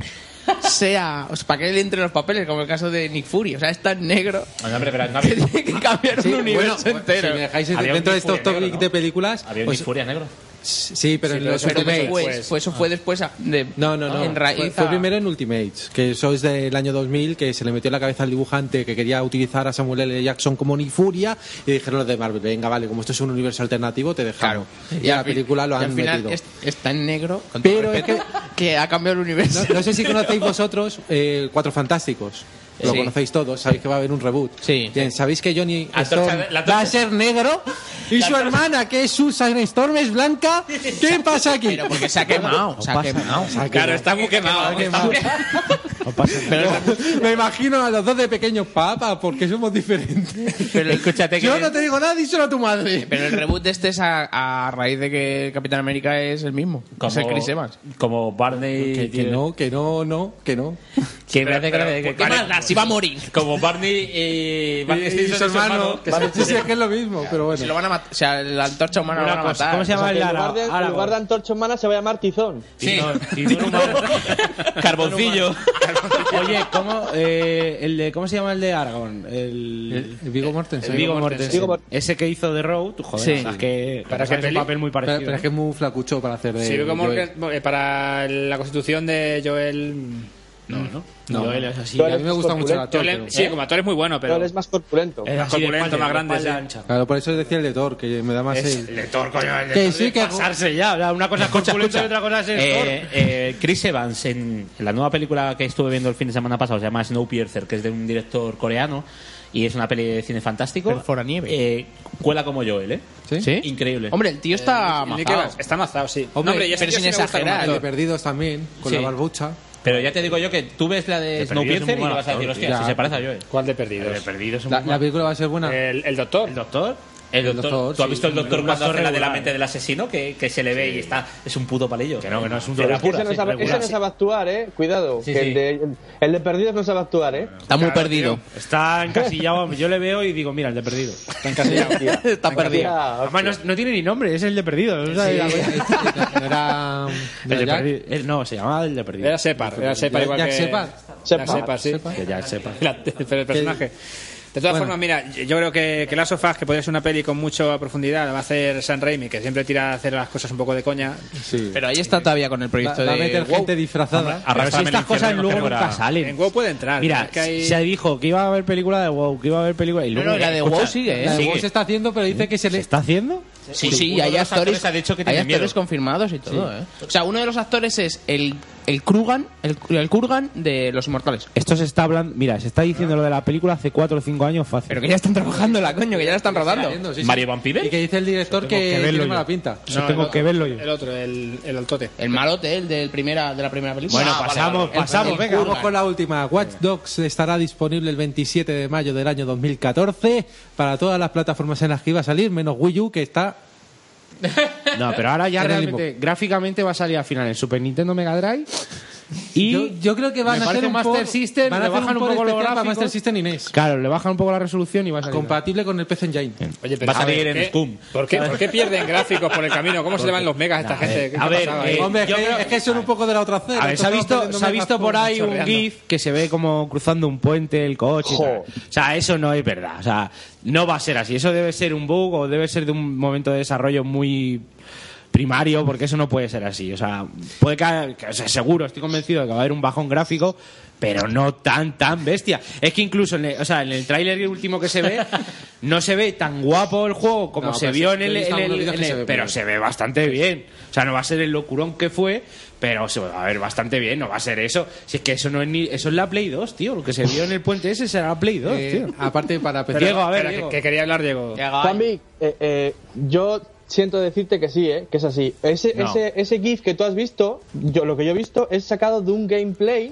sea, o sea, para que él entre en los papeles, como el caso de Nick Fury. O sea, es tan negro
Oye, hombre, pero no
que
había-
tiene que cambiar
Sí,
un universo
bueno,
entero.
si me dejáis dentro de estos top de películas.
Había un
pues-
Nick Fury a negro.
Sí, pero, en
pero
los
eso fue
Ultimates.
después, fue- eso fue después a- de-
No, no, no.
en Ah. raíz
fue
a-
primero en Ultimates, que eso es del año 2000, que se le metió en la cabeza al dibujante que quería utilizar a Samuel L. Jackson como Nifuria y dijeron los de Marvel, venga, vale, como esto es un universo alternativo, te dejamos. Y, a la película lo
y al
han
final
metido.
es, es tan negro con todo
Pero es
respeto, que... ha cambiado el universo.
No, no sé si conocéis vosotros eh, Cuatro Fantásticos. Lo
Sí.
conocéis todos, sabéis que va a haber un reboot. Bien, sabéis que Johnny
Antorcha-
Storm
la
va a ser negro y su hermana, que es Susan Storm, es blanca. ¿Qué pasa aquí?
pues,
Pero porque se ha quemado, se ha quemado.
Claro, está
muy quemado.
Me imagino a los dos de pequeños papas, porque somos diferentes.
Pero escúchate que
Yo no te digo nada, díselo a tu madre.
Pero el reboot de este es a, a raíz de que el Capitán América es el mismo. Es el Chris Evans.
Como Barney.
Que, que no, que no, no, que no.
Que me hace gracia que-
¿Qué más da? Si va a morir.
Como Barney y. Barney
Y su hermano, sí, sí, es que es lo mismo, pero bueno.
Si lo van a matar. O sea, la antorcha humana
Una
la van a
cosa,
matar.
¿cómo se llama
O sea,
el
que
ala-
lugar de-
Ahora,
en lugar de antorcha humana se va a llamar tizón.
Sí. Carboncillo.
Oye, ¿cómo, eh, el de, ¿cómo se llama el de Aragorn? El,
Vigo Mortensen.
El Viggo
Viggo Mortensen.
Mortensen.
Viggo
Ese que hizo de Road, joder,
Sí.
o sea, es que
Para
para
qué
que es un
peli?
papel muy
Pero,
parecido.
pero es que es muy flacucho para hacer de.
Sí, como
Joel.
que- eh, para la constitución de Joel. No, no.
No. Joel es así. A mí me gusta
gusta
mucho el actor, pero-
Sí,
¿Eh?
como actor es muy bueno, pero.
Joel
Joel
es
más corpulento.
más
así de
corpulento,
espalda,
más grande.
de
sí.
espalda Claro, por eso decía el de Thor, que me da más.
Es
el-
el Thor, coño, el de
Que
Thor
sí,
de
que-
Pasarse ya, o sea, una cosa es corpulento y otra cosa es el
Eh, eh, Chris Evans en la nueva película que estuve viendo el fin de semana pasado se llama Snowpiercer, que es de un director coreano y es una peli de cine fantástico. Perfora Eh, cuela como Joel, ¿eh?
¿Sí?
Increíble.
Hombre, el tío está
el Nick
mazao.
Evans
Está mazado, este sí.
Hombre, Hombre, y ese pero tío sin sí me gusta como exagerar.
El
actor.
de Perdidos también, con
Sí.
la barbucha.
Eh,
Pero ya te digo yo que tú ves la de
De Perdidos es
Snowpiercer y
muy buen
vas a decir,
actor,
hostia,
tío.
si
Ya.
se parece a Joel.
¿Cuál de Perdidos?
de Perdidos
La, la película va a ser buena.
El, el doctor. ¿El
doctor? El doctor,
doctor,
¿Tú has
sí.
visto el doctor
Un
cuando
actor
hace la de la
regular.
mente del asesino? Que, que se le ve y está. Es un puto palillo. Que no, que no es un
Pero es que ese no, sabe, ese no sabe actuar, eh. Cuidado,
Sí,
que
sí.
El, de, el de perdidos no sabe actuar, eh.
Está muy perdido.
Está encasillado. Yo le veo y digo, mira, el de perdido. Está
encasillado.
Está perdido.
Además, no, no tiene ni nombre, es el de perdido. o sea,
Sí,
la-
no era.
El de
Jack.
perdido. eh, No, se llamaba el de perdido.
Era Separ, era Separ
Ya-
igual
Jack
que.
Separ.
Separ.
Separ.
Separ, sí.
Que Jack Separ.
La- pero el personaje. De todas formas, mira, yo creo que, que Last of Us, que podría ser una peli con mucha profundidad, la va a hacer San Raimi, que siempre tira a hacer las cosas un poco de coña.
Pero ahí está todavía con el proyecto
Va- va a
de.
meter
WoW.
gente
disfrazada.
Pero si estas cosas luego nunca salen.
En WoW puede entrar.
Mira,
es que hay-
se dijo que iba a haber película de WoW, que iba a haber película. Y
No,
luego,
no, la de
Escucha,
WoW sigue, ¿eh?
la de
Sigue.
WoW ¿Eh?
Se está haciendo, pero dice que se
¿Se
le.
está haciendo?
Sí, sí,
Uno de
hay
los
actores,
actores ha dicho que
hay
tiene
actores
miedo.
confirmados y todo, ¿eh? O sea, uno de los actores es el, el Krugan, el, el Kurgan de Los Inmortales.
Esto se está hablando. Mira, se está diciendo lo de la película hace 4 o 5 años fácil.
Pero que ya están trabajando la coño, que ya la están rodando.
viendo, sí, sí.
Mario Van Peebles.
Y que dice el director que,
que verlo
tiene
yo.
mala pinta.
Eso tengo que verlo yo.
El otro, el, el altote.
El malote, el del primera, de la primera película.
Bueno,
Ah, vale,
pasamos,
vale. El-
pasamos,
el
venga.
Kurgan.
Vamos con la última. Watch Dogs estará disponible el 27 de mayo del año 2014 para todas las plataformas en las que iba a salir, menos Wii U, que está.
No, pero ahora ya
Era el
realmente, gráficamente va a salir al final en Super Nintendo Mega Drive. Y
Yo, yo creo que van
me
a hacer
parece
un
Master
port-
System,
van
le
a hacer
bajan
un
un
port
poco los
especial para
gráficos.
Master System Inés.
Claro, le bajan un poco la resolución y va a salir.
Compatible con el PC Engine.
Oye,
Va a salir
ver,
en
¿qué-
Scum.
¿Por qué, por qué pierden gráficos por el camino? ¿Cómo se le van los megas a esta
eh,
gente? ¿Qué- qué
eh,
pasaba ahí?
Hombre, es que, es que son un poco de la otra cera.
A ver, se ha
Nosotros
visto,
perdiendo
se ha
megas
visto por ahí un
chorreando.
GIF que se ve como cruzando un puente el coche. y tal. O sea, eso no es verdad. O sea, no va a ser así. Eso debe ser un bug o debe ser de un momento de desarrollo muy primario porque eso no puede ser así. O sea, puede que, que- o sea, seguro, estoy convencido de que va a haber un bajón gráfico, pero no tan, tan bestia. Es que incluso en el, o sea, en el tráiler último que se ve, no se ve tan guapo el juego como
No,
se
pero
vio
sí,
en
yo he
el...
visto
en el-
algunos vídeos
en
que
el-
se ve
pero
bien.
se ve bastante bien. O sea, no va a ser el locurón que fue, pero se va a ver bastante bien, no va a ser eso. Si es que eso no es ni... Eso es la Play 2, tío. Lo que se vio en el puente ese será la Play 2,
Eh,
tío.
aparte, para PC.
pues, Diego, a ver,
Espera,
Diego.
que, que quería hablar Diego.
Juanvi, eh, eh, yo siento decirte que sí, eh, que es así. Ese,
No.
ese, ese GIF que tú has visto, yo lo que yo he visto es sacado de un gameplay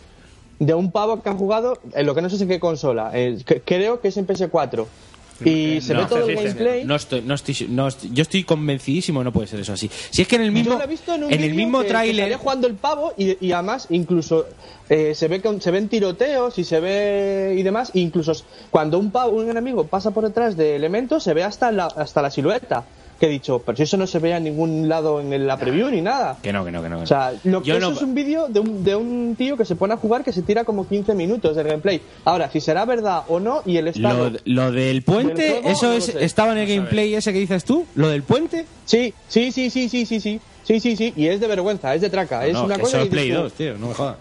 de un pavo que ha jugado, en lo que no sé si en qué consola. eh, que- creo que es en PS4. Y se ve
No,
todo el
no,
gameplay.
No estoy, no estoy, no estoy- yo estoy convencidísimo, no puede ser eso así. Si es que en el mismo,
Yo lo he visto en, un
el
vídeo
mismo
que- que salía
tráiler,
jugando el pavo y, y además incluso eh, se ve con- se ven tiroteos y se ve y demás. e incluso s- cuando un pavo, un enemigo pasa por detrás de elementos se ve hasta la, hasta la silueta. que he dicho, pero si eso no se veía en ningún lado en la preview ni nada.
Que no, que no, que no. que
O sea, lo que
Yo
eso
no-
es un vídeo de un, de un tío que se pone a jugar que se tira como 15 minutos del gameplay. Ahora, si será verdad o no, y el estado.
Lo, lo del puente,
¿Del juego?
eso
No lo
es,
sé.
estaba en el
Vamos a ver.
gameplay ese que dices tú, lo del puente.
Sí, sí, sí, sí, sí, sí, sí. Sí, sí, sí. Y es de vergüenza, es de traca. es
no,
una
que
cosa
eso
que
es Play
dices tú,
2,
tío, no me jodas.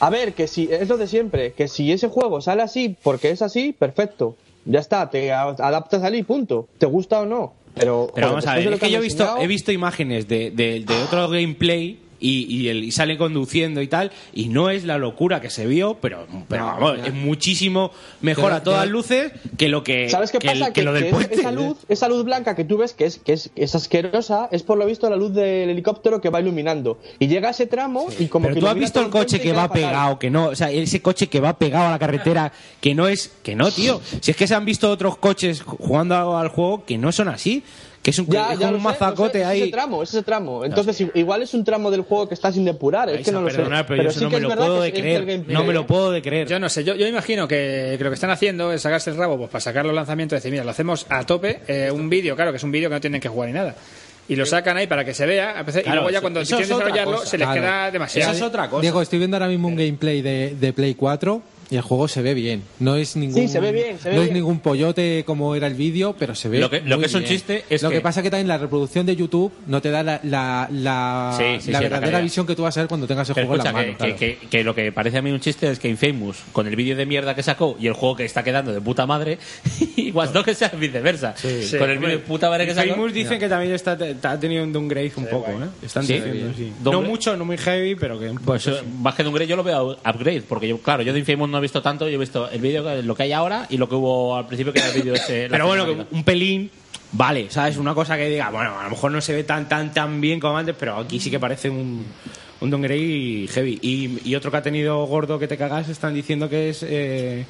A ver, que si es lo de siempre, que si ese juego sale así porque es así, perfecto. Ya está, te a- adaptas al y punto. Te gusta o no. Pero, joder,
Pero vamos a
después de
ver,
lo
es que
han
yo he visto,
enseñado-
he visto imágenes de, de- de otro gameplay y, y el- y sale conduciendo y tal, y no es la locura que se vio, pero, pero vamos, es muchísimo mejor
Pero-
a todas
pero-
luces que lo que,
¿Sabes qué
eh, que el-
pasa?
que lo del
esa-
puente. ¿eh?
esa luz, esa luz blanca que tú ves que es, que es, que es asquerosa, es por lo visto la luz del helicóptero que va iluminando. Y llega a ese tramo y como
pero
que
tú has
ilumina
visto
todo
el coche
puente y
que
queda
va
fatal.
pegado, que no, o sea, ese coche que va pegado a la carretera, que no es, que no, tío. Si es que se han visto otros coches jugando al juego que no son así, que es un,
Ya,
es
ya lo
como un
sé, lo sé,
mazacote
es
ahí.
ese tramo, es ese tramo. Entonces, i- igual es un tramo del juego que está sin depurar, es que no lo sé.
perdonad, pero yo eso
sí
no
que
me
es
lo
verdad
puedo
que
de
es- es
creer,
el gameplay.
no me lo puedo de creer.
Yo no sé, yo, yo imagino que, que lo que están haciendo es sacarse el rabo pues, para sacar los lanzamientos y decir, mira, lo hacemos a tope, eh, un vídeo, claro, que es un vídeo que no tienen que jugar ni nada. Y lo sacan ahí para que se vea, a veces- y
Claro,
luego ya
eso-
cuando
eso
quieren
es otra
desarrollarlo
cosa.
se les
Claro.
queda demasiado.
Esa es otra cosa.
Diego, estoy viendo ahora mismo un gameplay de, de Play 4 y el juego se ve bien. No es ningún,
se ve bien, se ve
no
bien.
es ningún pollote como era el vídeo, pero se ve.
Lo que- lo
muy
que es un
bien.
chiste es
Lo que,
que-
pasa que también la reproducción de YouTube no te da la, la, la,
Sí, sí,
la
sí, la
verdadera
calidad.
visión que tú vas a ver cuando tengas el
Pero
juego en la
escucha,
mano. claro.
que, que- que- que lo que parece a mí un chiste es que Infamous, con el vídeo de mierda que sacó y el juego que está quedando de puta madre, igual no que sea viceversa.
Sí,
con
hombre.
el vídeo de puta madre que sacó.
Famous dicen que también está, está tenido un downgrade un poco, ¿eh? Están
Sí,
diciendo,
sí.
sí. No
Downgrade.
mucho, no muy heavy, pero que un poco
Pues eh,
sí.
más que de un grade yo lo veo upgrade, porque yo, claro, yo de Infamous no he visto tanto, yo he visto el vídeo, que- lo que hay ahora y lo que hubo al principio que era el vídeo ese. la
Pero bueno,
semana
que un pelín, vale, ¿sabes? Una cosa que diga, bueno, a lo mejor no se ve tan, tan, tan bien como antes, pero aquí sí que parece un, un Don Grey heavy. Y, y otro que ha tenido gordo que te cagas, están diciendo que es. eh,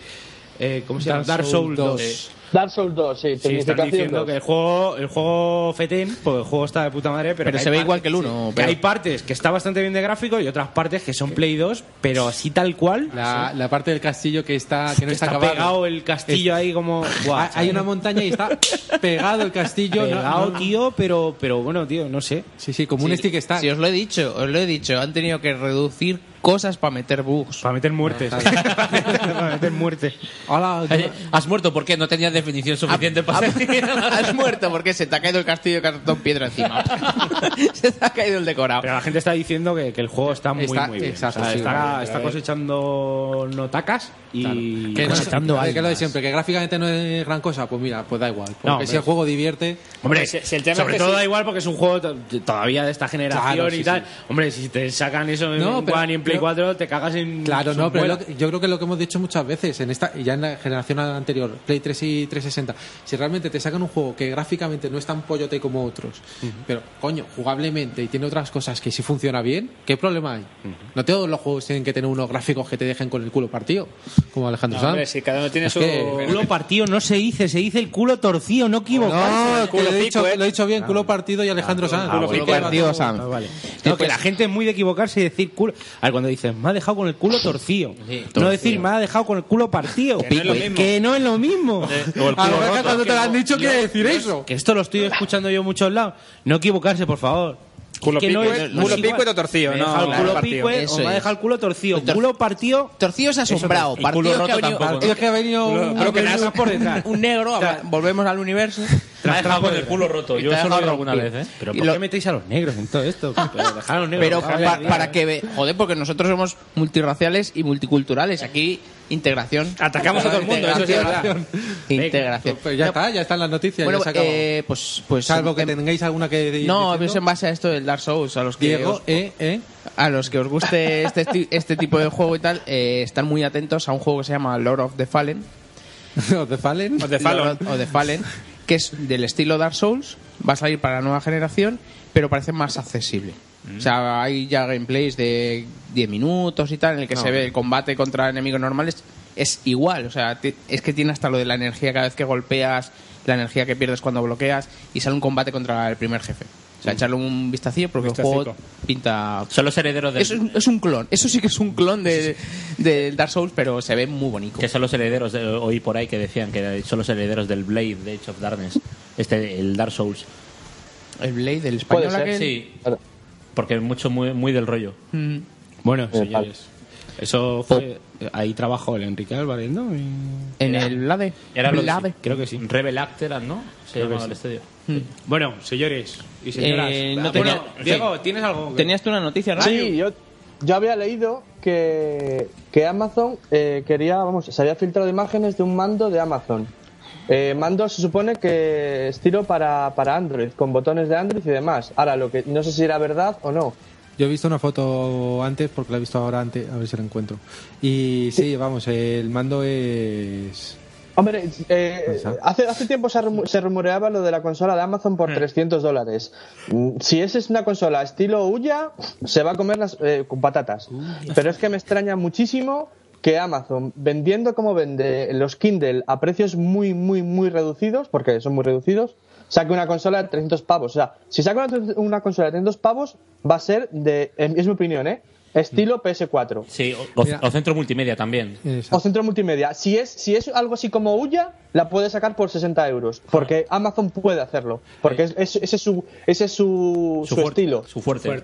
eh, ¿Cómo se llama? Dark Souls 2.
Dark Souls 2, sí,
Sí, están
tecnificación
diciendo
2.
que el juego, el juego fetén, pues el juego está de puta madre, pero,
Pero se ve igual
que el 1. hay partes que está bastante bien de gráfico y otras partes que son Play 2, pero así tal cual.
La, la parte del castillo que está que no
que
está,
está
acabado.
pegado el castillo ahí como...
hay, hay una montaña y está pegado el castillo. no-
Pegado,
no-
tío, pero, pero bueno, tío, no sé.
Sí, sí, como un stick está.
Si os lo he dicho, os lo he dicho, han tenido que reducir cosas para meter bugs.
Para meter muertes. para meter muerte.
Hola,
Oye, has muerto porque no tenías definición suficiente para ser-
Ah, Has muerto porque se te ha caído el castillo de cartón piedra encima. se te ha caído el decorado.
Pero la gente está diciendo que, que el juego está muy,
Está-
muy bien.
exacto,
O sea,
sí,
está,
muy bien.
está cosechando notacas y
Que no-
cosechando
que es lo de
almas.
siempre, que gráficamente no es gran cosa, pues mira, pues da igual. Porque
No, hombre.
si el juego divierte.
Hombre, sobre todo da igual porque es un juego to- todavía de esta generación
Claro, sí,
y tal.
sí.
Hombre, si te sacan eso en
No,
un
pero-
One y en Play
pero-
4, te cagas en.
Claro,
sus
no, pero
muelas.
lo que- yo creo que lo que hemos dicho muchas veces, en esta, y ya en la generación anterior, Play 3 y 360, si realmente te sacan un juego que gráficamente no es tan pollote como otros, pero coño, jugablemente y tiene otras cosas que si funciona bien, ¿qué problema hay? No todos los juegos tienen que tener unos gráficos que te dejen con el culo partido, como Alejandro
No,
Sanz.
hombre, si cada uno tiene
Es
su...
que-
Culo partido no se dice, se dice el culo torcido, no equivocarse.
No, que lo, he dicho, lo he dicho bien, culo partido y Alejandro Sanz.
¿eh? Ah, bueno, partido, Sam. Ah, vale. No, que la gente es muy de equivocarse y decir culo. A ver, cuando dices, me ha dejado con el culo torcido. No
torcido.
decir, me ha dejado con el culo partido. Pues
Que no es lo mismo.
Que no es lo mismo.
o el culo
A lo mejor
roto.
cuando te lo han dicho quiere decir eso. Que esto lo estoy escuchando yo en muchos lados. No equivocarse, por favor.
Culo
que no
picue,
es-
culo
es igual.
picue o torcido,
Me ha
no,
dejado el
claro,
culo
partido.
picue
Eso
o me ha
es.
dejado el culo torcido. culo partido.
Torcido es asombrado,
Eso no. Y culo
partido que
roto
ha venido,
tampoco, ¿no?
partido
que ha venido
Culo-
un,
creo que
un-
nada por detrás.
un negro, habla- volvemos al universo.
Me ha dejado con el
culo roto.
Y te
Yo
ha
eso lo he
dejado
oído
roto.
alguna vez, ¿eh? Pero
Y
¿por
lo-
qué metéis a los negros en todo esto?
Pues
Pero dejad a los negros,
Pero
por favor.
pa- para que ve, joder, porque nosotros somos multirraciales y multiculturales. Aquí integración.
Atacamos a todo el mundo, eso sí es verdad.
Integración. Integración.
Pues ya está, ya están las noticias.
Bueno,
ya se acabó.
eh, pues, pues
Salvo que
em-
tengáis alguna que.
No,
diciendo.
es en base a esto del Dark Souls, a los que
Diego, eh,
os- a los que os guste este esti- este tipo de juego y tal, eh, están muy atentos a un juego que se llama Lord of the Fallen.
¿Os de Fallen?
Of the Fallen.
Lord of the Fallen, que es del estilo Dark Souls, va a salir para la nueva generación, pero parece más accesible. O sea, hay ya gameplays de 10 minutos y tal, en el que
No.
se ve el combate contra enemigos normales. Es igual, o sea, ti- es que tiene hasta lo de la energía cada vez que golpeas, la energía que pierdes cuando bloqueas, y sale un combate contra el primer jefe. O sea, echarle un vistacillo porque el juego
Vistacico.
pinta...
Son los herederos del
Eso es, es un clon, eso sí que es un clon de, del Dark Souls, pero se ve muy bonito.
Que son los herederos, de- oí por ahí que decían que son los herederos del Blade, de Age of Darkness, este, el Dark Souls.
El Blade del
Puede
español
ser,
aquel.
sí. Porque es mucho muy, muy del rollo.
Mm.
Bueno,
Eh,
señores. Eso fue. Ahí trabajó el Enrique Álvarez, ¿no? Y-
En el Blade.
Era lo-
Blade.
Creo que sí.
Rebel Act eran, ¿no? Se
Creo que
llamaba
sí.
el estudio.
Bueno, señores y señoras.
Mm. Eh, no
Ah,
tenía-
bueno, Diego, ¿tienes algo? que-
¿Tenías tú una noticia, Rayo?
Sí, yo, yo había leído que, que Amazon eh, quería, vamos, se había filtrado imágenes de un mando de Amazon. Eh, mando se supone que estilo para, para Android, con botones de Android y demás. Ahora, lo que no sé si era verdad o no.
Yo he visto una foto antes, porque la he visto ahora antes, a ver si la encuentro. Y sí, vamos, el mando es...
Hombre, eh, hace, hace tiempo se, rumu- se rumoreaba lo de la consola de Amazon
Mm.
por 300 dólares. Mm, Si esa es una consola estilo Uya, se va a comer las eh, con patatas. Pero es que me extraña muchísimo que Amazon, vendiendo como vende los Kindle a precios muy, muy, muy reducidos, porque son muy reducidos, saque una consola de 300 pavos. O sea, si saca una, una consola de 300 pavos, va a ser de, en- es mi opinión, ¿eh? Estilo PS4.
Mm. Sí, o, o- o centro multimedia también.
O centro multimedia. Si es, si es algo así como Uya, la puede sacar por 60 euros. Porque Amazon puede hacerlo. Porque es- es- ese es su, ese es su, su estilo.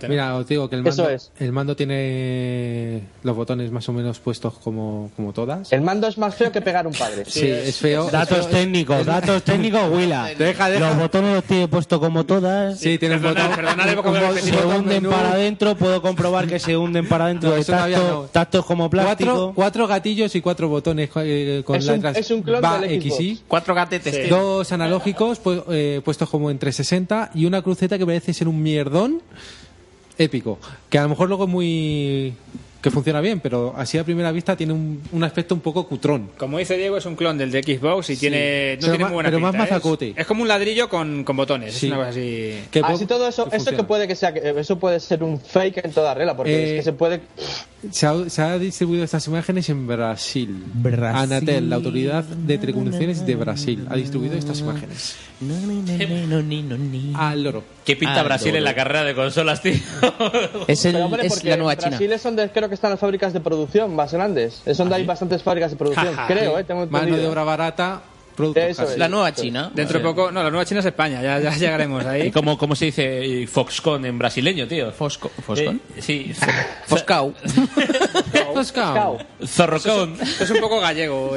Mira, os digo que el mando,
Eso es.
el mando tiene los botones más o menos puestos como, como todas.
El mando es más feo que pegar un padre.
Sí, es feo.
Datos
es feo, es-
técnicos,
es-
datos técnicos, Willa.
Deja, deja.
Los botones los tiene puesto como todas.
Sí, tiene un Perdonad, botón- perdonad,
Un
porque
bo-
me repetí
Se
botón
hunden
menú.
para adentro, puedo comprobar que se hunden para adentro.
No,
de
eso todavía
tacto,
no.
tacto como
Cuatro,
plástico.
cuatro gatillos y cuatro botones eh, con
Es un-
letras
es un clon
va
del Xbox.
XY.
Cuatro gatetes. tío.
Dos analógicos pu- eh, puestos como entre 60 y una cruceta que parece ser un mierdón épico. Que a lo mejor luego es muy. que funciona bien, pero así a primera vista tiene un, un aspecto un poco cutrón.
Como dice Diego, es un clon del de Xbox y tiene, no
Pero
tiene
más-
muy buena
pero más
pinta, ¿eh?
mazacote.
Es, es como un ladrillo con, con botones.
Sí.
Es una cosa así.
Así todo eso, eso que puede que sea, que- eso puede ser un fake en toda regla, porque
Eh,
es que se puede.
Se ha, se ha distribuido estas imágenes en Brasil. Anatel, la autoridad de telecomunicaciones de Brasil, ha distribuido
Ah.
estas imágenes. Al loro.
¿Qué pinta
Ah,
Al
Brasil en
loro.
la carrera de consolas, tío?
Pero, hombre, porque Brasil es donde creo que están las fábricas de producción más grandes. Es
¿Ah,
donde hay bastantes fábricas de producción.
Jaja.
creo, ¿eh? Tengo
Mano de obra
barata.
Eso es. Eso es.
Dentro de poco, no, la nueva China es España, ya, ya llegaremos ahí.
¿Cómo, ¿Cómo se dice eh, Foxconn en brasileño, tío? ¿Foxconn? sí.
Foscao.
Foscao. Zorrocón.
Esto es un poco gallego.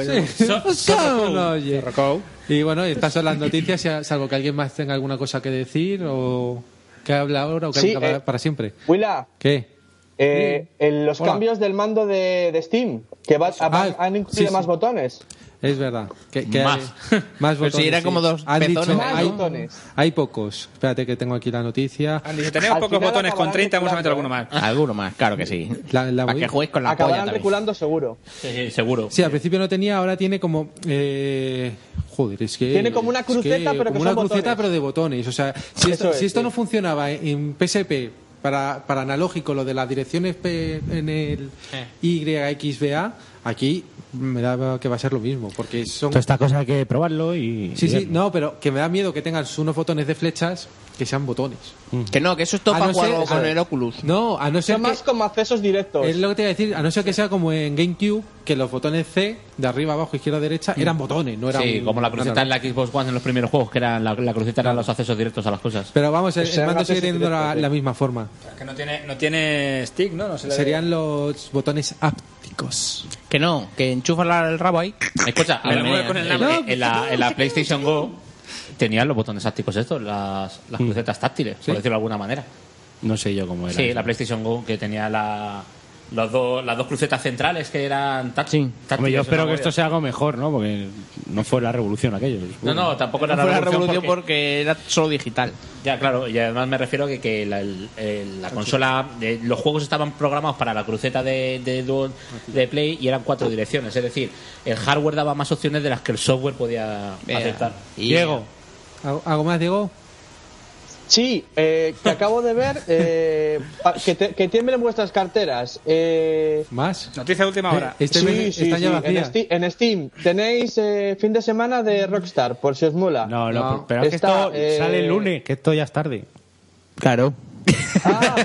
eso.
Y bueno, estas son las noticias, si- salvo que alguien más tenga alguna cosa que decir o que habla ahora o que
Sí,
habla para,
eh.
para siempre.
Willa,
¿Qué?
eh, en los
Hola. Ah,
cambios del mando de, de Steam, que va- van- han incluido
sí.
más botones.
Es verdad. Que, que
Más.
Hay, más
Pero si
botones.
eran como dos
Han
pezones,
dicho,
¿no?
hay,
Más botones.
hay pocos. Espérate que tengo aquí la noticia.
Ah,
Han dicho, tenemos pocos botones con 30, vamos a meter alguno más.
Ah, Alguno más, claro que sí. Para que juegues con la
Acabarán
polla también.
reculando seguro.
seguro.
Sí, al principio no tenía, ahora tiene como. eh, joder, es que.
Tiene como una
es que-
cruceta, pero que
como
son
una cruceta,
botones.
pero de botones. O sea, si esto,
Eso es,
si esto
sí.
no funcionaba en PSP para, para analógico, lo de las direcciones P- en el
Eh.
YXBA, aquí me da que va a ser lo mismo, porque son.
Toda esta cosa hay que probarlo y.
Sí,
y
sí,
ver.
no, pero que me da miedo que tengan unos botones de flechas que sean botones.
Que no, que eso es todo
A
para
no
jugar
ser-
luego con
eso es.
el Oculus.
No, a no ser
Son
que-
más como accesos directos.
Es lo que te iba a decir, a no ser que sea como en GameCube, que los botones C, de arriba, abajo, izquierda,
Mm.
derecha, eran botones, no eran.
sí, como la cruceta
cruceta
en la Xbox One en los primeros juegos, que era la, la cruceta eran los accesos directos a las cosas.
Pero vamos, el,
Pues
el
serán
mando sigue
accesos
teniendo la,
directos, sí.
la misma forma.
Que no tiene, no tiene stick, ¿no? no se le-
Serían los botones ápticos.
Que no, que enchufas la- el rabo ahí.
Escucha,
Me lo
en,
mueve con el
en-
lápiz.
en- en la, en la PlayStation Go tenían los botones tácticos estos, las, las
Mm.
crucetas táctiles, por decirlo de alguna manera.
No sé yo cómo era.
Sí,
eso.
la PlayStation Go que tenía la, los dos, las dos crucetas centrales que eran táct- táctiles.
Hombre, yo
una
espero que
movida.
esto sea algo mejor, ¿no? Porque no fue la revolución aquello.
No, no, tampoco era
No
la
fue
revolución,
la
revolución
porque...
porque era solo digital.
Ya, claro, y además me refiero que, que la, el- el- la consola, eh, los juegos estaban programados para la cruceta de, de, dual- de Play y eran cuatro direcciones, es decir, el hardware daba más opciones de las que el software podía
Vea.
aceptar.
Diego. ¿Algo algo más, Diego?
Sí, eh, que acabo de ver eh, pa- que, te- que tiemblen vuestras carteras. Eh,
¿Más?
Noticia de última hora.
Este
sí,
mes
sí,
está
sí,
ya
En,
vacía.
Steam, en Steam tenéis eh, fin de semana de Rockstar, por si os mola.
No, no, pero es que
Está,
esto
eh,
sale el lunes, que esto ya es tarde. Claro.
Ah,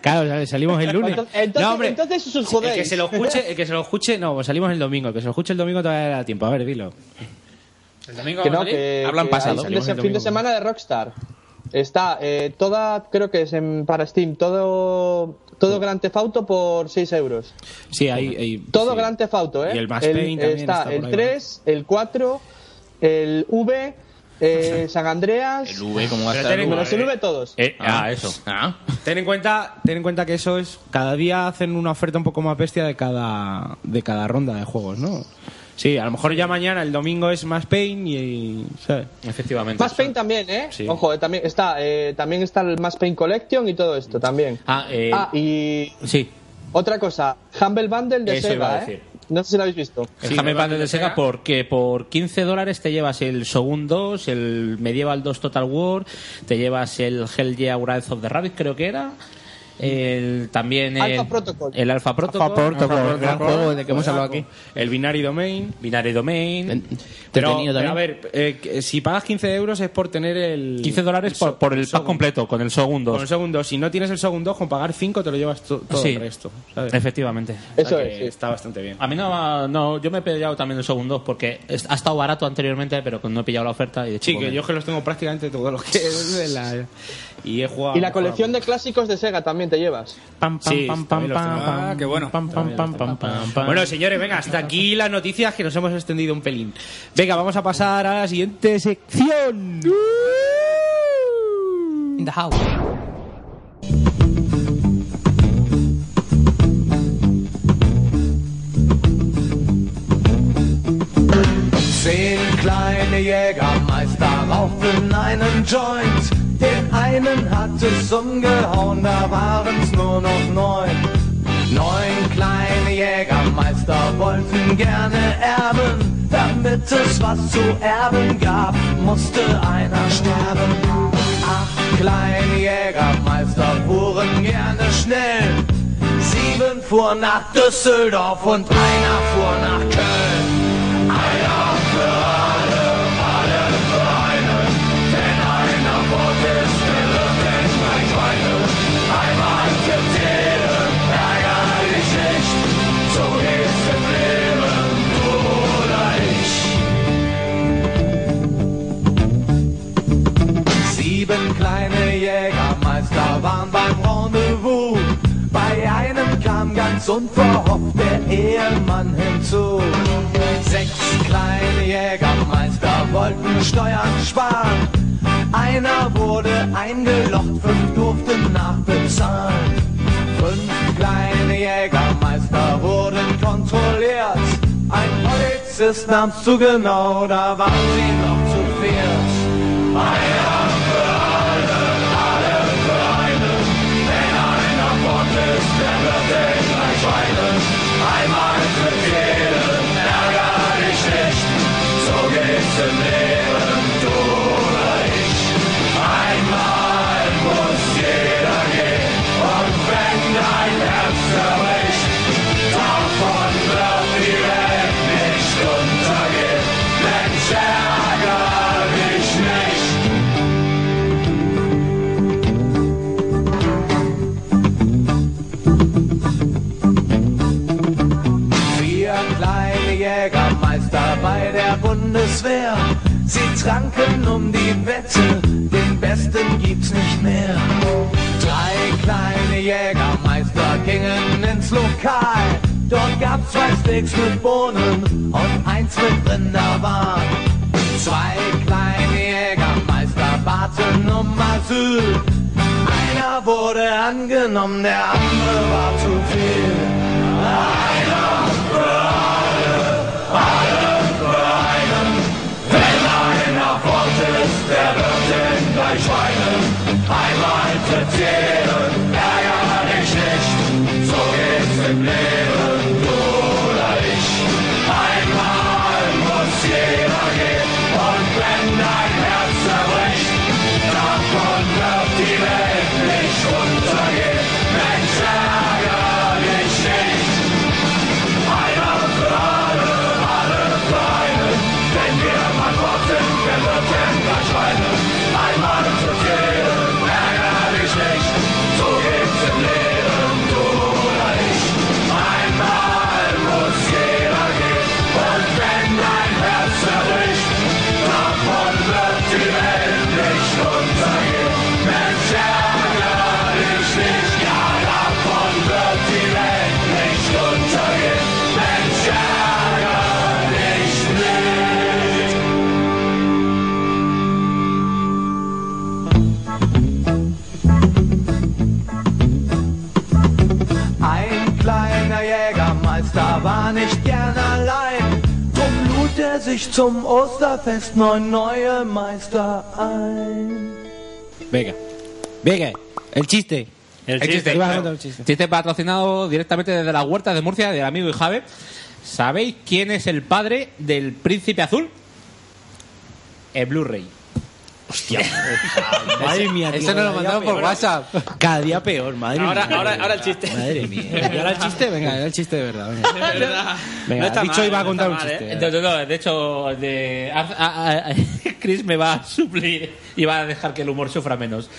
claro, sale- salimos el lunes.
Entonces,
no, hombre,
entonces os
el
jodéis.
que se lo escuche, el que se lo escuche, no, salimos el domingo, el que se lo escuche el domingo todavía le da tiempo. A ver, dilo.
El domingo
Que no,
vamos a salir.
que- que hay fin de- fin de semana de Rockstar. Está eh, toda, creo que es en, para Steam, todo, todo Grand Theft Auto por 6 euros.
Sí, ahí. ahí-
Todo
sí.
Grand Theft Auto, ¿eh?
Y el Max Payne también
está,
está por
el
ahí,
3, el 4, el V, eh, San Andreas.
El V, ¿cómo va a
Pero
estar
ten en
el V?
cuenta-
Los V todos.
Eh,
Ah,
ah,
eso.
Ten en cuenta, ten en cuenta que eso es cada día hacen una oferta un poco más bestia de cada de cada ronda de juegos, ¿no? Sí, a lo mejor ya mañana el domingo es más Pain y, ¿sabes?
Efectivamente.
Más Pain también, ¿eh?
Sí.
Ojo, eh, también está, eh, también está el Más Pain Collection y todo esto también.
Ah, eh,
Ah, y
sí.
otra cosa, Humble Bundle de
Eso
Sega,
iba a
¿eh?
decir.
No sé si lo habéis visto.
El Humble Bundle de Sega porque por 15 dólares te llevas el Shogun 2, el Medieval 2 Total War, te llevas el Hell Yeah Wrath of the Rabbit, creo que era. El, también
Alpha
el
Protocol.
el Alpha Protocol,
Alpha Protocol,
Alpha
gran juego del que hemos hablado aquí.
El Binary Domain.
Binary Domain.
Pero,
Entretenido
pero a
también.
ver, eh, que si pagas 15 euros es por tener el
15 dólares por, por el pack completo con el Shogun 2.
con el segundo. Si no tienes el segundo, con pagar 5 te lo llevas to- todo
Sí.
el resto. ¿sabes?
Efectivamente.
Eso es, está bastante bien.
A mí no, no, yo me he pillado también el segundo porque es- ha estado barato anteriormente, pero no he pillado la oferta. Y de hecho,
Sí,
pues,
que yo es que los tengo prácticamente todos los que de la- y he jugado
Y la colección de clásicos de Sega también te llevas.
Pam, pam, Sí, pam, también pam, los tengo. pam, Ah, qué
bueno.
Bueno, señores, venga, hasta aquí las noticias que nos hemos extendido un pelín. Venga, vamos a pasar a la siguiente sección.
Uh.
In the house.
Zehn kleine Jägermeister rauchten einen Joint. Den einen hat es umgehauen, da waren's nur noch neun. Neun kleine Jägermeister wollten gerne erben. Damit es was zu erben gab, musste einer sterben. Acht kleine Jägermeister fuhren gerne schnell. Sieben fuhr nach Düsseldorf und einer fuhr nach Köln. Einer für alle, alle für einen. Denn einer Wort ist verrückt, mein Schweine. Einmal gibt's jeden, ärger dich nicht. So geht's im Leben, du oder ich. Sieben kleine Jägermeister waren beim Rendezvous. Bei einem kam ganz unverhofft der Ehemann hinzu. Sechs kleine Jägermeister wollten Steuern sparen. Einer wurde eingelocht, fünf durften nachbezahlen. Fünf kleine Jägermeister wurden kontrolliert. Ein Polizist nahm's zu genau, da waren sie noch zu viert. Einer für alle, alle für einen. Wenn einer von ist, der wird dich gleich weinen. Einmal für jeden, ärger dich nicht. So geht's im Leben, du oder ich. Einmal muss jeder gehen. Und wenn dein Herz zerbricht, davon wird die Welt nicht untergehen. Mensch, ärger dich nicht. Vier kleine Jägermeister bei der Bundeswehr. Sie tranken um die Wette, den Besten gibt's nicht mehr. Drei kleine Jägermeister gingen ins Lokal. Dort gab's zwei Steaks mit Bohnen und eins mit Rinderwahn. Zwei kleine Jägermeister baten um Asyl. Einer wurde angenommen, der andere war zu viel. Einer für alle, alle für einen. Wenn einer fort ist, der wird den gleich weinen. Einmal tritt jeden, ärger dich nicht. So geht's im Leben, du oder ich. Einmal muss jeder gehen. Und wenn dein Herz zerbricht, davon wird die Welt nicht untergehen. Mensch, ärger dich nicht. Einer für alle, alle für einen. Wenn wir mal fort sind, wer wird denn gleich weinen? Einmal zu viel, ärger dich nicht. So geht's sich zum Osterfest neun neue Meister ein.
Venga. Venga. El chiste. El,
chiste.
chiste.
Iba a contar un chiste.
Chiste patrocinado directamente desde la huerta de Murcia del amigo y Jave. ¿Sabéis quién es el padre del príncipe azul? El Blu-ray. Hostia.
Madre mía, tío,
Eso nos
cada
lo mandaron
día
por
peor.
WhatsApp.
Cada día peor, madre
Ahora-
mía.
ahora- ahora el chiste.
Ah, Madre mía.
¿Y ahora el chiste?
Venga, ahora el chiste de verdad. venga. Venga,
No está
dicho
mal,
iba a
no
contar
está
un
mal,
chiste.
¿eh? No, no, no, de hecho, de- a- a- a- Chris me va a suplir y va a dejar que el humor sufra menos.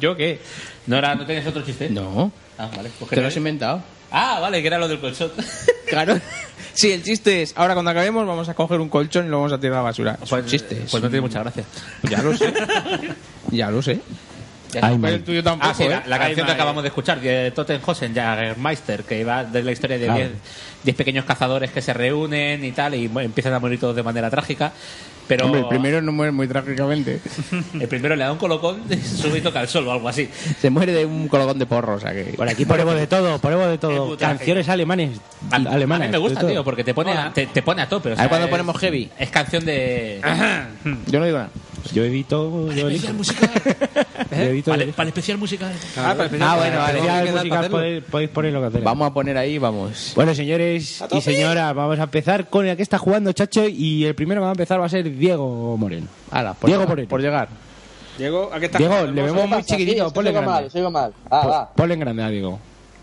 ¿Yo qué? ¿No, era, ¿No tenías otro chiste?
No.
Ah, vale. pues
Te lo has inventado.
Ah, vale, que era lo del colchón.
Claro. Sí, el chiste es, ahora cuando acabemos vamos a coger un colchón y lo vamos a tirar a la basura. Es un chiste.
pues no tiene mucha gracia.
Ya lo sé. ya lo sé.
Ay,
Pero
man.
pues el tuyo tampoco,
Ah, sí, la,
¿eh?
la
Ay,
canción que
madre.
acabamos de escuchar, de Tottenhausen, Jagermeister, que va de la historia de
Claro.
10 10 pequeños cazadores que se reúnen y tal, y bueno, empiezan a morir todos de manera trágica. Pero
Hombre, el primero no muere muy trágicamente.
el primero le da un colocón súbito al sol o algo así.
Se muere de un colgón de porro, o sea que...
Por aquí ponemos de todo, ponemos de todo. Canciones alemanes. al-
A
alemanas.
mí me gusta,
de todo.
tío, porque te pone a, te, te pone a tope. o
A
sea,
ver cuándo
es-
ponemos heavy.
Es canción de.
Yo no digo nada.
Hmm. Yo evito. Yo elijo. Yo evito.
Para, para el especial musical.
Ah, para el especial- Ah, bueno, vale.
Hay
Ya
que
el
dar para
musical
hacerlo.
podéis, podéis poner lo que hacéis.
Vamos a poner ahí, vamos.
Bueno, señores y señoras, vamos a empezar con el que está jugando Chacho y el primero que va a empezar va a ser Diego Moreno.
por
Diego
llegar,
Moreno. Por llegar.
Diego, ¿a qué estás?
Diego, le vemos muy
pasa? Sí,
chiquitito,
es que
ponle en
sigo
grande.
mal, sigo mal.
Pues
Ah, va.
Ponle en grande a Diego.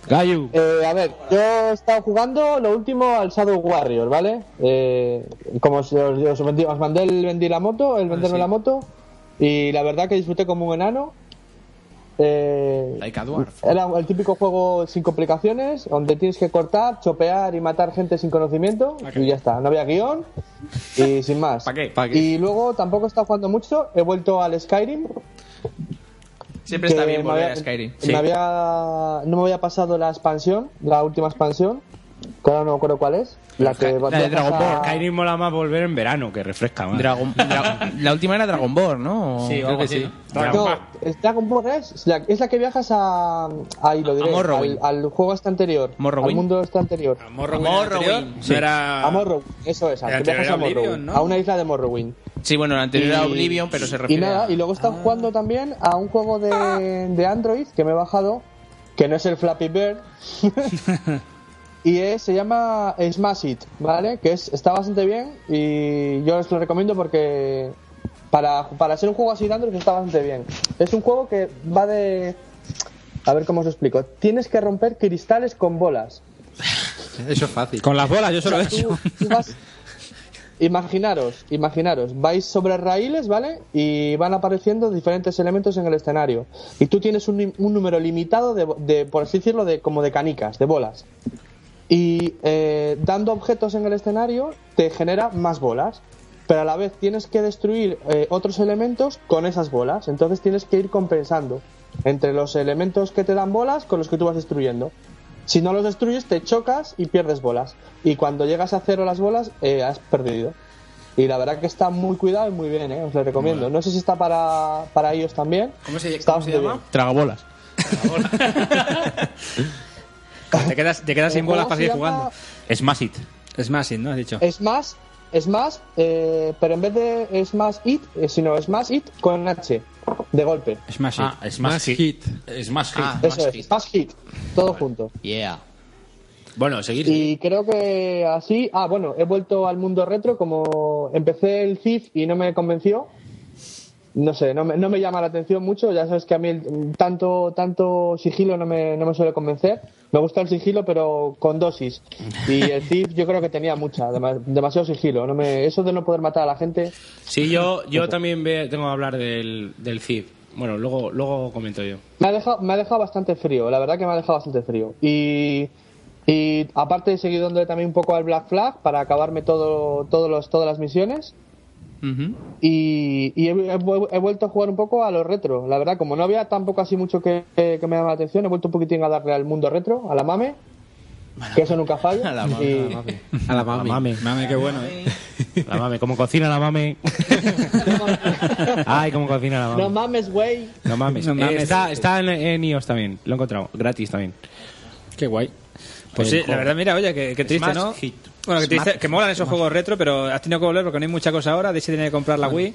Gayu.
Eh, a ver, yo he estado jugando lo último al Shadow Warrior, ¿vale? Eh, como os, os, os vendí- os mandé el vendí la moto, el venderme la moto, y la verdad que disfruté como un enano. Eh, Era el típico juego sin complicaciones, donde tienes que cortar, chopear y matar gente sin conocimiento, y ya está. No había guión, y sin más.
¿Para qué?
Y luego tampoco he estado jugando mucho, he vuelto al Skyrim,
Siempre está
que
bien
me
volver
había-
a Skyrim.
me había- no me había pasado la expansión, la última expansión, que ahora no me acuerdo cuál es. La que
la de Dragon Ball.
Skyrim mola más volver en verano, que refresca más.
Dragon- Dra- la última era Dragon Ball, ¿no?
Sí, o algo así, ¿no? Dragon
No,
Ball.
es Dragon Ball es, es la, es la que viajas a. Ahí lo diré.
Morrowind.
al, al juego este anterior. Al
Morrowind.
mundo este anterior. A
Morrowind Morrowind, anterior, no era-
A Morrowind, eso es. al
El
que
anterior
viajas
era
a Morrowind.
Oblivion, ¿no?
A una isla de Morrowind.
Sí, bueno, la anterior era Oblivion, pero se refiere
Y nada,
a... Ah.
y luego está jugando también a un juego de, de Android que me he bajado, que no es el Flappy Bird. y es- se llama Smash It, ¿vale? Que es, está bastante bien y yo os lo recomiendo porque para, para ser un juego así de Android está bastante bien. Es un juego que va de... A ver cómo os explico. Tienes que romper cristales con bolas.
Eso es fácil.
Con las bolas, yo solo he
O sea, tú-
hecho.
tú vas- Imaginaros, imaginaros, vais sobre raíles, ¿vale? Y van apareciendo diferentes elementos en el escenario. Y tú tienes un, lim- un número limitado de, bo- de, por así decirlo, de, como de canicas, de bolas. Y eh, dando objetos en el escenario te genera más bolas. Pero a la vez tienes que destruir eh, otros elementos con esas bolas. Entonces tienes que ir compensando entre los elementos que te dan bolas con los que tú vas destruyendo. Si no los destruyes, te chocas y pierdes bolas. Y cuando llegas a cero las bolas, eh, has perdido. Y la verdad que está muy cuidado y muy bien, ¿eh? os lo recomiendo. No sé si está para, para ellos también.
¿Cómo se,
Está
cómo se
bastante
llama?
Tragabolas.
Te quedas, te quedas sin
El
bolas
juego
para
se
seguir
llama-
jugando.
Smash It.
Smash It, ¿no? Has dicho.
Es más, es más, eh, pero en vez de Smash It, eh, sino Smash It con H, de golpe.
Smash
It. Ah, Smash Hit. Smash Hit.
Ah,
Eso es, Smash Hit, todo junto.
Yeah.
Bueno, seguir.
Y creo que así, ah, bueno, he vuelto al mundo retro, como empecé el CIF y no me convenció. No sé, no me, no me llama la atención mucho, ya sabes que a mí el- tanto, tanto sigilo no me, no me suele convencer. Me gusta el sigilo, pero con dosis. Y el CIF yo creo que tenía mucha, dema- demasiado sigilo. No me, eso de no poder matar a la gente,
Sí, yo, yo también ve- tengo que hablar del, del CID. Bueno, luego, luego comento yo.
Me ha, dejado, me ha dejado bastante frío, la verdad que me ha dejado bastante frío. Y, y aparte he seguido dándole también un poco al Black Flag para acabarme todo, todos los, todas las misiones. Y, y he, he vu- he vuelto a jugar un poco a los retro. La verdad, como no había tampoco así mucho que, que me llama la atención, he vuelto un poquitín a darle al mundo retro, a la mame. Que eso nunca falla.
A la mame,
Y-
a la mame. A la mame.
mame.
Mame, qué bueno,
¿eh?
La mame, como cocina la mame. Ay, como cocina la
No
mame.
mames, güey.
No mames.
No
Eh,
mames.
está está en, en iOS también, lo he encontrado, gratis también.
Pues
Qué guay. Pues sí, la pues verdad, mira, oye, qué, qué triste,
Smash
¿no?
Hit.
Bueno, que, te
Smart-
dice- que molan esos juegos retro, pero has tenido que volver porque no hay mucha cosa ahora. De si tiene que comprar la Wii.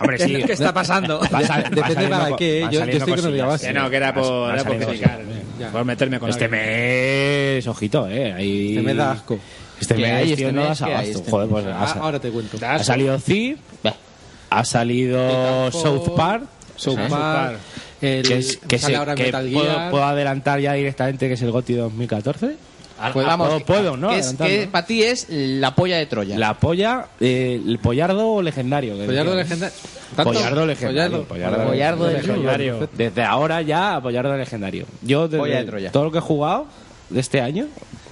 Hombre, sí.
¿Qué está pasando?
Va sal- va Depende saliendo para co- qué, ¿eh? va Yo- yo saliendo estoy que no cosillas. diga base.
Que no, que era
Va-
por,
va
era por
saliendo
criticar.
cosillas.
Por meterme con
Este
alguien.
mes, ojito, eh. Ahí...
Este mes da asco.
Este
¿Qué
mes,
hay este
tío, no
mes?
das
¿Qué hay
abasto.
este
Joder,
mes?
pues
Ah,
ahora te cuento.
Ha salido Cid, ha salido South Park.
South
¿eh?
Park, el-
que es- que
sale
se-
ahora
que
Metal
puedo,
Gear.
puedo adelantar ya directamente que es el GOTI 2014.
Ah,
Pues vamos,
puedo, puedo, ¿no?
que es-
Adelantar,
que
¿no?
para ti es la polla de Troya.
La polla, eh, el pollardo o legendario. que
Pollardo
decíamos.
legenda-
¿Tanto?
Pollardo legendario.
Pollardo. Pollardo legendario.
Desde ahora ya, pollardo legendario. Yo, desde
Polla de Troya.
todo lo que he jugado de este año.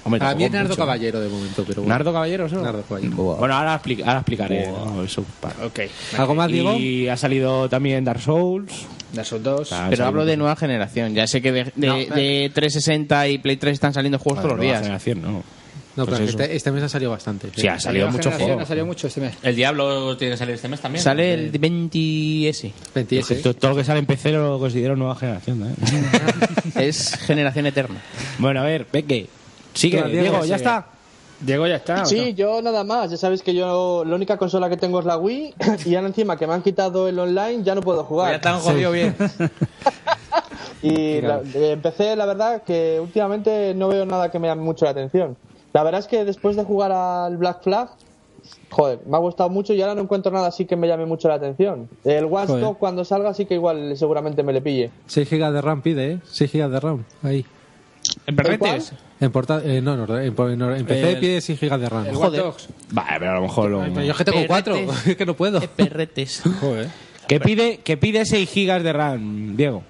hombre,
A mí es
tampoco
Nardo
mucho.
Caballero de momento, pero bueno.
¿Nardo Caballero solo?
Nardo Caballero.
Bueno, ahora, expli- ahora explicaré ¿no? eso. Vale.
¿Algo más, Diego?
Y ha salido también Dark Souls.
Dark Souls 2.
Pero hablo de nueva generación. Ya sé que de, de-
No,
de 360 y Play 3 están saliendo juegos todos los días.
no.
No,
Pues
pero
eso.
este, este mes ha salido bastante.
Sí, ha salido mucho
Generación,
Oh.
juego.
Ha salido mucho este mes.
El Diablo tiene que salir este mes también.
Sale el 20S.
Pues Todo, todo lo que sale en PC lo considero nueva generación. ¿eh?
es generación eterna.
Bueno, a ver, Peque. Sigue,
Tú,
Diego,
Diego,
ya
sigue.
está.
Diego ya está.
Sí, yo nada más. Ya sabéis que yo la única consola que tengo es la Wii y ahora encima que me han quitado el online ya no puedo jugar.
Ya te han jodido bien.
Y la- eh, empecé, la verdad, que últimamente no veo nada que me llame mucho la atención. La verdad es que después de jugar al Black Flag, joder, me ha gustado mucho y ahora no encuentro nada así que me llame mucho la atención. El One
Joder.
Stop cuando salga sí que igual seguramente me le pille.
6 gigas de RAM pide, ¿eh? 6 gigas de RAM, ahí.
¿En
perretes?
En porta eh, no, no, en, por- en- en PC
Pues,
El-
pide 6 gigas de RAM.
el Joder. Watch Dogs.
Vale, pero a lo mejor lo...
Pero yo es que tengo 4, es que no puedo.
Perretes.
Joder.
Que pide, que pide 6 gigas de RAM, Diego.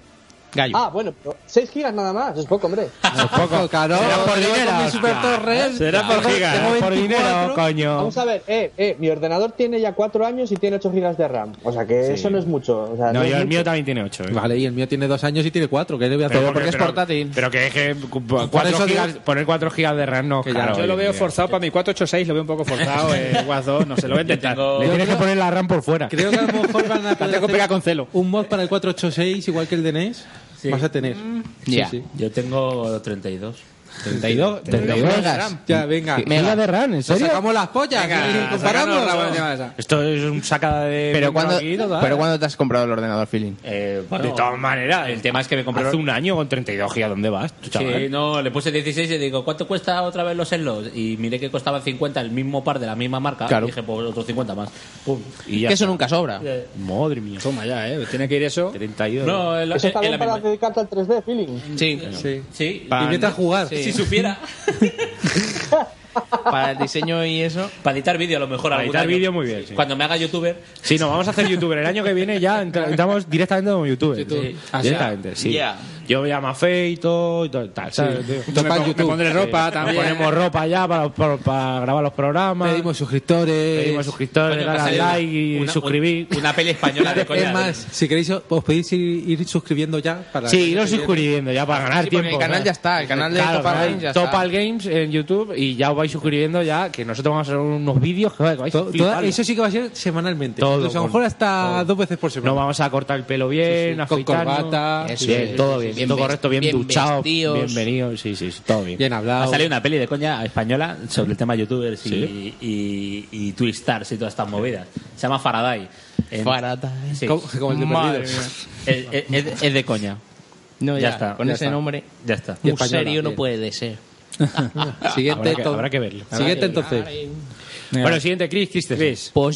Gallo.
Ah, bueno, 6 gigas nada más, es poco, hombre.
Poco, caro. Será por dinero. hostia. Será por gigas. Será por dinero, coño.
Vamos a ver, eh, eh, mi ordenador tiene ya 4 años y tiene 8 gigas de RAM. O sea que
Sí.
eso no es mucho. O sea,
No,
es
yo el
mucho.
mío también tiene 8.
Vale, y el mío tiene 2 años y tiene 4, que le voy a hacer?
portátil.
Pero que es que cu- cuatro
eso digo-
gigas, poner 4 gigas de RAM no,
ya
claro,
yo lo
oye,
veo
mira.
forzado para mi 486, lo veo un poco forzado. eh, Watch 2, no se lo voy a intentar.
Le tienes que poner la RAM por fuera.
Creo que a lo mejor van a poder
tengo
hacer
pegada con celo.
un mod para el 486 igual que el de NES. Vas a tener.
Mm.
Ya.
Sí, sí.
Yo tengo 32.
32, 32 gigas.
Ya, venga.
Mega de RAM, ¿en serio?
sacamos las pollas
Venga,
y comparamos.
sacanos la buena
¿no?
Esto es un saca de...
Pero cuando,
aquí, total. Eh,
pero cuando te has comprado el ordenador, Feeling.
de todas maneras,
el tema es que me compré
hace un año con 32 gigas, ¿dónde vas, tú, chaval?
Sí, no, le puse 16 y digo, ¿cuánto cuesta otra vez los Enlos? Y miré que costaba 50 el mismo par de la misma marca.
Claro.
Y dije, pues otros 50 más.
Y ya
que eso
está.
nunca sobra.
Eh,
Madre mía.
ah. Toma ya, eh. Tiene que ir eso.
32.
No, el-
Eso está
el-
bien
el-
para dedicarte al 3D, feeling.
Sí.
Sí.
Sí.
Para-
vete a jugar.
Si supiera.
Para el diseño y eso.
Para editar vídeo, a lo mejor.
Para
algún
editar
año.
vídeo, muy bien, sí.
Cuando me haga youtuber.
Sí, no, vamos a hacer youtuber. El año que viene ya entra- entramos directamente como youtuber. Sí.
Ah, sí.
directamente, sí.
Yeah.
Yo voy a Mafei y todo y todo, tal, ¿sabes? tío?
Yo me pon- me pondré ropa
Nos
también.
Ponemos ropa ya para, para- para grabar los programas.
Pedimos suscriptores.
Pedimos suscriptores,
Coño,
dar
va a
al
salir
like y
una-
suscribir.
Una peli española de coña.
Es más, si queréis, os podéis ir, ir suscribiendo ya. Para
Sí, iros suscribiendo ya para ganar
Sí, porque
tiempo.
el canal
¿sabes?
ya está, el canal de
Claro,
Topal
canal
Games ya está.
Topal Games en YouTube y ya os vais suscribiendo ya, que nosotros vamos a hacer unos vídeos que vais
To-
a
toda-
fliparlo.
eso sí que va a ser semanalmente.
Todo,
Entonces, a lo
con-
mejor hasta dos veces por
No
semana.
vamos a cortar el pelo bien,
Sí, sí, con
afeitarnos.
corbata.
Eso,
Sí,
bien,
sí,
todo
sí,
bien,
sí,
todo
bien
correcto, bien,
bien
duchado,
vestidos.
bienvenido, sí, sí, sí, todo bien.
Bien
Ha
hablado.
salido una peli de coña española sobre el tema de youtubers y, y, y twistars y todas estas movidas. Se llama Faraday. En-
Faraday.
Sí.
Como- como el de
Madre
Perdidos.
Es, es- es- es de coña.
No,
Ya
ya,
está,
Con
ya
ese
está.
nombre.
Ya está.
Y
Muy
española,
serio no
bien.
puede ser.
Siguiente,
Habrá que-
to-
habrá que verlo.
Siguiente entonces.
Bueno, siguiente, Chris, Christensen.
Pues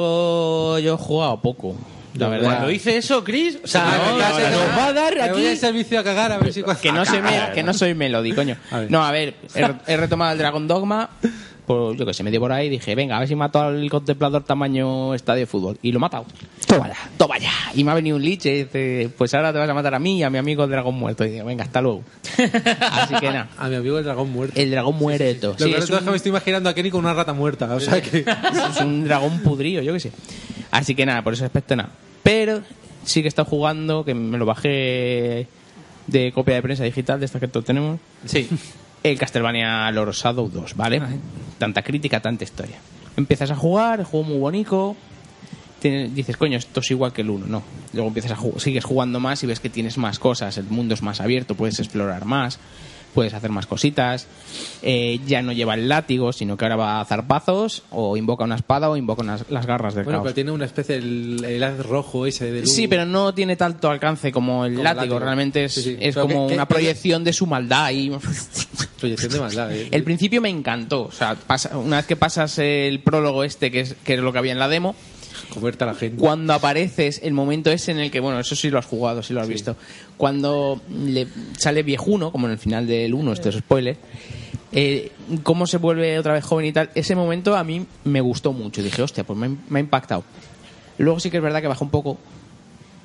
yo, yo he jugado poco. La verdad.
Cuando dice eso, Chris, o sea,
Ah. No,
nos
no, no, no.
va a dar
Me voy
aquí.
al servicio a cagar a ver si
que no se me, que no soy Melody, coño. No, Ah, a ver, he, he retomado el Dragon Dogma, pues yo que sé, me dio por ahí y dije, venga, a ver si mato al contemplador tamaño estadio de fútbol. Y lo he matado. Toma ya, toma ya. Y me ha venido un liche, y dice, pues ahora te vas a matar a mí y a mi amigo el dragón muerto. Y digo, venga, hasta luego. Así que nada,
A mi amigo el dragón muerto.
el dragón muerto.
Lo
Sí,
peor de
es
todo es que me
un,
estoy imaginando a Kenny con una rata muerta. O sea que.
es un dragón pudrío, yo que sé. Así que nada, por ese aspecto nada. Pero sí que he estado jugando, que me lo bajé de copia de prensa digital, de esta que todos tenemos.
Sí.
el Castlevania Lord Shadow 2, ¿vale? Tanta crítica, tanta historia. Empiezas a jugar, el juego muy bonito. tiene- dices, coño, esto es igual que el 1, no. Luego empiezas a jugar, sigues jugando más y ves que tienes más cosas, el mundo es más abierto, puedes explorar más. puedes hacer más cositas. Eh, ya no lleva el látigo, sino que ahora va a zarpazos, o invoca una espada, o invoca unas- las garras del
Bueno,
caos.
pero tiene una especie el, el haz rojo ese de luz.
Sí, pero no tiene tanto alcance como el
Como el
látigo.
látigo.
Realmente es,
Sí, sí.
es
Pero
como
¿qué- qué-
una
qué-
proyección de su maldad. Y...
Proyección de maldad, eh.
El principio me encantó. O sea, pasa- una vez que pasas el prólogo este, que es, que es lo que había en la demo,
Convierta a la gente.
cuando apareces, el momento ese en el que, bueno, eso sí lo has jugado, sí lo has visto, cuando le sale viejuno, como en el final del 1, esto es spoiler, eh, cómo se vuelve otra vez joven y tal, ese momento a mí me gustó mucho. Dije, hostia, pues me, ha- me ha impactado. Luego sí que es verdad que bajó un poco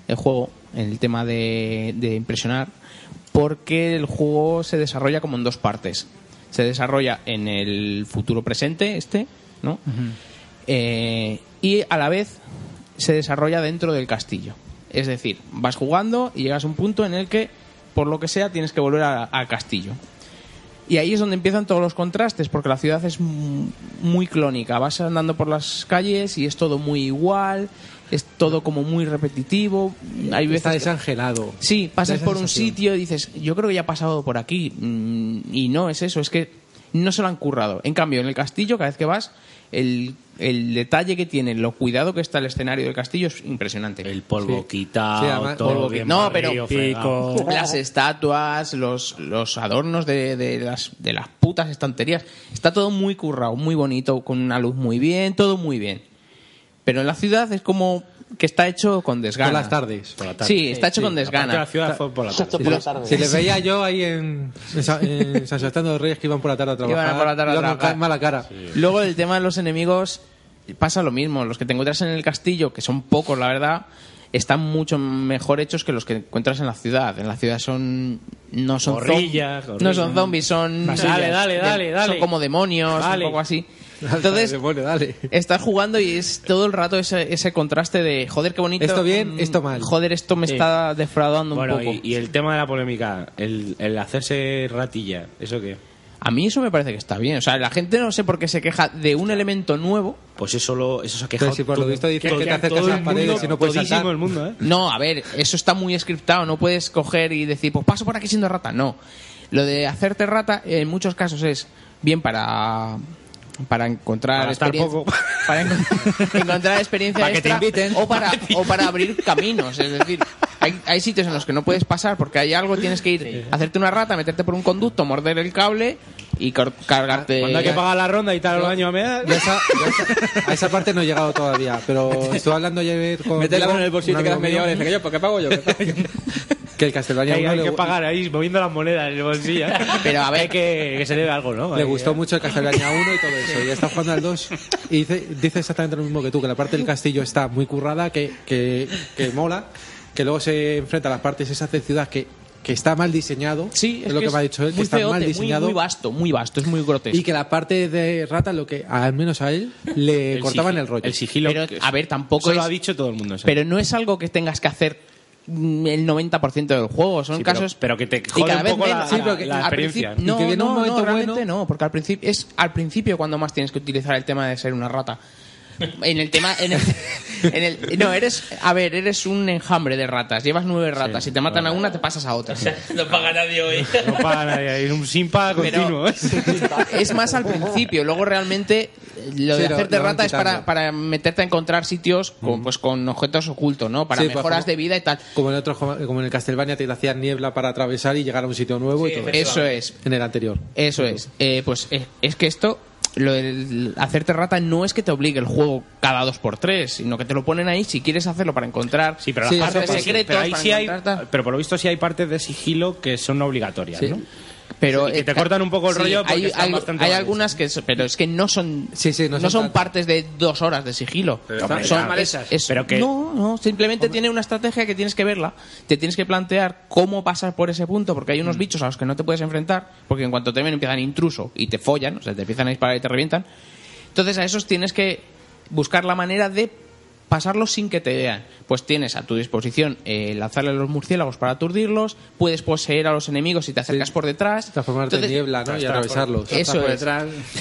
el juego en el tema de, de impresionar, porque el juego se desarrolla como en dos partes. Se desarrolla en el futuro presente, este, ¿no?
Mhm.
Eh, y a la vez se desarrolla dentro del castillo. Es decir, vas jugando y llegas a un punto en el que, por lo que sea, tienes que volver a- al castillo. Y ahí es donde empiezan todos los contrastes, porque la ciudad es m- muy clónica. Vas andando por las calles y es todo muy igual, es todo como muy repetitivo. Hay veces
Está
que-
desangelado.
Sí,
Da
pasas
esa
por un
sensación.
sitio y dices, yo creo que ya he pasado por aquí. Mm, Y no es eso, es que no se lo han currado. En cambio, en el castillo, cada vez que vas, el, el detalle que tiene, lo cuidado que está el escenario del castillo es impresionante. El polvo quitado,
Sí, además- todo bien
No,
barrido,
pero
fregado. Pico.
las estatuas, los, los adornos de, de las, de las putas estanterías, está todo muy currado, muy bonito, con una luz muy bien, todo muy bien. Pero en la ciudad es como que está hecho con desgana.
Por las tardes.
Sí, está hecho con desgana.
Si les veía yo ahí en, en Sa- en San Sebastián de los Reyes que iban por la tarde a trabajar.
Iban por la tarde a
iban con
trabajar.
ca- mala cara.
Luego el tema de los enemigos pasa lo mismo. Los que te encuentras en el castillo, que son pocos, la verdad, están mucho mejor hechos que los que encuentras en la ciudad. En la ciudad son no son zom-
Gorrillas, gorrillas.
no son zombies, son
Basillas. Dale, dale,
de-
dale, dale.
son como demonios,
Dale.
un poco así. Entonces estás jugando y es todo el rato ese, ese contraste de joder qué bonito.
Esto bien,
mm,
esto mal.
Joder esto me
Sí.
está defraudando un
Bueno,
poco.
Y, y el tema de la polémica, el, el hacerse ratilla, ¿eso qué?
A mí eso me parece que está bien. O sea, la gente no sé por qué se queja de un elemento nuevo.
Pues eso lo, eso se ha
quejado
Pero si por lo todo- visto dicen que que- te que acercas todo a las el paredes mundo, y no puedes todísimo saltar. el mundo, ¿eh?
No, a ver, eso está muy scriptado. No puedes coger y decir, pues paso por aquí siendo rata. No. Lo de hacerte rata en muchos casos es bien para para encontrar
Para gastar
experien-
poco.
para en- encontrar experiencia
Para que te
extra
inviten.
o para o para abrir caminos es decir hay, hay sitios en los que no puedes pasar porque hay algo tienes que ir hacerte una rata meterte por un conducto morder el cable y cor- cargarte
Cuando hay que pagar la ronda y tal,
Eh, Yo-
los años me da.
A esa parte no he llegado todavía, pero estuve hablando ayer con.
Mete la
Diego,
mano en el bolsillo
un
y te quedas
amigo
media
mío,
hora y dices,
Yo, ¿por qué pago yo?
Que el Castlevania
Hay,
1
hay
le-
que pagar ahí moviendo las monedas en el bolsillo.
Pero a ver.
Que, que se debe algo, ¿no?
Le
Ahí,
gustó
eh.
mucho el Castlevania 1 y todo eso. Y está jugando al 2. Y dice, dice exactamente lo mismo que tú, que la parte del castillo está muy currada, que, que, que mola, que luego se enfrenta a las partes esas de ciudad que, que está mal diseñado.
Sí,
es lo que, me ha dicho él, que está mal diseñado.
muy, vasto muy vasto es muy grotesco
y que la parte de rata, lo que al menos a él, le cortaban el rollo.
Pero, a ver, tampoco
Eso lo
es-
ha dicho
todo el mundo.
Pero no es algo que tengas que hacer mm, el 90% del juego. Son
Sí, pero-
casos...
pero que te
y
jode
cada
un
vez
poco la-
menos.
Sí, pero que- la
al
experiencia.
principio-
Y que
No,
viene un
no, no,
momento
realmente no. Porque al principio... Es al principio cuando más tienes que utilizar el tema de ser una rata. En el tema... En el, en el- no, eres... A ver, eres un enjambre de ratas. Llevas nueve ratas. si te matan a una, te pasas a otra.
No paga nadie hoy.
No paga nadie, hay un simpa continuo. ¿eh?
es más al principio. Luego realmente eh, lo
Sí,
de
lo-
hacerte
lo van
rata es para,
quitando.
para meterte a encontrar sitios con, pues, con objetos ocultos, ¿no? Para
Sí, pues,
mejoras
como-
de vida y tal.
Como en, otro, como en el Castlevania te hacían niebla para atravesar y llegar a un sitio nuevo y todo
Eso es.
En el anterior.
Eso es. Eh, pues eh, es que esto, lo del hacerte rata no es que te obligue el juego cada dos por tres, sino que te lo ponen ahí si quieres hacerlo para encontrar sí,
Pero, las
partes
partes-
secretos.
pero ahí
para
sí hay-
encontrar-
pero por lo visto sí hay partes de sigilo que son obligatorias,
Sí.
¿no?
Pero
Sí, que te
eh,
cortan un poco el
sí,
rollo porque
hay,
están
hay-
bastante
hay
mal
algunas que so- pero es que no son no,
no
son,
son
partes de dos horas de sigilo
están-
Son-
están mal
es-
hechas.
es-
Pero que-
no no simplemente tiene una estrategia que tienes que verla te tienes que plantear cómo pasas por ese punto porque hay unos
Mm.
bichos a los que no te puedes enfrentar porque en cuanto te ven empiezan intruso y te follan o sea te empiezan a disparar y te revientan entonces a esos tienes que buscar la manera de pasarlos sin que te vean pues tienes a tu disposición eh, lanzarle a los murciélagos para aturdirlos, puedes poseer a los enemigos si te acercas por detrás.
Formarte en
Entonces-
niebla, ¿no? Y
Tras- tras-
atravesarlos.
Eso es.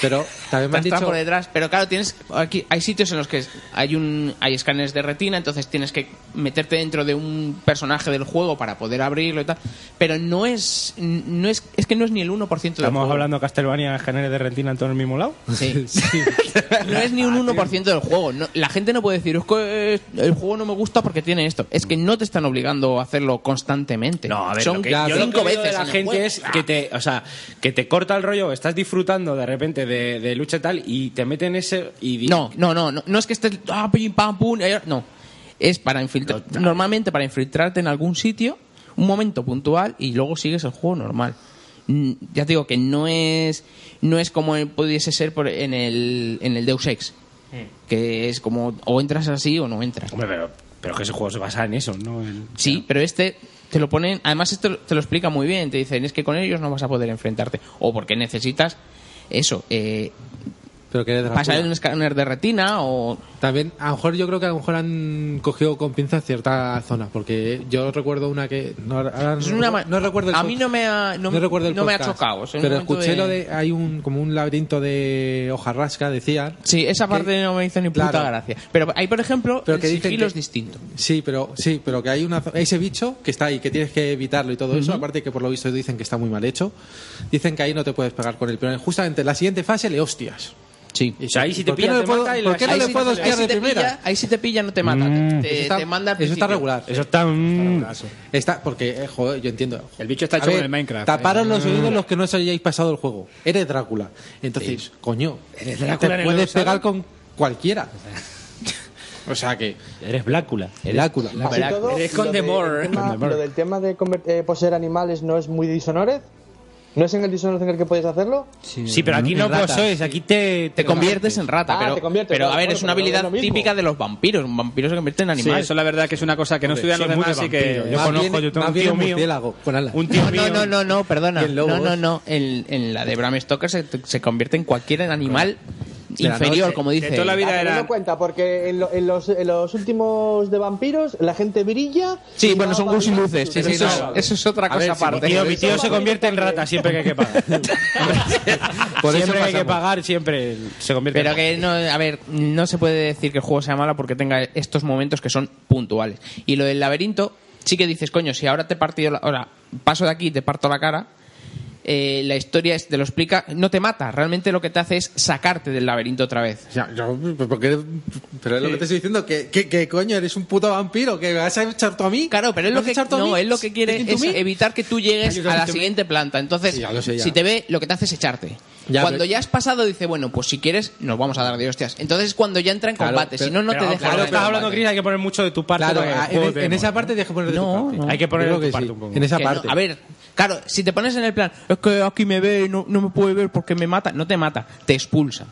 Pero también me han
Tras- tras
dicho...
por detrás, pero claro, tienes aquí hay sitios en los que hay un hay escáneres de retina, entonces tienes que meterte dentro de un personaje del juego para poder abrirlo y tal, pero no es no es es que no es ni el 1% del
Estamos
juego.
hablando Castlevania, escáneres de Rentina, en todo el mismo lado.
Sí. No es ni un 1% del juego. No- la gente no puede decir, es que eh, el juego no me gusta porque tiene esto. Es que no te están obligando a hacerlo constantemente.
No, a ver,
Son
lo que, yo lo
cinco
que veo
veces.
de la
en el
gente
juego.
es que te, o sea, que te corta el rollo, estás disfrutando de repente de, de lucha y tal y te meten ese y di-
No, no, no, no. No es que estés. ah, pim, pam, pum, eh, no. Es para infiltrar. Normalmente para infiltrarte en algún sitio, un momento puntual y luego sigues el juego normal. Mm, Ya te digo que no es. No es como pudiese ser por- en, el, en el Deus Ex. Que es como o entras así o no entras.
Hombre, pero, pero que ese juego se basa en eso, ¿no? El-
Sí, pero este te lo ponen, además esto te lo explica muy bien, te dicen es que con ellos no vas a poder enfrentarte o porque necesitas eso, eh,
Pero que eres de la
pasar
pura.
en un escáner de retina o
También, a lo mejor yo creo que a lo mejor han cogido con pinzas cierta zona, porque yo recuerdo una que... No, ahora
Es
no
una
recu-
ma-
no recuerdo el
a
pod-
mí no me ha- no-
recuerdo el
no me ha
podcast,
chocado, o sea, en un
pero
momento
escuché
de-
lo de... Hay un como un laberinto de hojarrasca, decían.
Sí, esa parte no me hizo ni puta gracia. Pero ahí, por ejemplo, el sigilo es distinto.
Sí, pero sí, pero que hay una zo- ese bicho que está ahí, que tienes que evitarlo y todo eso, aparte que por lo visto dicen que está muy mal hecho. Dicen que ahí no te puedes pegar con él, pero justamente en la siguiente fase le hostias.
Sí.
Y
sea, ahí si te
¿por qué
pilla, te
no le puedo-
mata y
¿Por
la-
qué no
ahí
le
sí
puedo
te-
hostiar
ahí
de
sí te
primera?
Ahí si te pilla no te mata,
Mm.
te,
Eso está-
te manda al
eso está
principio.
regular.
Eso está.
Está, porque, eh, joder, yo entiendo. El bicho
está hecho con el Minecraft,
Taparos
eh.
los
Mm.
oídos los que no os hayáis pasado el juego. Eres Drácula. Entonces, coño,
Eres Drácula en
te
el
puedes
Eurosala.
pegar con cualquiera. o sea que.
Eres Blácula.
Drácula.
Así todo, lo, de- el tema- lo del tema de conver- eh, poseer animales no es muy Dishonored. ¿No es en el Dishonored en el que puedes hacerlo?
Sí, pero aquí no posees, aquí te,
Te conviertes en rata,
Ah,
pero,
te conviertes,
pero a
claro,
ver,
bueno,
es
pero
una
no es
habilidad
lo mismo.
típica de los vampiros. Un vampiro se convierte en animal.
Sí, eso la verdad que es una cosa que no estudian los demás, así que...
Yo conozco, yo tengo un tío mío.
Un tío
no,
mío.
No, no, no, perdona.
Y el lobo,
No, no,
¿eh?
no. En, en la de Bram Stoker se, se convierte en cualquier animal inferior, como dice.
Ah, pero no cuenta, porque en, lo- en los, en los últimos de vampiros la gente brilla.
Sí, bueno, son gus y luces.
Sí, sí,
eso,
no,
es,
vale.
eso es otra
A
cosa
ver, si
aparte.
mi tío- mi tío
se convierte en rata siempre que hay que pagar. siempre que hay que
pasamos.
pagar, siempre se convierte
Pero
en
que no, a ver, no se puede decir que el juego sea malo porque tenga estos momentos que son puntuales. Y lo del laberinto, sí que dices, coño, si ahora te he partido la, ahora paso de aquí y te parto la cara, eh, la historia es, te lo explica, no te mata, realmente lo que te hace es sacarte del laberinto otra vez.
pues, Pero es lo que te estoy diciendo, que, que, que coño, eres un puto vampiro, que me vas a echar tú a mí.
Claro, pero es lo que no, él lo que quiere es evitar que tú llegues
Ay, yo
a la
sé,
siguiente planta. Entonces,
Sí, ya lo sé, ya.
si te ve, lo que te hace es echarte.
Ya,
cuando
pero-
ya has pasado, dice, bueno, pues si quieres, nos vamos a dar de hostias. Entonces, cuando ya entra en
Claro,
combate,
pero-
si no, no te
pero-
deja.
claro,
entrar en
estás hablando,
combate.
Chris, hay que poner mucho de tu parte.
Claro,
para que el
ah,
juego
en-
te
en esa
mole.
parte deja poner de
No,
tu parte.
no.
Hay que poner de
Yo creo
tu
que
parte
sí.
un poco.
En esa parte. a ver, claro, si te pones en el plan, es que aquí me ve y no, no me puede ver porque me mata, no te mata, te expulsa.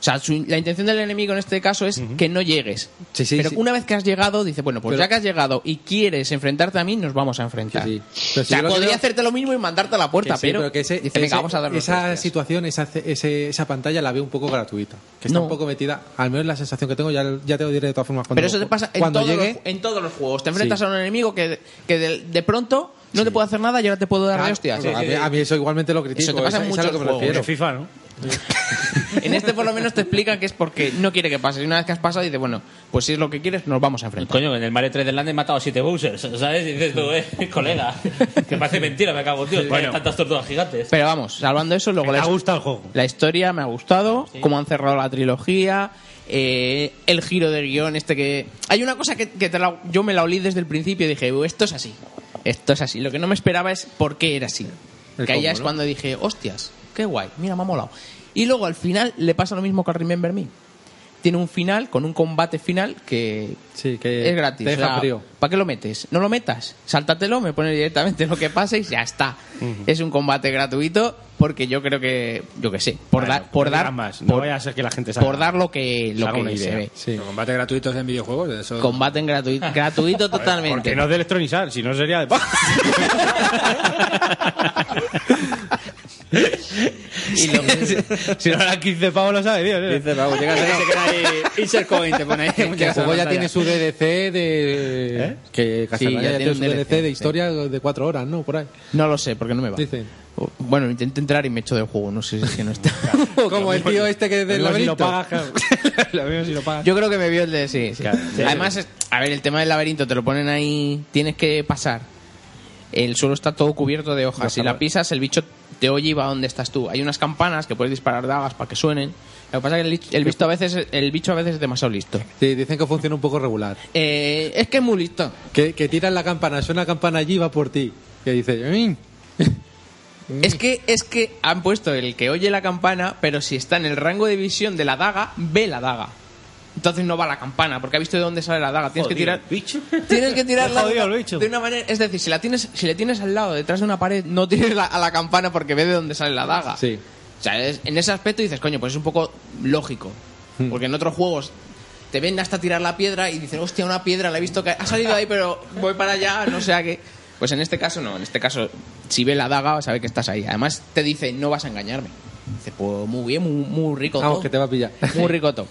O sea, su- la intención del enemigo en este caso es que no llegues. Pero
sí.
una vez que has llegado, dice, bueno, pues
Pero-
ya que has llegado y quieres enfrentarte a mí, nos vamos a enfrentar.
Pero
O
si yo
sea,
lo que
podría
creo-
hacerte lo mismo y mandarte a la puerta,
Que sí,
pero,
que ese-
dice,
que
venga,
ese-
vamos a darnos
esa
hostias".
situación, esa, ese- esa pantalla la veo un poco gratuita. Que está un poco metida, al menos la sensación que tengo, ya, ya te lo diré de todas formas. Cuando,
Pero eso te pasa en,
cuando
todos,
llegue.
los, en todos los juegos. Te enfrentas
Sí.
a un enemigo que, que de, de pronto no te puede hacer nada y ahora te puedo dar de
Claro,
hostias.
ah, a, mí, a mí eso igualmente lo critico.
Eso te pasa en
es- es a
muchos
lo que me
juegos.
refiero.
FIFA, ¿no?
En este por lo menos te explican que es porque no quiere que pase. Y una vez que has pasado, dice, bueno, pues si es lo que quieres, nos vamos a enfrentar.
Coño, en el Mario 3 del Land he matado a 7 Bowsers, ¿sabes? Y dices tú, eh, colega, que parece mentira, me cago, tío, que
Bueno.
haya tantas tortugas gigantes.
Pero vamos, salvando eso, luego la,
el juego.
la historia me ha gustado, cómo han cerrado la trilogía, eh, el giro de guión este que... Hay una cosa que, que te la- yo me la olí desde el principio y dije, "Uh, esto es así, esto es así. Lo que no me esperaba es por qué era así.
El
que
cómo,
allá es
¿no?
cuando dije, hostias, qué guay, mira, me ha molado. Y luego al final le pasa lo mismo que al Remember Me. Tiene un final con un combate final que, es gratis.
te deja frío.
¿Para qué lo metes? No lo metas. Sáltatelo, me pones directamente lo que pasa y ya está. Es un combate gratuito porque yo creo que, yo que sé, por,
Bueno,
dar, por
no
dar,
digas más, no
por,
vaya a ser que la gente
por dar lo que, lo que se
eh,
ve.
Este Combate gratuitos en videojuegos, eso...
Combate en gratuito, gratuito totalmente.
Porque no es de electronizar, si no sería de.
Y lo que-
si no eran 15 pavos, lo sabe Dios.
15 pavos, llegas ahí, se queda ahí. Insert coin, te pone ahí.
Que
llegas a la
Jacobo ya
pantalla.
tiene su DLC de.
¿Eh?
Que Castlevania
ya
ya tiene
tiene un
su
DLC,
DLC, de historia de cuatro horas, ¿no? Por ahí.
No lo sé, porque no me va.
Dicen.
O- Bueno, intenté entrar y me echo del juego. No sé si es que no está.
Como el tío este que del
Lo mismo si lo
laberinto.
pagas, Yo creo que me vio el de sí. sí. Además, es- a ver, el tema del laberinto te lo ponen ahí, tienes que pasar. El suelo está todo cubierto de hojas. Si la pisas, el bicho te oye y va a donde estás tú. Hay unas campanas que puedes disparar dagas para que suenen. Lo que pasa es que el, lich- el bicho a veces, el bicho a veces es demasiado listo.
Sí, dicen que funciona un poco regular.
Eh, es que es muy listo.
Que, que tiran la campana, suena la campana allí y va por ti. Que dice. "Mm".
Es que, es que han puesto el que oye la campana, pero si está en el rango de visión de la daga, ve la daga. Entonces no va la campana, porque ha visto de dónde sale la daga. Tienes que
Jodido
tirar. Tienes que tirarla
Jodido el
de una manera. Es decir, si la tienes, si le tienes al lado detrás de una pared, no tires la- a la campana porque ve de dónde sale la daga.
Sí.
O sea, es- en ese aspecto dices, coño, pues es un poco lógico.
Hmm.
Porque en otros juegos te ven hasta tirar la piedra y dicen, hostia, una piedra, la he visto que ha salido ahí, pero voy para allá, no sé a qué. Pues en este caso no, en este caso, si ve la daga, sabe que estás ahí. Además, te dice, no vas a engañarme. Dice, pues muy bien, muy, muy rico
Vamos,
todo.
que te va a pillar.
Muy ricoto.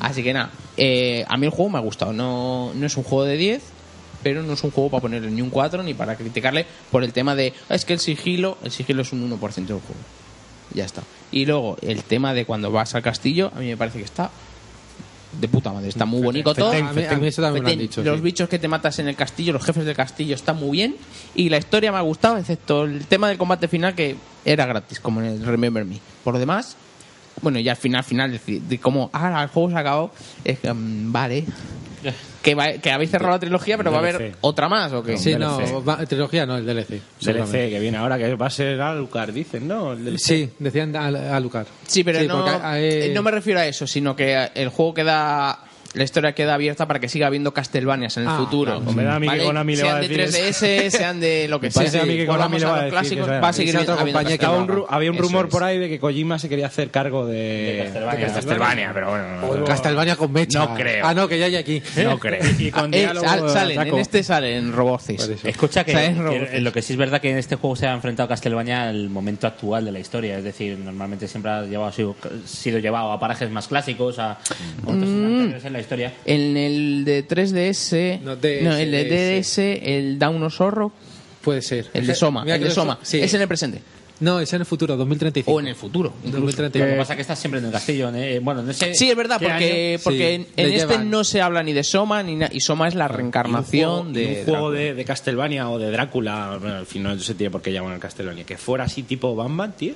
Así que nada, eh, a mí el juego me ha gustado. No, no es un juego de 10, pero no es un juego para ponerle ni un 4 ni para criticarle por el tema de, "Ah, es que el sigilo, el sigilo es un 1% del juego. Ya está. Y luego, el tema de cuando vas al castillo, a mí me parece que está de puta madre, está muy bonito todo.
Fetén, fetén. A mí eso también me lo han dicho,
Los
sí.
bichos que te matas en el castillo, los jefes del castillo, está muy bien. Y la historia me ha gustado, excepto el tema del combate final que era gratis, como en el Remember Me. Por lo demás, bueno, ya al final, final, de, de cómo, ah, el juego se ha acabado, es que, mm, vale. Que, va- que habéis cerrado la trilogía, pero va a haber
DLC.
otra más o qué.
Sí, no, va- trilogía no, el DLC.
DLC que viene ahora, que va a ser Alucard, dicen, ¿no? El DLC.
Sí, decían a, Lucar.
Sí, pero
Sí,
no,
porque
ah,
a- a- eh,
no me refiero a eso, sino que eh, el juego queda. La historia queda abierta para que siga habiendo Castlevanias en el
Ah,
futuro.
claro. Me da a mí que Konami le va
sean
a
de
decir
3DS, sean de Eh, lo que
Sí,
sea.
sí, a mí que
Volvamos
Konami le
a
va a
los
decir
clásicos,
que sea-
va a seguir
Esa otra
habiendo
compañía que había un, ru-
Castlevania.
había un
Eso
rumor
es.
por ahí de que Kojima se quería hacer cargo de,
Castlevania.
de Castlevania, pero bueno. no-
Castlevania con mecha.
No creo.
Ah, no, que ya hay aquí.
No creo.
Ah, eh, sal- salen, en este salen robocis.
Escucha que,
Salen
que
robocis.
lo que sí es verdad que en este juego se ha enfrentado Castlevania al momento actual de la historia, es decir, normalmente siempre ha llevado, ha sido, sido llevado a parajes más clásicos, a momentos
Mm.
anteriores en la historia.
En el de 3DS. No,
DS,
el de DS, el Dauno Zorro.
Puede ser.
El de Soma.
Mira
el
que
de
los-
Soma.
sí.
Es en el presente.
No, es en el futuro, 2035.
O en el futuro. incluso.
2035.
Lo que pasa es que estás siempre en el castillo, ¿eh? bueno, no sé.
Sí, es verdad,
qué
porque,
año.
porque en, en
le
este
llevan.
no se habla ni de Soma, ni na- y Soma es la reencarnación
un
de.
juego de, de Castlevania o de Drácula, bueno, al final no se tiene por qué llamar Castlevania, que fuera así tipo Batman, tío.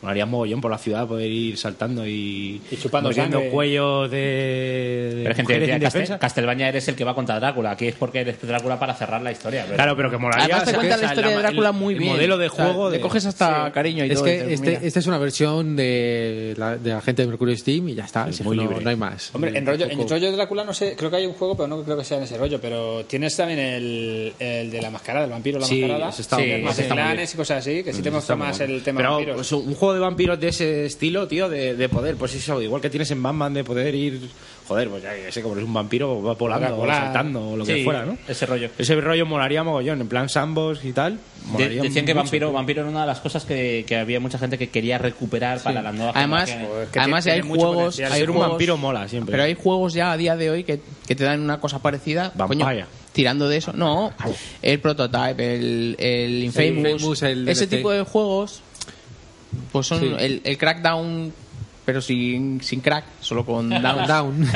Molaría mogollón por la ciudad poder ir saltando y,
chupando
muriendo
sangre.
cuellos de, de
Pero hay gente que decía,
mujeres
"Castel-
indefensas".
Castlevania eres el que va contra Drácula, aquí es porque eres Drácula para cerrar la historia.
Claro, pero que molaría,
Además, te cuenta la historia de Drácula muy bien. O sea, Le coges hasta cariño y
es
todo. y
que
dices,
este,
mira.
esta es una versión de la, de la gente de Mercury Steam y ya está. Si es que no,
libre.
no hay más.
Hombre,
Eh,
en rollo, en
Poco-
rollo Drácula no sé, creo que hay un juego, pero no creo que sea en ese rollo. Pero tienes también el, el de la mascarada, el vampiro, la
Sí,
mascarada.
ese está muy bien,
más
ese está muy
clanes y cosas así, que sí te muestra más el tema
Pero
vampiros.
pues, un juego de vampiros de ese estilo, tío, de, de poder, pues eso, igual que tienes en Batman de poder ir, joder, pues ya que sé, como eres un vampiro, va volando,
Volar.
saltando o lo
Sí,
que fuera, ¿no?
Ese rollo.
Ese rollo molaría mogollón, en plan Sambos y tal.
De-
molaría
decían que
mucho.
vampiro, vampiro era una de las cosas que, que había mucha gente que quería recuperar para las nuevas
Además,
generaciones.
además hay juegos. Hay
Ser un
juegos-
vampiro mola siempre.
Pero hay juegos ya a día de hoy que, que te dan una cosa parecida. coño,
Vampire.
tirando de eso. No, el Prototype, el, el Infamous.
Infamous, el
ese
DLC.
tipo de juegos. Pues son
Sí.
el, el Crackdown. Pero sin, sin crack, solo con down.
Down.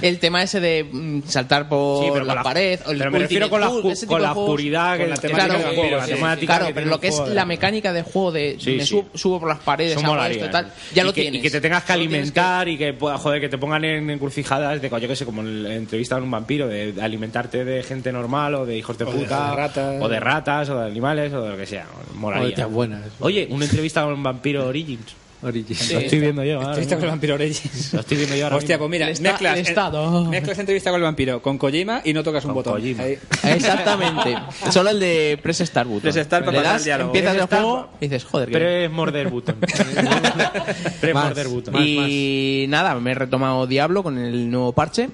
el tema ese de mm, saltar por
Sí, pero con
la,
la-
pared. o el
pero me refiero
Ultimate
con la
Hulk,
oscu-
ese tipo
con
de
la
juegos.
oscuridad que-
Con la
la temática
claro,
del juego, la
sí,
temática
claro,
que
pero
tiene
lo
un
que es
juego,
la
eh.
mecánica de juego de
Sí,
me
sí.
sub- subo por las paredes,
Eso
hago
molaría,
esto, tal,
¿eh?
ya
Y
lo
que-
tienes.
Y que te tengas que
Solo tienes
alimentar y que, pueda- joder, que te pongan en encrucijadas de, yo que sé, como en la entrevista a un vampiro, de, de alimentarte de gente normal o de hijos de
O de
puta.
ratas.
O de ratas, o de animales, o de lo que sea. Molaría.
O de tías buenas. ¿eh?
Oye, una entrevista a un vampiro Origins.
Origins.
Lo estoy viendo yo. ahora
Entrevista con el
mismo.
vampiro Origins.
Lo estoy viendo yo ahora
Hostia,
mismo.
pues mira,
Le está-
eh,
mezclas,
le
en-
está
mezclas entrevista con el vampiro, con Kojima y no tocas un botón. Ahí.
Exactamente. Solo el de Press Start Button.
Press Start para
Le
pasar
das,
el diálogo.
Empiezas
Press
el
Start
juego y dices, joder, qué
Tres morder button. Tres
Más.
morder button.
Y nada, me he retomado Diablo con el nuevo parche,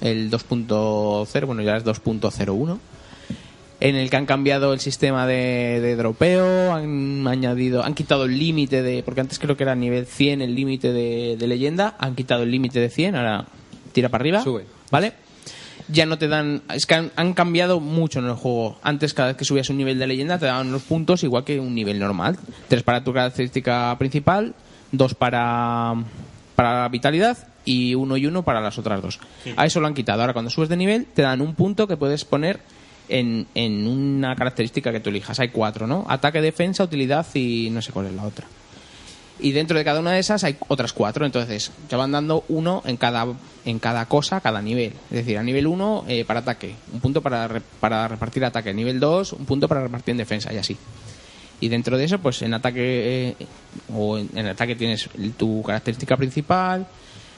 el 2.0, bueno, ya es 2.01. en el que han cambiado el sistema de, de dropeo, han añadido, han quitado el límite de, porque antes creo que era nivel 100 el límite de, de leyenda, han quitado el límite de 100, ahora tira para arriba,
Sube.
¿vale? Ya no te dan, es que han, han cambiado mucho en el juego. Antes cada vez que subías un nivel de leyenda te daban los puntos igual que un nivel normal, tres para tu característica principal, dos para para la vitalidad y uno y uno para las otras dos.
Sí.
A eso lo han quitado. Ahora cuando subes de nivel te dan un punto que puedes poner en, en una característica que tú elijas. Hay cuatro, ¿no? Ataque, defensa, utilidad y no sé cuál es la otra. Y dentro de cada una de esas hay otras cuatro, entonces te van dando uno en cada, en cada cosa, a cada nivel. Es decir, a nivel 1 para ataque, un punto para, re- para repartir ataque, nivel 2 un punto para repartir en defensa y así. Y dentro de eso, pues en ataque eh, o en, en ataque tienes tu característica principal,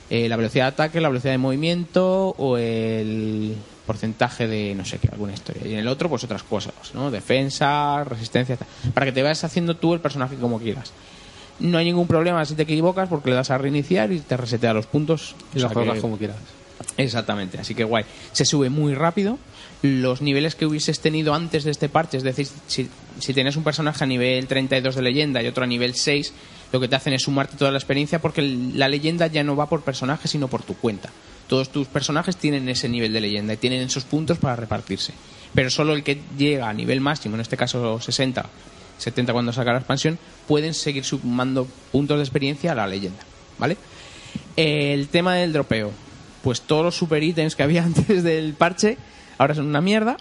eh, la velocidad de ataque, la velocidad de movimiento o el porcentaje de no sé qué, alguna historia. Y en el otro, pues otras cosas, ¿no? Defensa, resistencia, tal. para que te vayas haciendo tú el personaje como quieras. No hay ningún problema si te equivocas porque le das a reiniciar y te resetea los puntos.
Y
O
lo
sea
juegas
que-
como quieras.
Exactamente, así que guay. Se sube muy rápido. Los niveles que hubieses tenido antes de este parche, es decir, si, si tenías un personaje a nivel 32 de leyenda y otro a nivel 6, lo que te hacen es sumarte toda la experiencia porque el- la leyenda ya no va por personaje, sino por tu cuenta. Todos tus personajes tienen ese nivel de leyenda y tienen esos puntos para repartirse. Pero solo el que llega a nivel máximo, en este caso 60, 70 cuando saca la expansión, pueden seguir sumando puntos de experiencia a la leyenda. ¿Vale? El tema del dropeo. Pues todos los super ítems que había antes del parche ahora son una mierda.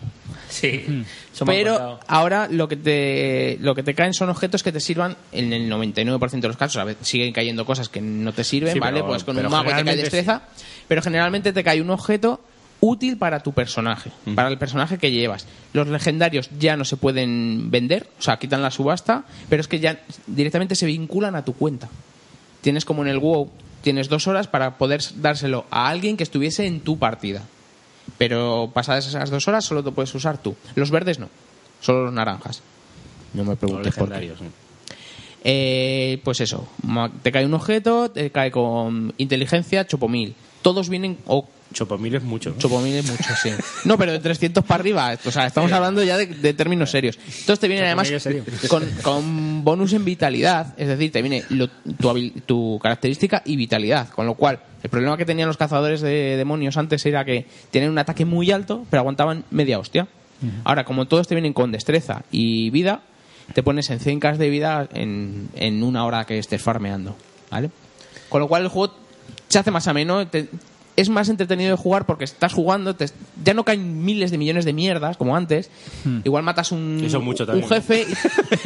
Sí.
Pero ahora lo que te lo que te caen son objetos que te sirvan en el 99% de los casos. A veces siguen cayendo cosas que no te sirven,
Sí,
¿vale?
pero-
pues con un
pero
mago te cae
generalmente
destreza. Pero generalmente te cae un objeto útil para tu personaje, para el personaje que llevas. Los legendarios ya no se pueden vender, o sea, quitan la subasta, pero es que ya directamente se vinculan a tu cuenta tienes como en el WoW, tienes dos horas para poder dárselo a alguien que estuviese en tu partida. Pero pasadas esas dos horas solo te puedes usar tú. Los verdes no, solo los naranjas. No me preguntes por qué. Eh, pues eso, ma- te cae un objeto, te cae con inteligencia, chopomil. Todos vienen... O, chopomil es mucho. Chopomil es mucho, sí. No, pero de 300 para arriba. O sea, estamos hablando ya de, de términos serios. Entonces te vienen además
Chopomil es serio.
con, con bonus en vitalidad. Es decir, te viene lo- tu, habil- tu característica y vitalidad. Con lo cual, el problema que tenían los cazadores de demonios antes era que tenían un ataque muy alto, pero aguantaban media hostia. Ahora, como todos te vienen con destreza y vida, te pones en 100 de vida en, en una hora que estés farmeando. ¿Vale? Con lo cual, el juego se hace más ameno. te- es más entretenido de jugar porque estás jugando, te- ya no caen miles de millones de mierdas como antes.
Hmm.
Igual matas un,
Eso mucho
un
también.
jefe.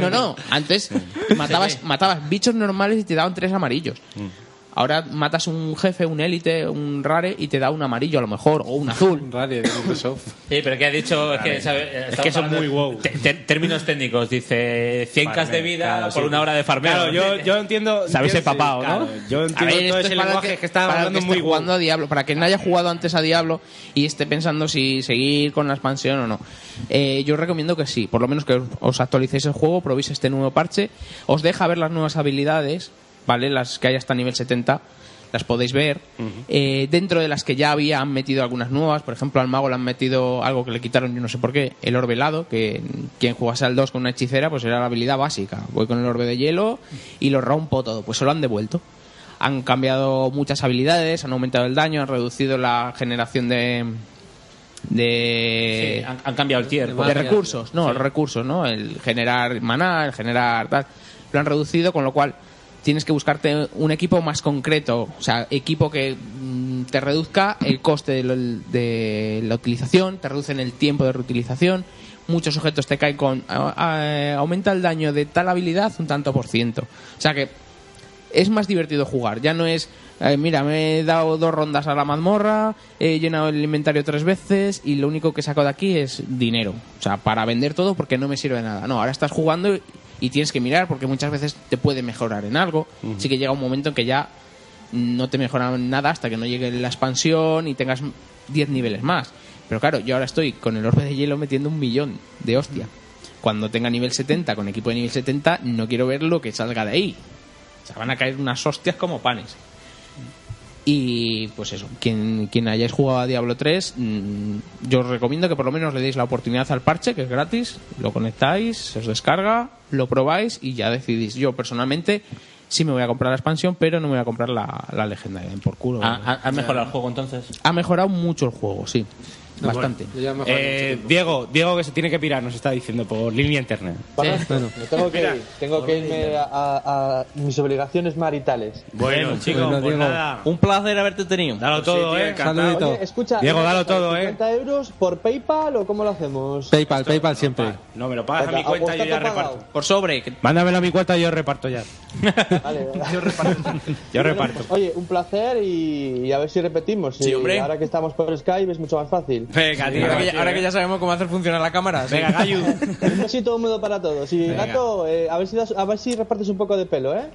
no, no, antes matabas, matabas bichos normales y te daban tres amarillos.
Mm.
Ahora matas un jefe, un élite, un rare y te da un amarillo a lo mejor, o un azul. Un
rare de Microsoft.
Sí, pero que ha dicho. Es que, sabe-
Es que son
estamos
muy
hablando- te- te- términos técnicos, dice 100 cas de vida
Claro,
por
sí.
una hora de farmeo.
Claro, yo, yo entiendo.
Se habéis
entiendo-
empapado, ¿no?
claro, yo
A
entiendo
ver, esto
todo ese
es para
lenguaje
el
que, estaba
para el
hablando
que
muy
esté
guau.
jugando a Diablo, para que no haya jugado antes a Diablo y esté pensando si seguir con la expansión o no. Eh, yo recomiendo que sí, por lo menos que os- os actualicéis el juego, probéis este nuevo parche, os deja ver las nuevas habilidades, ¿vale? Las que hay hasta nivel 70, las podéis ver. Eh, dentro de las que ya había han metido algunas nuevas, por ejemplo al mago le han metido algo que le quitaron yo no sé por qué, el orbe helado, que quien jugase al 2 con una hechicera pues era la habilidad básica, voy con el orbe de hielo y lo rompo todo, pues se lo han devuelto. Han cambiado muchas habilidades, han aumentado el daño, han reducido la generación de... de
Sí, han, han cambiado el tier.
de
por ejemplo.
recursos, no, los recursos, ¿no? El generar maná, el generar tal. Lo han reducido, con lo cual tienes que buscarte un equipo más concreto, o sea, equipo que mm, te reduzca el coste de, lo- de la utilización, te reducen el tiempo de reutilización. Muchos objetos te caen con. ah, ah, aumenta el daño de tal habilidad un tanto por ciento. O sea que es más divertido jugar. Ya no es, eh, mira, me he dado dos rondas a la mazmorra, he llenado el inventario tres veces y lo único que saco de aquí es dinero. O sea, para vender todo porque no me sirve de nada. No, ahora estás jugando y- y tienes que mirar porque muchas veces te puede mejorar en algo. Sí que llega un momento en que ya no te mejoran nada hasta que no llegue la expansión y tengas 10 niveles más. Pero claro, yo ahora estoy con el orbe de hielo metiendo un millón de hostia. Cuando tenga nivel 70, con equipo de nivel 70, no quiero ver lo que salga de ahí. O sea, van a caer unas hostias como panes. Y pues eso, quien, quien hayáis jugado a Diablo 3, mm, yo os recomiendo que por lo menos le deis la oportunidad al parche, que es gratis, lo conectáis, se os descarga, lo probáis y ya decidís. Yo personalmente sí me voy a comprar la expansión, pero no me voy a comprar la, la legendaria, den por culo.
¿Ha, ha- ha mejorado el juego entonces?
Ha mejorado mucho el juego, sí. Bastante.
Eh, Diego, Diego que se tiene que pirar, nos está diciendo por línea interna. Bueno.
Me tengo que ir, tengo que irme a, a- a mis obligaciones maritales.
Bueno, chicos,
bueno,
pues
Diego.
nada.
Un placer haberte tenido.
Dalo
Sí,
todo,
tío,
eh.
encantado.
Saludito.
Oye, escucha,
Diego,
una
dalo
cosa,
todo, eh.
50 euros por PayPal o cómo lo hacemos?
PayPal, PayPal siempre.
No, me lo pagas a
Venga,
mi cuenta y yo
apuesta
ya
todo pagado.
reparto.
Por sobre. que-
Mándamelo a mi cuarta y yo reparto ya. yo reparto.
pues, Oye, un placer y, y a ver si repetimos.
Sí,
Y
hombre.
Ahora que estamos por Skype es mucho más fácil.
Venga,
tío,
ahora, que
tío,
ya, ahora
eh.
que ya sabemos cómo hacer funcionar la cámara. sí.
Un besito húmedo para todos. Y
Venga.
Gato, eh, a, ver si das- a ver si repartes un poco de pelo, ¿eh?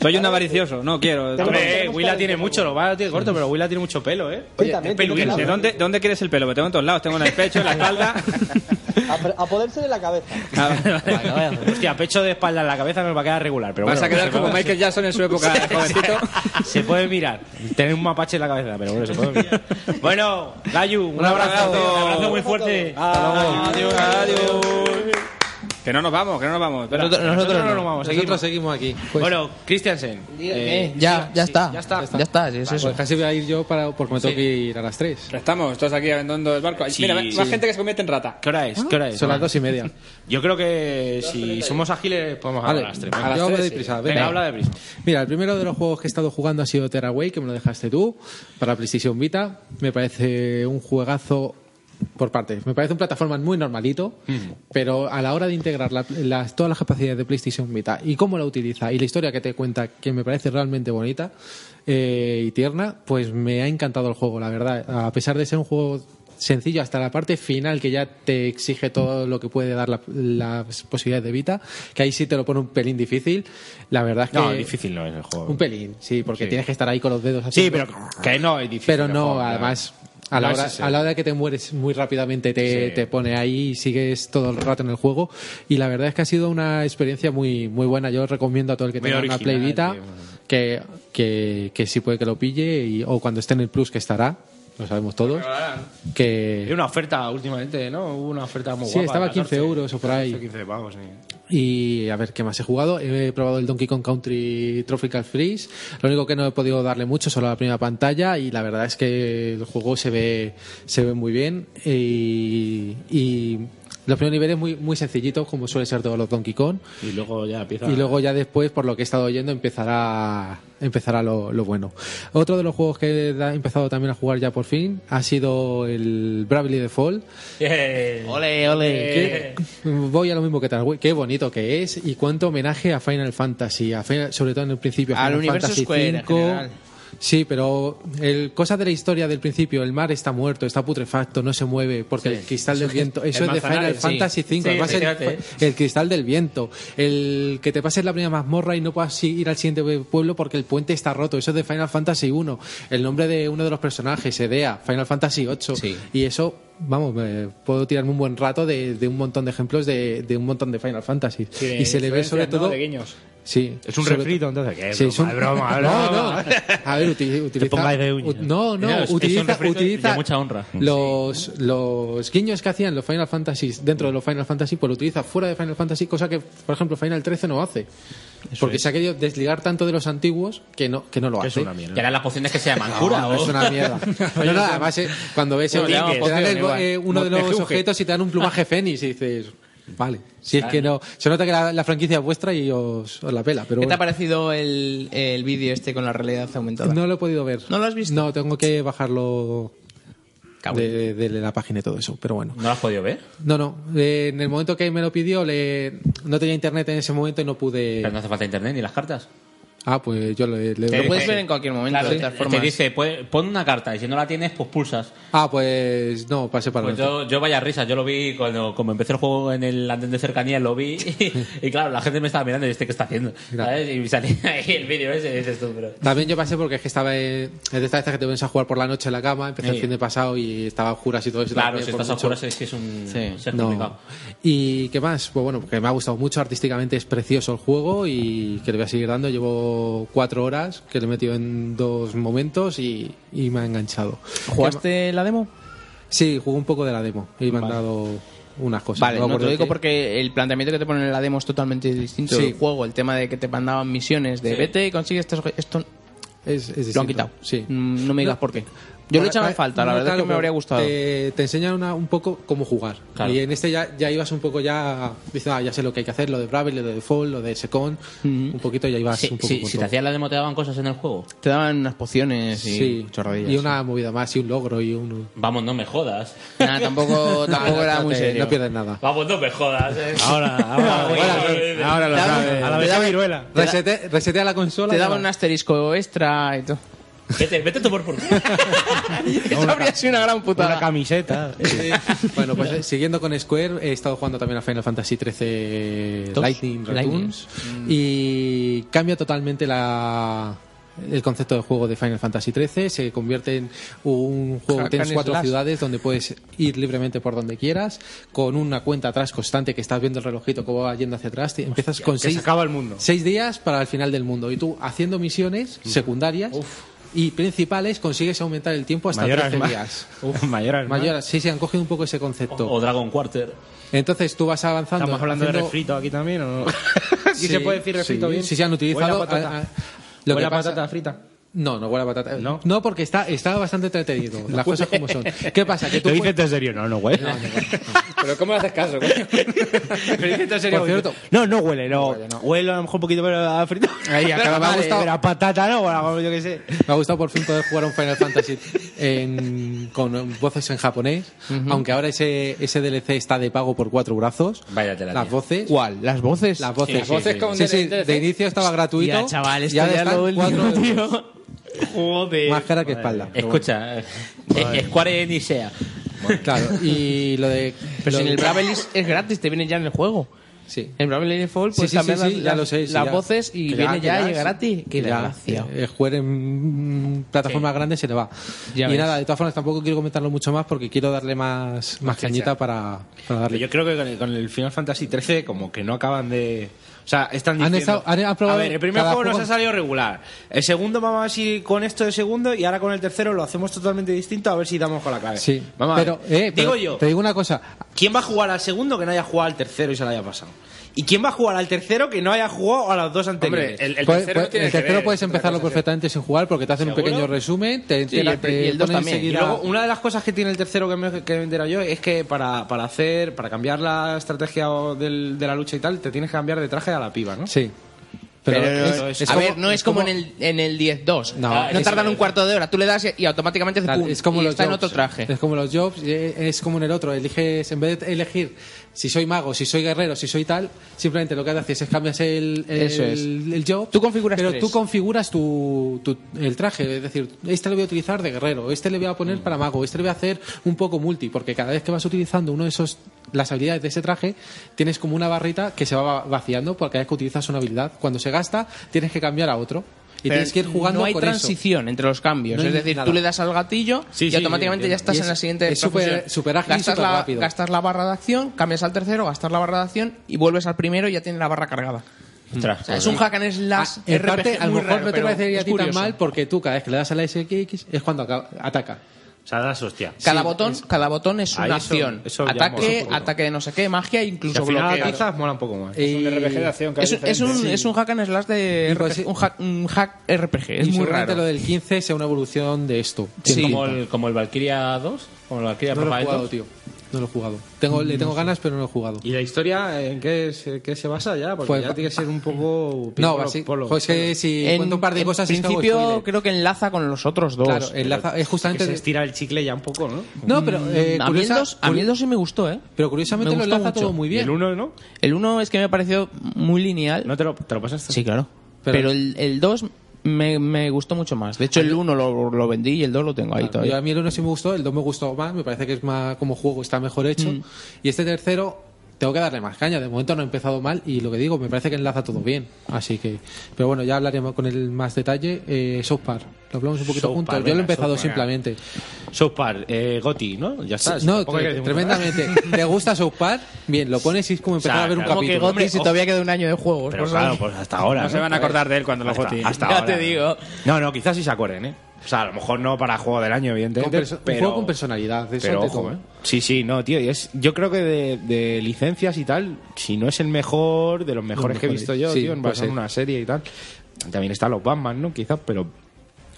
Soy un avaricioso, no quiero.
Hombre, eh, Willa tiene mucho, lo va a tiene corto, pero Willa tiene mucho pelo, eh.
también
qué peluquín,
¿De
¿de dónde?
dónde, dónde quieres el pelo? Me tengo en todos lados, tengo en el pecho, en la espalda.
A, a poderse de la cabeza.
Hostia, pecho de espalda en la cabeza nos va a quedar regular, pero
Vas
bueno, pues
a quedar
se
como
puede-
Michael Jackson en su época,
Sí, sí.
jovencito.
Se puede mirar. Tener un mapache en la cabeza, pero bueno, se puede mirar. Bueno, Gayu, un, abrazo. Un abrazo muy fuerte.
Adiós, adiós. Que no nos vamos, que no nos vamos. Espera.
Nosotros- nosotros no.
Nosotros seguimos aquí.
Bueno, Christiansen.
Eh, ya, ya, está. ya está. Ya está, sí, es eso.
Pues casi voy a ir yo para, porque me tengo que ir a las 3.
Estamos todos aquí abandonando el barco.
Sí,
Mira, más
sí.
gente que se convierte en rata.
¿Qué hora es? ¿Qué hora es?
Son las dos y media.
Yo creo que si somos ágiles podemos hablar
Vale,
a las tres.
yo
Venga.
hablo deprisa,
Venga,
venga.
habla deprisa.
Mira, el primero de los juegos que he estado jugando ha sido Terraway, que me lo dejaste tú, para PlayStation Vita. Me parece un juegazo por partes. Me parece un plataforma muy normalito, pero a la hora de integrar la- las- todas las capacidades de PlayStation Vita y cómo la utiliza y la historia que te cuenta, que me parece realmente bonita eh, y tierna, pues me ha encantado el juego, la verdad. A pesar de ser un juego sencillo hasta la parte final que ya te exige todo lo que puede dar la- las posibilidades de Vita, que ahí sí te lo pone un pelín difícil. La verdad es que
No, difícil no es el juego.
un pelín, sí, porque
Sí.
tienes que estar ahí con los dedos así.
Sí, pero que no es difícil.
Pero
el
no, eh,
juego, claro.
además, a la,
No es
hora,
ese.
a la hora que te mueres muy rápidamente te,
Sí.
te pone ahí y sigues todo el rato en el juego. Y la verdad es que ha sido una experiencia muy, muy buena. Yo recomiendo a todo el que
Muy
tenga una
original,
Play Vita que, que, que sí puede que lo pille y- o cuando esté en el Plus que estará, lo sabemos todos,
Hay
que...
una oferta últimamente, ¿no? Hubo una oferta muy
Sí,
guapa.
estaba a 15
14,
euros o por ahí.
15 pavos, sí.
Y a ver qué más he jugado. He probado el Donkey Kong Country Tropical Freeze. Lo único que no he podido darle mucho, solo a la primera pantalla. Y la verdad es que el juego se ve, se ve muy bien. Y, y los primeros niveles muy, muy sencillitos, como suele ser todos los Donkey Kong.
Y luego ya empieza.
Y luego ya después, por lo que he estado oyendo, empezará, empezará lo, lo bueno. Otro de los juegos que he da- empezado también a jugar ya por fin ha sido el Bravely Default.
Eh,
Eh,
Ole,
Eh,
ole.
Voy a lo mismo que tal, güey. Qué bonito que es y cuánto homenaje a Final Fantasy, a Final- sobre todo en el principio. a
Al
Final
universo
Fantasy
Square en
V.
general.
Sí, pero el, cosa de la historia del principio, el mar está muerto, está putrefacto, no se mueve porque el cristal del viento, eso
El
es de Final
Manzanares, sí.
Fantasy V,
Sí, ¿eh?
además el-
fíjate.
el cristal del viento, el que te pases la primera mazmorra y no puedas ir al siguiente pueblo porque el puente está roto, eso es de Final Fantasy 1, el nombre de uno de los personajes, Edea, Final Fantasy 8, y eso, vamos, me- puedo tirarme un buen rato de, de un montón de ejemplos de, de un montón de Final Fantasy. y se le ve sobre
Influencias, ¿no?
todo...
De guiños.
Sí,
Es un
sobre-
refrito, entonces. ¿qué?
Sí, es un-
broma, broma,
No, no.
broma.
A ver, uti- utiliza.
pongáis de uña.
ut- No, no,
No, es- es un
utiliza,
refrito
utiliza
de mucha honra.
Los, los guiños que hacían los Final Fantasy dentro de los Final Fantasy, pues lo utiliza fuera de Final Fantasy, cosa que, por ejemplo, Final 13 no hace. porque
es.
se ha querido desligar tanto de los antiguos que no, que no lo hace.
Que eran las pociones que se llaman cura.
No, no, es una mierda. No, no, además, eh, cuando ves el
Bueno, le
link,
damos
te dan
poción
el-
igual.
eh, uno de
No te
los
juzgue.
objetos y te dan un plumaje fénix y dices, vale, si es que no. Se nota que la, la franquicia es vuestra y os, os la pela. Pero
¿Qué te
bueno.
ha parecido el, el vídeo este con la realidad aumentada?
No lo he podido ver. ¿No lo has visto? No, tengo que bajarlo de, de- de la página y todo eso, pero bueno.
¿No lo has podido ver?
No, no. eh, en el momento que me lo pidió, le, no tenía internet en ese momento y no pude.
Pero no hace falta internet ni las cartas.
Ah, pues yo le. le-
Te
le-
dice- Eh, Claro, Te dice, pues, pon una carta y si no la tienes, pues pulsas.
Ah, pues no, pasé para
Pues
adelante.
yo, yo vaya risa, yo lo vi cuando como empecé el juego en el andén de cercanía, lo vi y, y claro, la gente me estaba mirando y este que está haciendo. ¿sabes? Y salía ahí el vídeo ese y dices tú, pero...
También yo pasé porque es que estaba eh, es de estas veces que te pones a jugar por la noche en la cama, empecé el
Sí.
fin de pasado y estaba a oscuras y todo eso.
Claro,
también
si
Pues por
estás a
mucho-
oscuras es que es un... sí, es
No.
complicado.
¿Y qué más? Pues bueno, que me ha gustado mucho, artísticamente es precioso el juego y que le voy a seguir dando. Llevo jugado cuatro horas, que le he metido en dos momentos y, y me ha enganchado.
¿Jugaste la demo?
Sí, jugué un poco de la demo y me han dado unas cosas.
Vale,
Pues No me
no te lo
acuerdo
digo
qué.
porque el planteamiento que te ponen en la demo es totalmente distinto
Sí.
del juego. El tema de que te mandaban misiones de
Sí.
vete y consigue esto, esto
es,
lo han
distinto,
quitado.
sí.
Mm, No me digas
No.
por qué. Yo lo
Para-
echaba en
para-
falta, la
no,
verdad es
claro,
que me habría gustado.
Te, te enseñan una- un poco cómo jugar.
Claro.
Y en este ya, ya ibas un poco ya. Dices, ah, ya sé lo que hay que hacer, lo de Bravel, lo de Default, lo de Secon.
Mm.
Un poquito ya ibas
Sí,
un poco.
sí,
con
si te
todo.
hacías la demo, te daban cosas en el juego.
Te daban unas pociones y
Sí,
chorradillas.
y una movida más, y un logro, y un.
Vamos, no me jodas.
Nada, tampoco, tampoco
No, no,
era
no
muy
te-
serio.
no pierdes nada.
Vamos, no me jodas. eh.
ahora lo
Te
sabes.
daban-
A la vez
te daban-
viruela.
te da-
Resete- resetea la consola.
Te
y
daban
ya
un asterisco extra y todo.
Vete, vete a tomar por
Eso habría sido una gran putada.
Una
camiseta.
Bueno, pues eh, siguiendo con Square, he estado jugando también a Final Fantasy XIII
Dos.
Lightning Returns
Mm.
Lightning.
y cambia totalmente la el concepto de juego de Final Fantasy XIII se convierte en un juego
Hack
tienes
and
cuatro
slash.
ciudades donde puedes ir libremente por donde quieras con una cuenta atrás constante que estás viendo el relojito como va yendo hacia atrás te- empiezas
Hostia,
con
que
seis,
se acaba el mundo. Mm.
seis días para el final del mundo y tú haciendo misiones secundarias y principales consigues aumentar el tiempo hasta
Mayoras
13
más.
días
Uf, mayor
Mayoras, sí, sí, han cogido un poco ese concepto.
O Dragon Quarter.
Entonces tú vas avanzando.
¿Estamos hablando de
haciendo-
refrito aquí también o no?
Sí,
se puede decir refrito
sí,
bien?
Sí, se han
Huele
utilizado.
a patata.
a- a-
Huele a
pasa-
patata frita.
No, no huele a patata. No, porque está, está bastante entretenido. las
huele.
cosas como son. ¿Qué pasa? Que tú
¿Lo
puedes-
dices en serio? No, no huele.
Pero ¿cómo le haces caso, coño?
Por cierto,
No, no huele, no. Huele a lo mejor un poquito pero a frito.
Ahí acaba, me ha
Vale,
gustado.
pero a patata no, bueno, yo qué sé.
me ha gustado por fin poder jugar a un Final Fantasy en- con voces en japonés.
Ujú.
Aunque ahora ese, ese DLC está de pago por cuatro brazos.
Váyatela,
Las
tío.
voces.
¿Cuál? ¿Las voces?
Las voces.
Sí, Las voces sí, sí. con
Sí, sí,
DLC.
de inicio estaba gratuito.
Hostia, chaval, esto
y ahora
ya
están
lo último,
cuatro
tío.
euros.
Joder.
Más cara que espalda.
Escucha, eh, eh, Square Enix sea.
Claro, y lo de. lo
Pero si en
de-
el Bravel es, es gratis, te viene ya en el juego.
Sí.
En Bravel Default puedes
Sí, sí,
cambiar
sí, sí,
Pues las,
ya
las-
lo sé, sí,
las
ya.
voces y
Que
viene
ya,
ya,
que
y
ya,
gratis. Qué
Ya,
desgracia.
eh, jugar en mm, plataformas grandes se le va.
Ya
y
ves.
nada, de todas formas tampoco quiero comentarlo mucho más porque quiero darle más, más cañita para, para darle.
Yo creo que con el, con el Final Fantasy XIII como que no acaban de... O sea, están
Han estado-
diciendo...
han- han probado
a ver, el primer
cada
juego, nos
juego-
ha salido regular. El segundo vamos a ver si con esto de segundo y ahora con el tercero lo hacemos totalmente distinto a ver si damos con la clave.
Sí,
Vamos a
pero,
ver.
eh, pero
Digo yo,
te digo una cosa.
¿quién va a jugar al segundo que no haya jugado al tercero y se lo haya pasado? ¿Y quién va a jugar al tercero que no haya jugado a las dos anteriores?
Puede- puede- el tercero puedes empezarlo perfectamente sin jugar porque te hacen un
¿Seguro?
pequeño resumen, te
Sí,
enteras,
el-
te
y el dos
ponen
también.
enseguida-
Y luego, una de las cosas que tiene el tercero que me, que me he enterado yo es que para, para hacer, para cambiar la estrategia o del- de la lucha y tal, te tienes que cambiar de traje a la piba, ¿no?
Sí.
Pero, a ver, no es como, en el, en el 10-2.
No,
No,
es-
tardan un cuarto de hora. Tú le das y- y automáticamente hace
Tal,
pum,
es como
y
los
está en
jobs.
otro traje.
Es como los jobs, eh, es como en el otro. Eliges, en vez de elegir si soy mago, si soy guerrero, si soy tal, simplemente lo que haces es cambias el, el,
Eso es.
el job. Tú configuras Pero
tres.
tú configuras tu, tu- el traje. Es decir, este lo voy a utilizar de guerrero, este le voy a poner para mago, este le voy a hacer un poco multi, porque cada vez que vas utilizando uno de esos las habilidades de ese traje, tienes como una barrita que se va vaciando porque cada vez que utilizas una habilidad, cuando se gasta, tienes que cambiar a otro. Y
Pero
tienes que ir jugando
No hay
con eso.
transición entre los cambios.
No hay
es decir,
nada.
tú le das al gatillo
Sí,
y
sí,
automáticamente
entiendo.
ya estás
Y
en
es-
la siguiente.
es súper-
profusión.
súper ágil y
gastas
súper
la,
rápido.
gastas la barra de acción, cambias al tercero, gastas la barra de acción y vuelves al primero y ya tienes la barra cargada. O sea, es un hack and slash.
Ah, en
RPG
parte, a lo
muy
mejor
raro,
no te
pero
parecería a
es
ti tan
curioso.
mal porque tú cada vez que le das a la SX es cuando acaba- ataca.
O sea, das hostia.
Cada
Sí,
botón, cada botón es
Ahí
una
eso-
acción.
eso ya mola un
ataque,
poco.
ataque de no sé qué, magia, incluso bloqueo.
mola un poco más.
Es un RPG de
acción,
Es un, es, un, es un hack and slash de RPG, un, hack, un hack RPG. Es
y
muy
seguramente
raro.
lo del 15 sea una evolución de esto. Tiene
Sí.
Como
pinta.
el, como el Valkyria 2, como el Valkyria
No lo he
Profile
jugado,
2.
tío. No lo he jugado. Tengo, le
Mm.
tengo ganas, pero no lo he jugado.
¿Y la historia en qué se, qué se basa ya? Porque
Pues-
ya tiene que ser un poco...
No,
polo-
así-
polo-
pues que si
En-
cuento un par de
en
cosas es que hago
principio
spoiler.
creo que enlaza con los otros dos.
Claro, enlaza- es justamente-
que se estira el chicle ya un poco, ¿no?
No, pero eh,
Mm, a, mí el
curiosa-
dos- a mí el dos sí me gustó, ¿eh?
Pero curiosamente
Me
lo
gustó
enlaza
mucho.
todo muy bien.
¿Y el uno
no?
El 1 es que me pareció muy lineal. ¿No
te lo, te lo pasaste?
Sí, claro. Pero, el 2 me, me gustó mucho más. De hecho, el 1 lo, lo vendí y el 2 lo tengo ahí
Yo
todavía.
Mm.
a mí el 1 sí me gustó, el 2 me gustó más, me parece que es más como juego está mejor hecho. Y este tercero tengo que darle más caña. De momento no he empezado mal y lo que digo, me parece que enlaza todo bien. Así que, pero bueno, ya hablaremos con él más detalle. Eh, South Park, lo hablamos un poquito
South
juntos.
Park,
Yo lo he
venga,
empezado
South Park.
simplemente.
South Park, eh, Goti, ¿no? Ya está.
Sí, no,
tampoco hay que
tre-
decir mucho más.
tremendamente. ¿Te gusta South Park? Bien, lo pones y es como empezar
O sea,
a ver un
como que
capítulo.
Gotti, si todavía
queda un año de juegos.
Pero claro, pues hasta ahora.
No se van a acordar de él cuando lo
hasta,
vote.
Hasta
Ya
ahora.
te digo.
No, no, quizás sí se acuerden, ¿eh? O sea, a lo mejor no para juego del año, evidentemente.
Con perso- un
pero,
juego con personalidad, eso
pero
ante
ojo,
todo.
¿eh? Sí, sí, no, tío. y es, yo creo que de, de licencias y tal, si no es el mejor, de los mejores, que he
mejores.
visto yo,
Sí,
tío, en
puede
basado en
ser.
una serie y tal. También están los Batman, ¿no? Quizás, pero.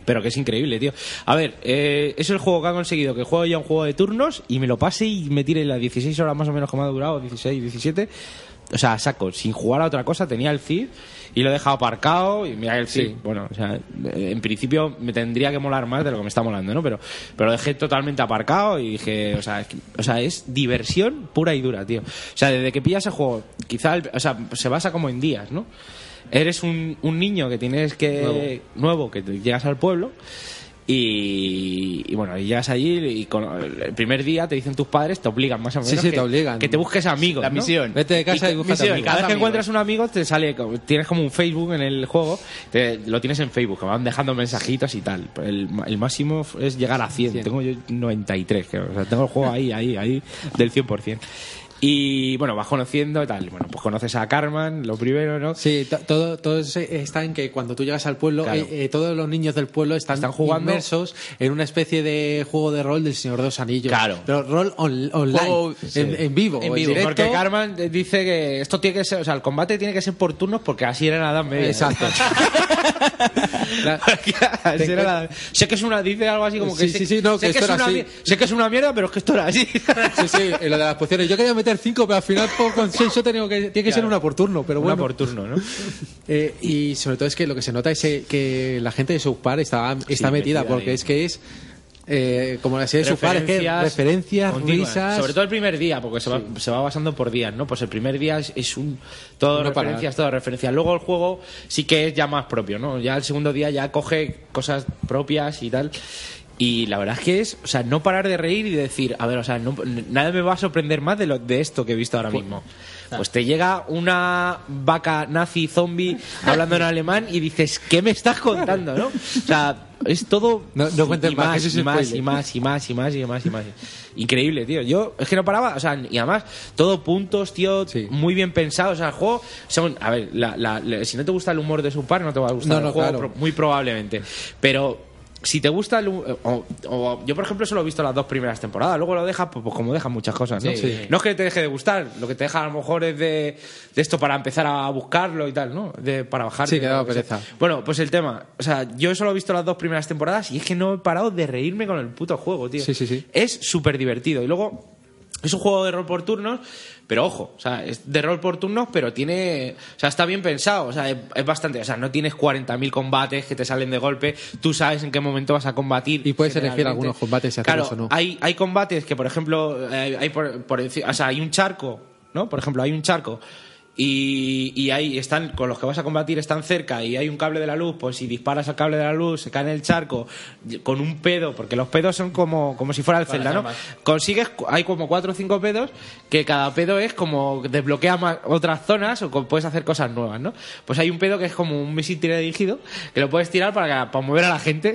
Pero que es increíble, tío. A ver, eh, es el juego que ha conseguido que juego ya un juego de turnos y me lo pase y me tire las 16 horas más o menos como ha durado, 16, 17. O sea, saco, sin jugar a otra cosa, tenía el Cid y lo he dejado aparcado y mira el Cid.
Sí.
Bueno, o sea, eh, en principio me tendría que molar más de lo que me está molando, ¿no? Pero, pero lo dejé totalmente aparcado y dije, o sea, es, que- o sea, es diversión pura y dura, tío. O sea, desde que pillas el juego, quizá, el- o sea, se basa como en días, ¿no? Eres un, un niño que tienes que...
Nuevo.
nuevo que te- llegas al pueblo y, y bueno, y llegas allí y con, el primer día te dicen tus padres, te obligan más o menos.
Sí, sí,
que,
te obligan.
Que te busques amigos.
La
¿no?
misión. Vete de casa y
que-
búscate
misión.
amigos.
Cada vez que
Amigos.
encuentras un amigo, te sale, como- tienes como un Facebook en el juego, te- lo tienes en Facebook, que van dejando mensajitos y tal. El, el máximo es llegar a 100.
100.
Tengo yo 93, creo. O sea, tengo el juego ahí, ahí, ahí, del 100%. Y bueno, vas conociendo y tal. Bueno, pues conoces a Carmen, lo primero, ¿no?
Sí, to- todo, todo eso está en que cuando tú llegas al pueblo,
Claro.
eh, eh, todos los niños del pueblo están,
jugando-
inmersos en una especie de juego de rol del Señor de los Anillos.
Claro.
Pero rol on- online,
Juego-
en,
sí.
en vivo, en, directo.
Porque Carmen eh, dice que esto tiene que ser, o sea, el combate tiene que ser por turnos porque así era nada media.
Exacto.
Porque así era la- Sé que es una, dice algo así como que
Sí,
sé-
sí, sí, no,
sé
que
que,
esto
es
era
una,
así.
mie- sé que es una mierda, pero es que esto era así.
Sí, sí, en lo de las pociones. Yo quería meter cinco, pero al final por consenso tengo que, tiene que ser una por turno, pero
Una
bueno.
por turno, ¿no?
Eh, y sobre todo es que lo que se nota es eh, que la gente de South Park está, está
Sí,
metida,
metida
porque
ahí.
es que es eh, como la serie de South Park, es que referencias,
continuas.
risas.
Sobre todo el primer día, porque se, va, se va basando por días, ¿no? Pues el primer día es, es un. Todo
No parar.
referencias, todo referencias. Luego el juego sí que es ya más propio, ¿no? Ya el segundo día ya coge cosas propias y tal. Y la verdad es que es, o sea, no parar de reír y decir, a ver, o sea, no- nada me va a sorprender más de, lo, de esto que he visto ahora mismo. Pues te llega una vaca nazi zombie hablando en alemán y dices, ¿qué me estás contando, no? O sea, es todo
No- no cuentes
y
más,
más,
que eso es
y más,
spoiler.
y más, y más, y más, y más, y más. Increíble, tío. Yo es que no paraba, o sea, y además, todo puntos, tío, muy bien pensado. O sea, el juego, son, a ver, la- la- la- si no te gusta el humor de su par, no te va a gustar
No, no,
el juego,
claro.
pro- muy probablemente. Pero si te gusta el hu- o- o- yo por ejemplo solo he visto las dos primeras temporadas luego lo dejas pues, pues como dejan muchas cosas ¿no?
Sí. Sí.
no es que te deje de gustar lo que te deja a lo mejor es de, de esto para empezar a buscarlo y tal no de, para bajar
Sí, que daba pereza.
bueno, pues el tema. O sea, yo solo he visto las dos primeras temporadas y es que no he parado de reírme con el puto juego, tío.
Sí, sí, sí.
Es súper divertido. Y luego, es un juego de rol por turnos, pero ojo, o sea, es de rol por turnos, pero tiene. O sea, está bien pensado. O sea, es, es bastante. O sea, no tienes 40.000 combates que te salen de golpe. Tú sabes en qué momento vas a combatir.
Y puedes elegir
generalmente.
algunos combates si
Claro,
hacerlos o no.
hay, hay combates que, por ejemplo, eh, hay, por, por enci- o sea, hay un charco, ¿no? Por ejemplo, hay un charco y, y ahí están, con los que vas a combatir están cerca y hay un cable de la luz, pues si disparas al cable de la luz se cae en el charco y- con un pedo, porque los pedos son como, como si fuera el
Para
celda,
las
¿no?
armas.
Consigues, cu- hay como cuatro o cinco pedos que cada pedo es como desbloquea más otras zonas o co- puedes hacer cosas nuevas, ¿no? Pues hay un pedo que es como un misil dirigido que lo puedes tirar para, para mover a la gente.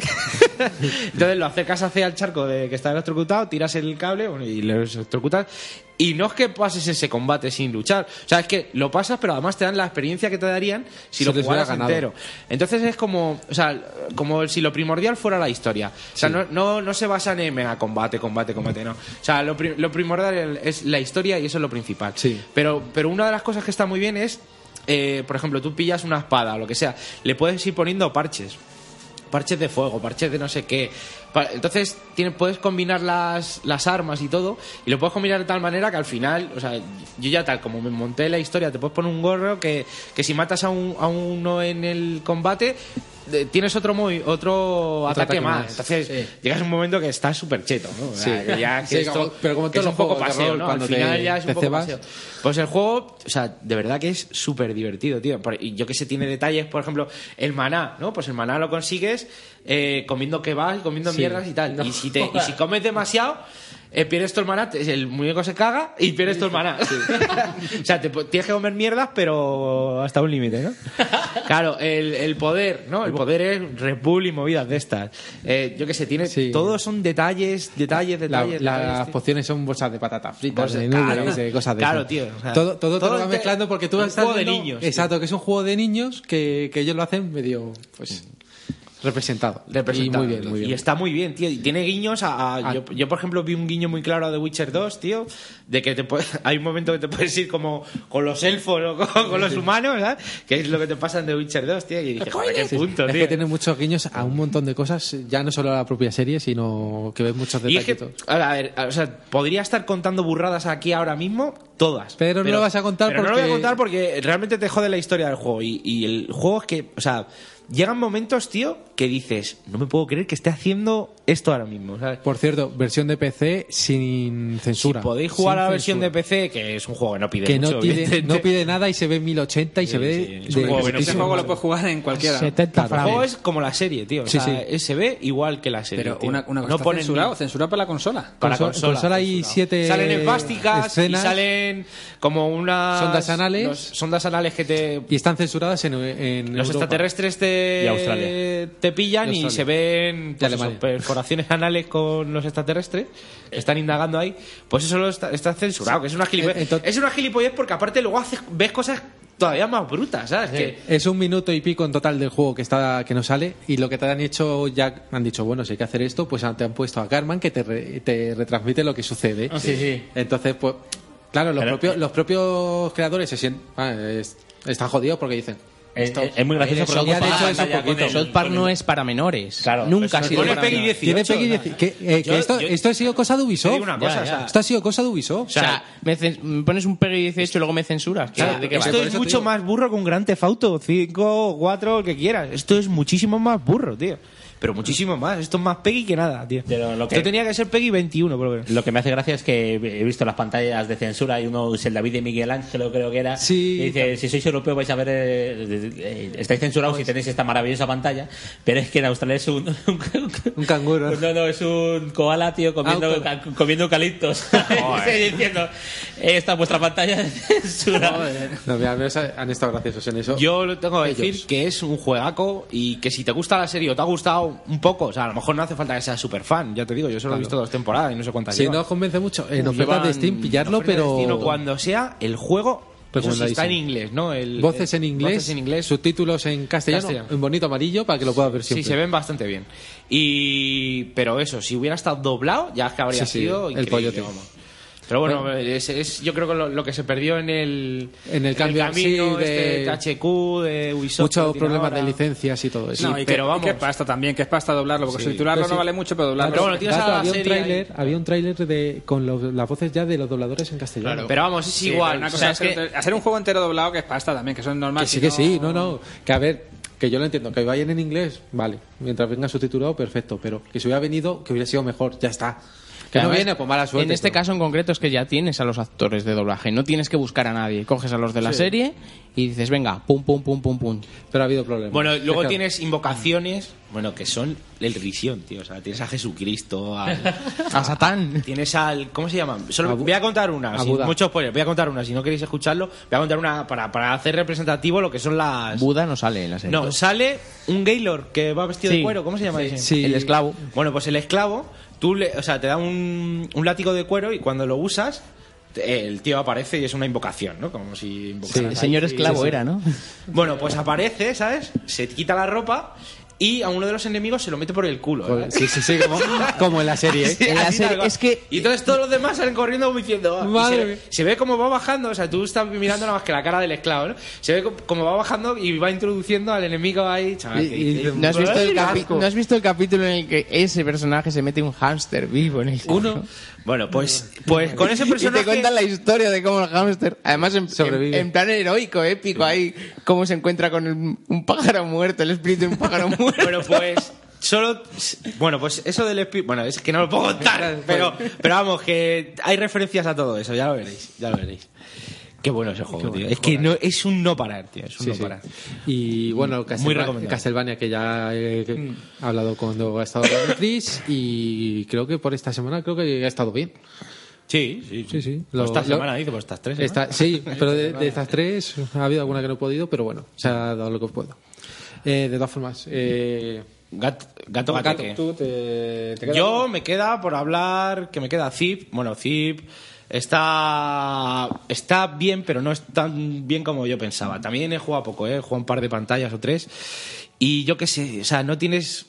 Entonces lo acercas hacia el charco de que está electrocutado, tiras el cable bueno, y lo electrocutas. Y no es que pases ese combate sin luchar. O sea, es que lo pasas, pero además te dan la experiencia que te darían si
Si
lo
les hubiera
jugaras
ganado.
entero. Entonces es como, o sea, como si lo primordial fuera la historia. O sea, no, no, no se basan en "Venga, combate, combate, combate, no. O sea, lo, pri- lo primordial es la historia y eso es lo principal. Pero, pero una de las cosas que está muy bien es, eh, por ejemplo, tú pillas una espada o lo que sea, le puedes ir poniendo parches parches de fuego, parches de no sé qué. Pa- Entonces tienes, puedes combinar las, las armas y todo, y lo puedes combinar de tal manera que al final, o sea, yo ya tal como me monté la historia, te puedes poner un gorro que, que si matas a, un- a uno en el combate, de- tienes otro, movi- otro, ataque,
ataque
más.
más.
Entonces llegas a un momento que estás súper cheto, ¿no? O sea,
Sí.
que ya que
Sí,
esto-
como- pero como
que
todos
es
los
un poco
juegos de
paseo,
rol,
¿no?
cuando
Al final
te-
ya es un
te
poco
cebas.
paseo. Pues el juego, o sea, de verdad que es súper divertido, tío. Por- y Yo que sé, tiene detalles, por ejemplo, el maná, ¿no? Pues el maná lo consigues eh, comiendo kebab y comiendo
Sí.
mierdas y tal. Y, si te, y si comes demasiado, eh, pierdes tu hermana, te- el muñeco se caga y pierdes tu hermana. o sea, te po- tienes que comer mierdas, pero hasta un límite, ¿no? Claro, el, el poder, ¿no? El poder es Red Bull y movidas de estas. Eh, yo qué sé, tiene todos son detalles, detalles,
La-
detalles.
las
detalles, tío.
pociones son bolsas de patatas fritas,
Bolsas-
de nubes,
claro.
de cosas de
Claro,
esas.
tío, o sea,
todo, todo, te
todo
lo va
te-
mezclando porque tú
un
estás
juego de
viendo-
niños, tío.
Exacto, que es un juego de niños que, que ellos lo hacen medio, pues, representado.
representado.
Y muy bien, muy bien.
Y está muy bien, tío. Y tiene guiños a. a-
A-
yo, yo, por ejemplo, vi un guiño muy claro a The Witcher 2, tío. De que te puede- hay un momento que te puedes ir como con los elfos o con, con los humanos, ¿verdad? Que es lo que te pasa en The Witcher 2, tío. Y dije, joder, qué punto,
es
tío.
que tiene muchos guiños a un montón de cosas, ya no solo a la propia serie, sino que ves muchos
Y
detalles.
es que, ahora, a ver, o sea, podría estar contando burradas aquí ahora mismo, todas.
Pero no lo vas a contar
pero no lo
porque-
voy a contar porque realmente te jode la historia del juego. Y, y el juego es que, o sea, llegan momentos, tío, que dices, no me puedo creer que esté haciendo esto ahora mismo. ¿sabes?
Por cierto, versión de PC sin censura.
Podéis jugar
Sin
a la versión
censura.
de PC, que es un juego que no pide
que
mucho.
no pide,
evidentemente.
no pide nada y se ve en 1080 y se ve
Es un
de
juego que no
altísimo
pide mucho.
valor.
jugar en cualquiera.
70
El juego
frames.
es como la serie, tío. O
Sí,
sea, Se ve igual que la serie.
Pero
tío.
una, una cosa
no
está
ponen
censurado,
ni-
censurado para la consola.
Para
Consola-
consola.
consola hay
censurado.
siete
Salen en plásticas y
escenas.
salen como unas.
Sondas anales.
los- sondas anales que te.
Y están censuradas en, en
Los
Europa.
extraterrestres te.
Y Australia.
Te pillan
Y
y,
Australia.
se ven.
Y
Pues
Alemania.
eso, perforaciones anales con los extraterrestres. que Están indagando ahí. Pues eso lo está, está censurado, que es una
Eh,
gilipollez. es una gilipollez porque aparte luego haces, ves cosas todavía más brutas, ¿sabes? Que,
Es un minuto y pico en total del juego que está que no sale y lo que te han hecho ya han dicho bueno si hay que hacer esto pues te han puesto a Carmen que te, re- te retransmite lo que sucede.
Ah, sí, sí.
Entonces pues claro los
eh
propios los propios creadores se sienten ah, es- están jodidos porque dicen
Eh,
esto- Y han hecho eso un poquito.
South Park no es para menores. Nunca ha sido para menores.
Tiene Peggy 18, que, eh, que
Yo-
esto,
yo-
esto ha sido cosa de
Te
Ubisoft.
digo una cosa, o sea-
esto ha sido cosa de Ubisoft.
O sea, me, cen- me pones un Peggy 18 y luego me censuras. ¿Qué-
Claro,
¿De qué va?
esto es mucho más burro que un Gran Tefauto, 5, 4, el que quieras. Esto es muchísimo más burro, tío. Pero muchísimo más. Esto es más Peggy que nada, tío.
lo que-
Esto tenía que ser Peggy 21, por lo menos.
Lo que me hace gracia es que he visto las pantallas de censura y uno es el David de Miguel Ángel, creo que era. y dice, si sois europeo vais a ver, eh, eh, eh, estáis
Pues
censurados si tenéis esta maravillosa pantalla. Pero es que en Australia es un... Un,
canguro.
No, no, es un koala, tío, comiendo,
Ah, un
ca- comiendo eucaliptos. Y diciendo, esta es vuestra pantalla de censura.
No, mira, al menos han estado graciosos en eso.
Yo lo tengo que decir que es un juegaco y que si te gusta la serie o te ha gustado un poco, o sea, a lo mejor no hace falta que seas super fan, ya te digo, yo solo he
Claro.
visto dos temporadas y no sé cuántas
Si
lleva.
no os convence mucho, en
Llevan-
ofertas de Steam pillarlo,
ofertas de
pero
Steam o cuando sea el juego eso sí está
Recomendadísimo.
en inglés, ¿no? El,
voces en
el-
inglés,
voces en inglés.
subtítulos en castellano,
Castellano.
en bonito amarillo para que lo puedas ver
Sí,
siempre.
se ven bastante bien. Y pero eso, si hubiera estado doblado, ya es que habría
Sí, sí,
sido
el
increíble,
pollote.
vamos. Pero bueno, es, es- yo creo que lo, lo que se perdió en el
En el cambio,
camino
sí, de-
este THQ de Ubisoft. que
Muchos
tiene
problemas
ahora.
de licencias y todo eso.
No, y que, y que pasta también, que es pasta doblarlo, porque
Sí.
subtitularlo
Pero sí.
no vale mucho, pero doblarlo.
Dato- dato, había, un tráiler, había un tráiler de con los- las voces ya de los dobladores en castellano.
Sí, pero una cosa es que hacer un juego entero doblado que es pasta también, que eso es normal.
Que sí,
si
que
no-
sí, no, no. Que a ver, que yo lo entiendo, que vayan en inglés, vale. Mientras venga subtitulado, perfecto. Pero que si hubiera venido, que hubiera sido mejor, ya está. Que no
Además,
viene, pues mala suerte.
En este caso en concreto es que ya tienes a los actores de doblaje, no tienes que buscar a nadie. Coges a los de la
Sí.
serie y dices, venga, pum, pum, pum, pum, pum.
Pero ha habido problemas.
Bueno, luego tienes invocaciones, bueno, que son el risión, tío. O sea, tienes a Jesucristo, a,
a Satán.
Tienes al. ¿Cómo se llama? Solo, voy a contar una,
a
sin
Buda.
muchos spoilers. Voy a contar una, si no queréis escucharlo, voy a contar una para, para hacer representativo lo que son las.
Buda no sale en la serie.
No, sale un Gaylord que va vestido
Sí.
de cuero. ¿Cómo se llama
Sí.
ese?
Sí. El esclavo.
Bueno, pues el esclavo, tú le, o sea, te da un, un látigo de cuero y cuando lo usas, te- el tío aparece y es una invocación, ¿no? Como si invocaras
el
ahí.
señor
Sí,
esclavo
sí, sí.
era, ¿no?
Bueno, pues aparece, ¿sabes? Se quita la ropa y a uno de los enemigos se lo mete por el culo. ¿verdad?
Sí, sí, sí, como, como en la serie. ¿eh?
Sí, así tal cual. Y entonces todos los demás salen corriendo como diciendo... "Ah", y
Madre
se,
mía.
ve- se ve como va bajando, o sea, tú estás mirando nada más que la cara del esclavo, ¿no? Se ve co- como va bajando y va introduciendo al enemigo ahí, chaval. Ah, que dice,
¿No has, visto
"Ay,
el
qué
capi-
asco".
no has visto el capítulo en el que ese personaje se mete un hámster vivo en el Uno.
Bueno, pues, pues con ese personaje...
Y te cuentan la historia de cómo el hámster, además en,
Sobrevive.
en- en plan heroico, épico, ahí, cómo se encuentra con el- un pájaro muerto, el espíritu de un pájaro muerto.
Bueno, pues... Solo. Bueno, pues eso del espíritu. Bueno, es que no lo puedo contar, pero, pero vamos, que hay referencias a todo eso, ya lo veréis. Ya lo veréis. Qué bueno ese juego,
bueno,
tío. Es que no, es un no parar, tío. Es un
Sí,
no
sí.
parar.
Y bueno,
Muy
Castlevania,
recomendable.
Castlevania, que ya he
Mm.
he hablado cuando ha estado con Chris y creo que por esta semana creo que ha estado bien.
Sí, sí, sí. sí.
Lo-
esta
lo-
semana, dice, pues estas tres.
Está- sí, pero de, de
Vale.
estas tres ha habido alguna que no he podido, pero bueno, se ha dado lo que puedo. Eh, de todas formas, eh,
gato, gateque.
Tú te, te quedas-
Yo me queda por hablar, que me queda Zip. Bueno, Zip está, está bien, pero no es tan bien como yo pensaba. También he jugado poco, ¿eh? he jugado un par de pantallas o tres. Y yo qué sé, o sea, no tienes...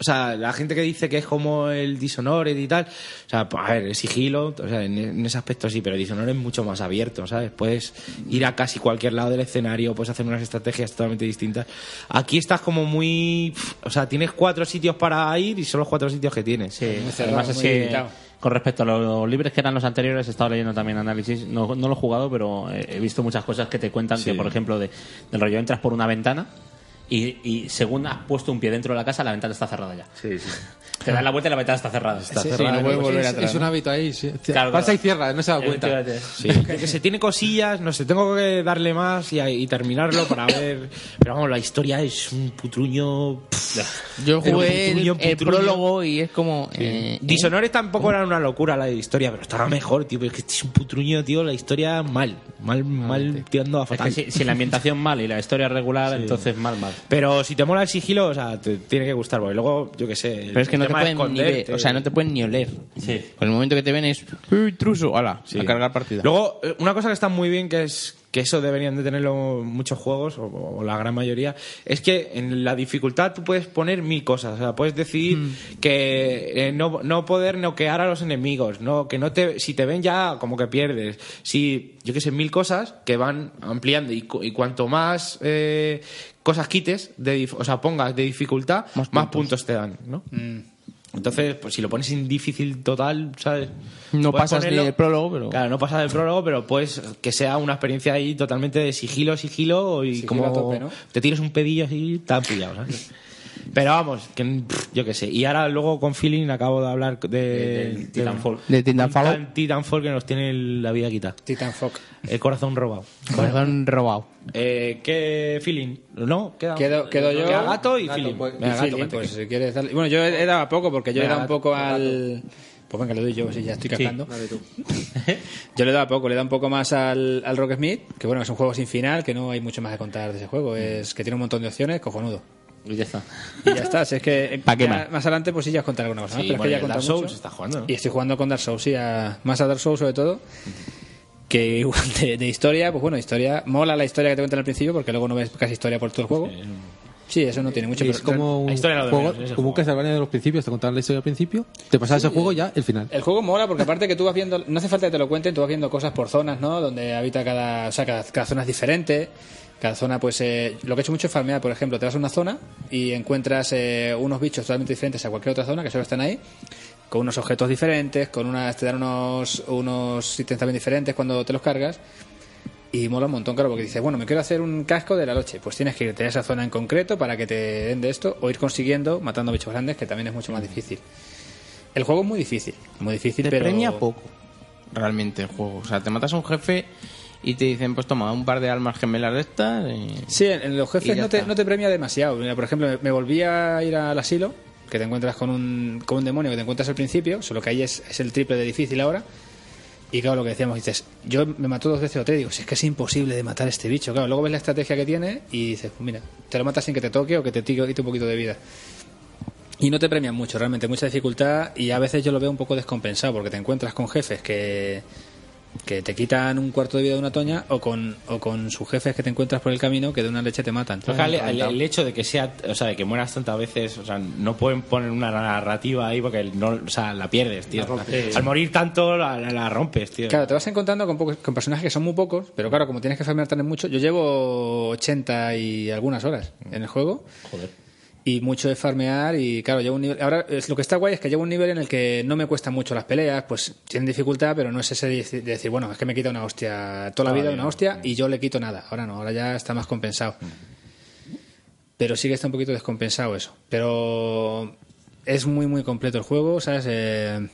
O sea, la gente que dice que es como el Dishonored y tal, o sea, pues, a ver, el sigilo, o sea, en, en ese aspecto sí, pero el Dishonored es mucho más abierto, ¿sabes? Puedes ir a casi cualquier lado del escenario, puedes hacer unas estrategias totalmente distintas. Aquí estás como muy... O sea, tienes cuatro sitios para ir y son los cuatro sitios que tienes.
Además es que, con respecto a los libres que eran los anteriores, he estado leyendo también análisis. No, no lo he jugado, pero he he visto muchas cosas que te cuentan que, por ejemplo, de, del rollo entras por una ventana y, y según has puesto un pie dentro de la casa, la ventana está cerrada ya.
Sí, sí.
Te das la vuelta y la ventana está cerrada. Está
Sí, sí,
cerrada.
no puedes volver Es- atrás, es un ¿no? hábito ahí. sí.
Claro,
Pasa
claro.
y cierra, no se da cuenta.
Efectivamente.
Sí, que se tiene cosillas, no sé, tengo que darle más y, y terminarlo para ver. Pero vamos, la historia es un putruño.
Yo
Pero
jugué el,
putruño,
el
putruño.
prólogo y es como... eh,
Dishonored tampoco era una locura la historia, pero estaba mejor, tío. Es que este es un putruño, tío, la historia mal,
Ah,
mal, mal tirando a
Es
fatal.
que si, si la ambientación mal y la historia regular, entonces mal, mal.
Pero si te mola el sigilo, o sea, te tiene que gustar, porque luego, yo qué sé.
Pero es que no te pueden ni ver, o sea, no te pueden ni oler. Por pues el momento que te ven es... "Uy, Intruso, ala, a cargar partida.
Luego, eh, una cosa que está muy bien, que es que eso deberían de tenerlo muchos juegos, o, o la gran mayoría, es que en la dificultad tú puedes poner mil cosas. O sea, puedes decidir
Mm.
que eh, no, no poder noquear a los enemigos, no que no te si te ven ya como que pierdes. Si, yo qué sé, mil cosas que van ampliando y, cu- y cuanto más eh, cosas quites, de, dif- o sea, pongas de dificultad, más puntos, te dan, ¿no? Entonces, pues si lo pones en difícil total, ¿sabes?
No
Puedes
pasas ni
ponerlo-
el prólogo, pero...
Claro, no pasa del prólogo, pero pues que sea una experiencia ahí totalmente de sigilo, sigilo y
a
como
tope, ¿no?
te tires un pedillo así, tan pillado, ¿sabes? Pero vamos, que pff, yo qué sé. Y ahora luego con Feeling acabo de hablar de,
del Titanfall.
De Titanfall.
un tal Titanfall que nos tiene el- la vida quitada. Titanfall. El corazón robado.
Corazón robado.
Eh, ¿Qué Feeling? ¿No? Queda,
Quedo, quedo yo.
Queda gato y Feeling.
Pues,
Venga, gato,
Feeling,
vete.
pues, si quieres darle- Bueno, yo he he dado a poco porque yo he
Venga,
dado un
gato,
poco al. Pues venga, le doy yo, si ya estoy
Sí,
cazando. yo le he dado a poco, le he dado un poco más al, al Rocksmith, que bueno, es un juego sin final, que no hay mucho más que contar de ese juego. Es que tiene un montón de opciones, cojonudo.
Y ya está.
Y ya está, si es que eh,
¿Pa' qué
ya
más?
más adelante pues sí ya os contaré alguna cosa. más,
Sí,
pero
bueno,
es que ya
y
he contado
Dark Souls
mucho.
está jugando, ¿no?
Y estoy jugando con Dark Souls, sí, a- más a Dark Souls sobre todo. Que igual de, de historia, pues bueno, historia. Mola la historia que te cuentan al principio porque luego no ves casi historia por todo el juego. Sí, eso no tiene mucho.
es como un, juego, como un Castlevania de los principios, te contaron la historia al principio, te pasas ese juego ya el final.
El juego mola porque aparte que tú vas viendo, no hace falta que te lo cuenten, tú vas viendo cosas por zonas, ¿no? Donde habita cada, o sea, cada, cada zona es diferente. Cada zona, pues, eh, lo que he hecho mucho es farmear, por ejemplo, te vas a una zona y encuentras eh, unos bichos totalmente diferentes a cualquier otra zona que solo están ahí, con unos objetos diferentes, con unas, te dan unos, unos ítems también diferentes cuando te los cargas. Y mola un montón, claro, porque dices, bueno, me quiero hacer un casco de la noche. Pues tienes que irte a esa zona en concreto para que te den de esto, o ir consiguiendo, matando bichos grandes, que también es mucho más difícil. El juego es muy difícil, muy difícil,
Te
pero.
premia poco, realmente, el juego. O sea, te matas a un jefe y te dicen, pues toma, un par de almas gemelas de estas y...
Sí, en, en los
Y
jefes
ya
no te,
está.
no te premia demasiado. Mira, por ejemplo, me, me volví a ir al asilo, que te encuentras con un, con un demonio que te encuentras al principio, solo que ahí es, es el triple de difícil ahora. Y claro, lo que decíamos, dices, yo me mató dos veces o tres, digo, si es que es imposible de matar a este bicho. Claro, luego ves la estrategia que tiene y dices, pues mira, te lo matas sin que te toque o que te tire quite un poquito de vida. Y no te premian mucho, realmente, mucha dificultad y a veces yo lo veo un poco descompensado porque te encuentras con jefes que, que te quitan un cuarto de vida de una toña o con, o con sus jefes que te encuentras por el camino que de una leche te matan.
Pero es que El, el- el hecho de que sea, o sea, de que mueras tantas veces, o sea, no pueden poner una narrativa ahí porque no, o sea, la pierdes, tío.
La rompes.
Al morir tanto la, la- la rompes, tío.
Claro, te vas encontrando con, pocos- con personajes que son muy pocos, pero claro, como tienes que farmear tan mucho, yo llevo 80 y algunas horas en el juego.
Joder.
Y mucho de farmear y claro, llevo un nivel... Ahora, es, lo que está guay es que llevo un nivel en el que no me cuestan mucho las peleas, pues tienen dificultad, pero no es ese de deci- de decir, bueno, es que me quita una hostia, toda la
Ah,
vida
bien.
una hostia y yo le quito nada. Ahora no, ahora ya está más compensado. Pero sí que está un poquito descompensado eso. Pero es muy, muy completo el juego, ¿sabes? Eh,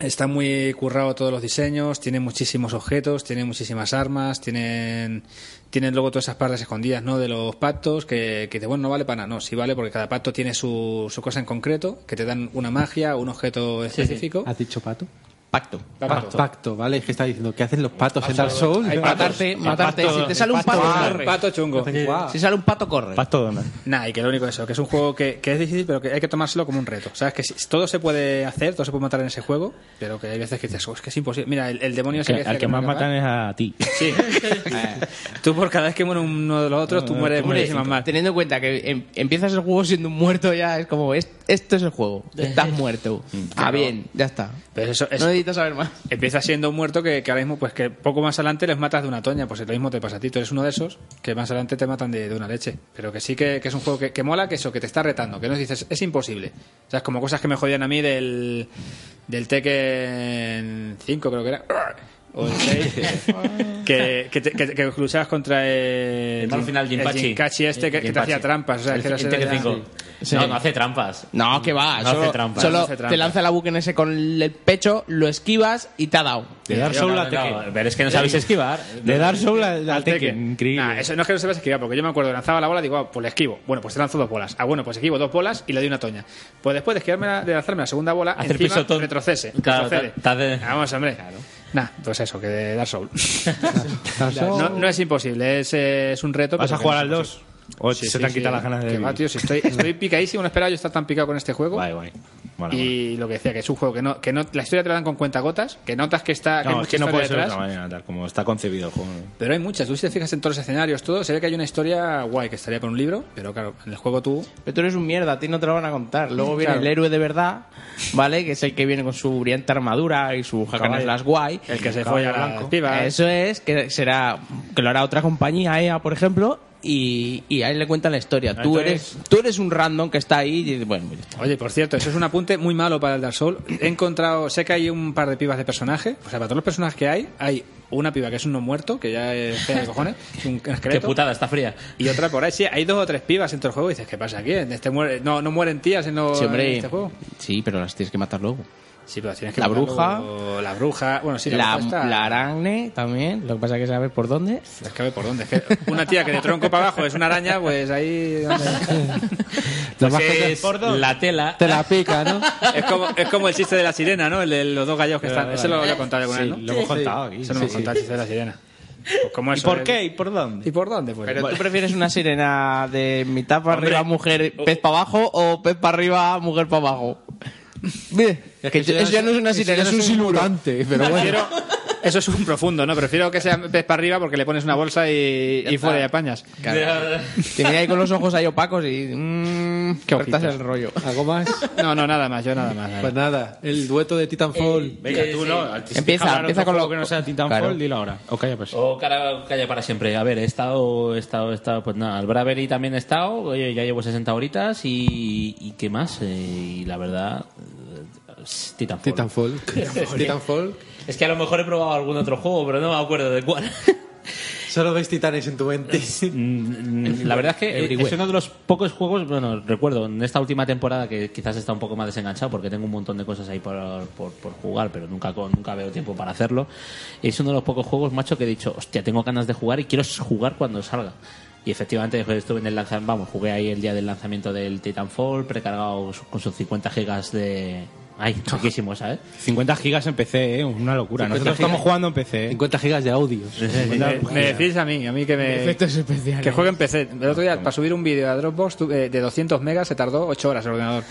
Está muy currado todos los diseños, tiene muchísimos objetos, tiene muchísimas armas, tienen, tienen luego todas esas partes escondidas, ¿no? De los pactos, que, que dice, bueno, no vale para nada, no, sí vale porque cada pacto tiene su, su cosa en concreto, que te dan una magia, un objeto específico.
¿Has dicho pato?
Pacto.
Pacto. Pacto, vale, es que está diciendo, ¿qué hacen los patos en Dark Souls?
Hay patos. Matarte, matarte. El pato- Si te sale un el pato, pato- corre.
Un pato chungo.
Guau. Si sale un pato, corre.
Pato Nah, y que lo único es eso, que es un juego que, que es difícil, pero que hay que tomárselo como un reto. Sabes que si- todo se puede hacer, todo se puede matar en ese juego, pero que hay veces que dices, "Oh, es que es imposible. Mira, el, el demonio
Que-
se
al que más matan es a ti.
¿eh? Sí. tú por cada vez que muere uno de los otros, tú mueres muchísimas más.
Teniendo en cuenta que em- empiezas el juego siendo un muerto ya, es como, es- esto es el juego. Estás muerto.
Mm,
Ah, bien, ya está.
Pero eso,
No necesitas saber más.
Empieza siendo un muerto que, que ahora mismo, pues que poco más adelante les matas de una toña. Pues lo mismo te pasa a ti. Tú eres uno de esos que más adelante te matan de, de una leche. Pero que sí que, que es un juego que, que mola, que eso, que te está retando. Que no dices, es imposible. O sea, es como cosas que me jodían a mí del, del Tekken 5, creo que era. O el 6. que, que, te- que- que luchabas contra el.
Al final, Jinpachi.
el Jinpachi este que, que te
Jinpachi.
hacía trampas. O sea,
El-
que era-
el Tekken
era-
5.
Sí.
No, no hace trampas.
No, que va.
No
solo
hace trampas.
solo
No hace trampas.
te lanza la buque en ese con el pecho, lo esquivas y te ha dado.
De Dark Souls a Tekken. Pero es que no sabéis esquivar.
De
Dark Souls
al Tekken. Nah, eso no es que no sepas esquivar, porque yo me acuerdo, lanzaba la bola, digo, ah, pues le esquivo. Bueno, pues te lanzo dos bolas. Ah, bueno, pues esquivo dos bolas y le doy una toña. Pues después de, esquivarme la- de lanzarme la segunda bola,
Hacer
encima
pisotón.
retrocese.
Claro,
retrocede.
te- te hace-
Vamos, hombre. Nah, pues eso, que de Dark Souls.
Souls.
no, no es imposible, es, eh, es un reto.
¿Vas
pero
a
que
jugar
no es
al
imposible.
¿O se te han quitado las ganas de
Que va,
vivir?
tío, si estoy, estoy picadísimo, no esperaba yo estar tan picado con este juego. y lo que decía, que es un juego que no, que no, la historia te la dan con cuentagotas, que notas que está, que hay
No, es
mucha
que no
historia
puede ser de
detrás.
otra manera, tal como está concebido el juego. ¿no?
Pero hay muchas. Tú si te fijas en todos los escenarios, todo, se ve que hay una historia guay que estaría por un libro, pero claro, en el juego tú...
Pero tú eres un mierda, a ti no te lo van a contar. Luego viene
Claro.
el héroe de verdad, ¿vale? Que es el que viene con su brillante armadura y su hack and
Caballo.
slash guay.
El que se
Caballo
folla a las pibas.
Eso es, que será que lo hará otra compañía, EA, por ejemplo, y, y ahí le cuentan la historia. Tú
Entonces-
eres, tú eres un random que está ahí y dices, bueno, mira.
Oye, por cierto, eso es un apunte muy malo para el Dark Souls. He encontrado, sé que hay un par de pibas de personaje, o sea, para todos los personajes que hay, hay una piba que es un no muerto, que ya es fea de cojones, un esqueleto.
Qué putada, está fría.
Y otra por ahí, sí, hay dos o tres pibas en todo el juego y dices, ¿qué pasa aquí? En este muere- no, no mueren tías en, lo-
Sí, hombre.
en este juego.
Sí, pero las tienes que matar luego.
Sí, pero tienes que
La
matarlo-
bruja.
La bruja. Bueno, sí, la,
La,
bruja está-
la aragne también, lo que pasa es que saber por dónde.
Es que a ver por dónde. Es que una tía que de tronco para abajo es una araña, pues ahí...
Pues
bajas
es la tela.
Te la pica, ¿no? es, como, es como el chiste de la sirena, ¿no? El de los dos gallos que están. Ese lo, lo he contado alguna
Sí,
vez, ¿no?
lo hemos contado aquí.
Eso lo hemos
Sí,
contado, el
sí.
chiste de la sirena. Pues como
¿Y
eso
por
de-
qué? ¿Y por dónde?
¿Y por dónde? Pues,
Pero
bueno.
tú prefieres una sirena de mitad para
Hombre.
arriba, mujer, pez para abajo o pez para arriba, mujer para abajo. Bien, que
eso
eso,
ya
ya
es-
no es una
eso
sirena,
ya
es
no
un
es un
siluro.
mutante,
Prefiero- Eso es un profundo, ¿no? Prefiero que sea pez para arriba porque le pones una bolsa y, y
está.
fuera y apañas.
Claro. Te quedas ahí con los ojos ahí opacos y. Mmm,
Qué
cortas
ojitos.
el rollo.
¿Algo más?
No, no, nada más, yo nada más. nada
Pues nada, el dueto de Titanfall.
Venga, tú no. al-
Empieza,
deja hablar
empieza
otro
con
juego
lo-
que no sea Titanfall,
Claro.
dilo ahora. O calla,
Oh,
pues.
O cara- calla para siempre. A ver, he estado, he estado, he estado, pues nada, al Bravery también he estado, oye, ya llevo 60 horitas y, y qué más, Eh, y la verdad, eh, es Titanfall.
Titanfall. Titanfall.
Es que a lo mejor he probado algún otro juego, pero no me acuerdo de cuál.
Solo ves titanes en tu mente.
Mm, La verdad es que eh, es uno de los pocos juegos, bueno, recuerdo, en esta última temporada que quizás está un poco más desenganchado porque tengo un montón de cosas ahí por, por- por jugar, pero nunca, con- nunca veo tiempo para hacerlo. Es uno de los pocos juegos, macho, que he dicho, hostia, tengo ganas de jugar y quiero jugar cuando salga. Y efectivamente pues, estuve en el lanzamiento, vamos, jugué ahí el día del lanzamiento del Titanfall, precargado con sus 50 gigas de... Ay, riquísimo, ¿sabes?
50 gigas en PC, ¿eh? una locura.
50
Nosotros
gigas.
estamos jugando en ¿eh? PC.
50 gigas de audio.
Eh, Me,
pues
me decís a mí, a mí que me.
Efectos especiales.
Que juegue en PC. El otro día, para subir un vídeo a Dropbox tu- eh, de 200 megas, se tardó 8 horas el ordenador.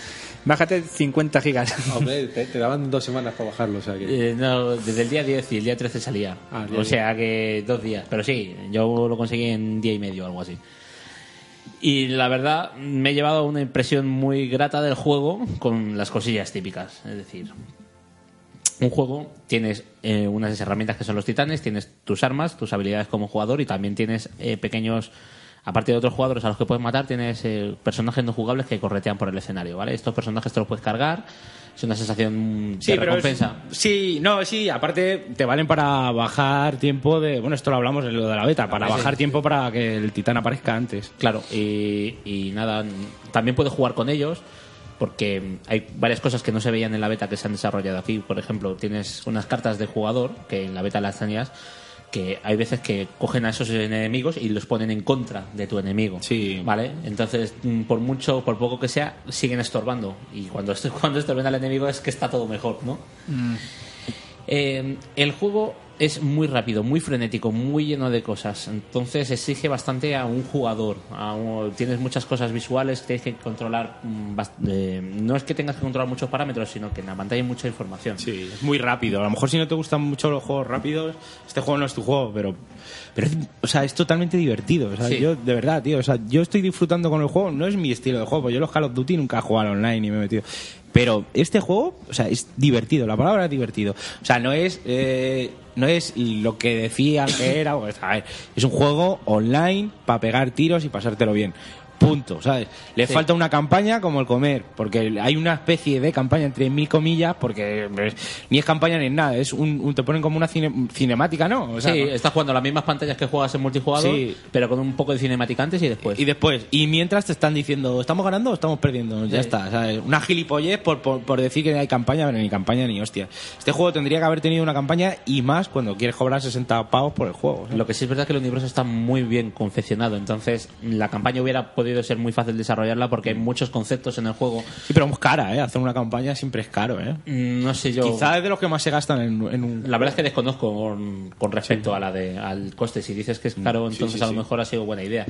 Bájate 50 gigas.
Ah, Hombre, te, te daban dos semanas para bajarlo, o sea que...
Eh, no, desde el día 10 y el día 13 salía.
Ah,
o
bien.
sea que dos días. Pero sí, yo lo conseguí en día y medio, algo así. Y la verdad, me he llevado una impresión muy grata del juego con las cosillas típicas. Es decir, un juego tienes eh, unas herramientas que son los titanes, tienes tus armas, tus habilidades como jugador y también tienes eh, pequeños, aparte de otros jugadores a los que puedes matar, tienes eh, personajes no jugables que corretean por el escenario, ¿vale? Estos personajes te los puedes cargar, es una sensación de recompensa.
es- sí, no, sí, aparte te valen para bajar tiempo de. Bueno, esto lo hablamos en lo de la beta, para
sí.
bajar tiempo para que el titán aparezca antes.
Claro, y, y nada, también puedes jugar con ellos. porque mm, hay varias cosas que no se veían en la beta que se han desarrollado aquí. Por ejemplo, tienes unas cartas de jugador, que en la beta las tenías, que hay veces que cogen a esos enemigos y los ponen en contra de tu enemigo. Sí. ¿Vale? Entonces, mm, por mucho, por poco que sea, siguen estorbando. Y cuando, est- cuando estorben al enemigo es que está todo mejor, ¿no?
Mm.
Eh, el juego es muy rápido, muy frenético, muy lleno de cosas. Entonces exige bastante a un jugador. a un- tienes muchas cosas visuales, tienes que controlar. mm, bast- eh, no es que tengas que controlar muchos parámetros, sino que en la pantalla hay mucha información.
Sí, es muy rápido. A lo mejor si no te gustan mucho los juegos rápidos, este juego no es tu juego, pero, pero es- o sea, es totalmente divertido. O sea,
Sí.
yo, de verdad, tío, o sea, yo estoy disfrutando con el juego, no es mi estilo de juego, porque yo los Call of Duty nunca he jugado online y me he metido. Pero este juego, o sea, es divertido, la palabra es divertido. O sea, no es, eh, no es lo que decían que era, o sea, a ver, es un juego online para pegar tiros y pasártelo bien. Punto, ¿sabes? Le
Sí.
falta una campaña como el comer, porque hay una especie de campaña entre mil comillas, porque eh, ni es campaña ni es nada, es un, un- te ponen como una cine- cinemática, ¿no? O sea,
sí,
con-
estás jugando a las mismas pantallas que juegas en multijugador,
Sí.
pero con un poco de cinemática antes y después.
Y después, y mientras te están diciendo, ¿estamos ganando o estamos perdiendo? Ya
Sí.
está, ¿sabes? Una gilipollez por, por, por decir que hay campaña, pero ni campaña ni hostia. Este juego tendría que haber tenido una campaña y más cuando quieres cobrar 60 pavos por el juego. ¿eh?
Lo que sí es verdad es que el universo está muy bien confeccionado, entonces la campaña hubiera podido ser muy fácil desarrollarla porque hay muchos conceptos en el juego.
Sí, pero es cara, ¿eh? Hacer una campaña siempre es caro, ¿eh?
Mm, No sé yo.
Quizás es de los que más se gastan en, en un...
La verdad es que desconozco con, con respecto a la de, al coste. Si dices que es caro,
Mm, sí,
entonces
sí,
a lo
sí.
mejor ha sido buena idea.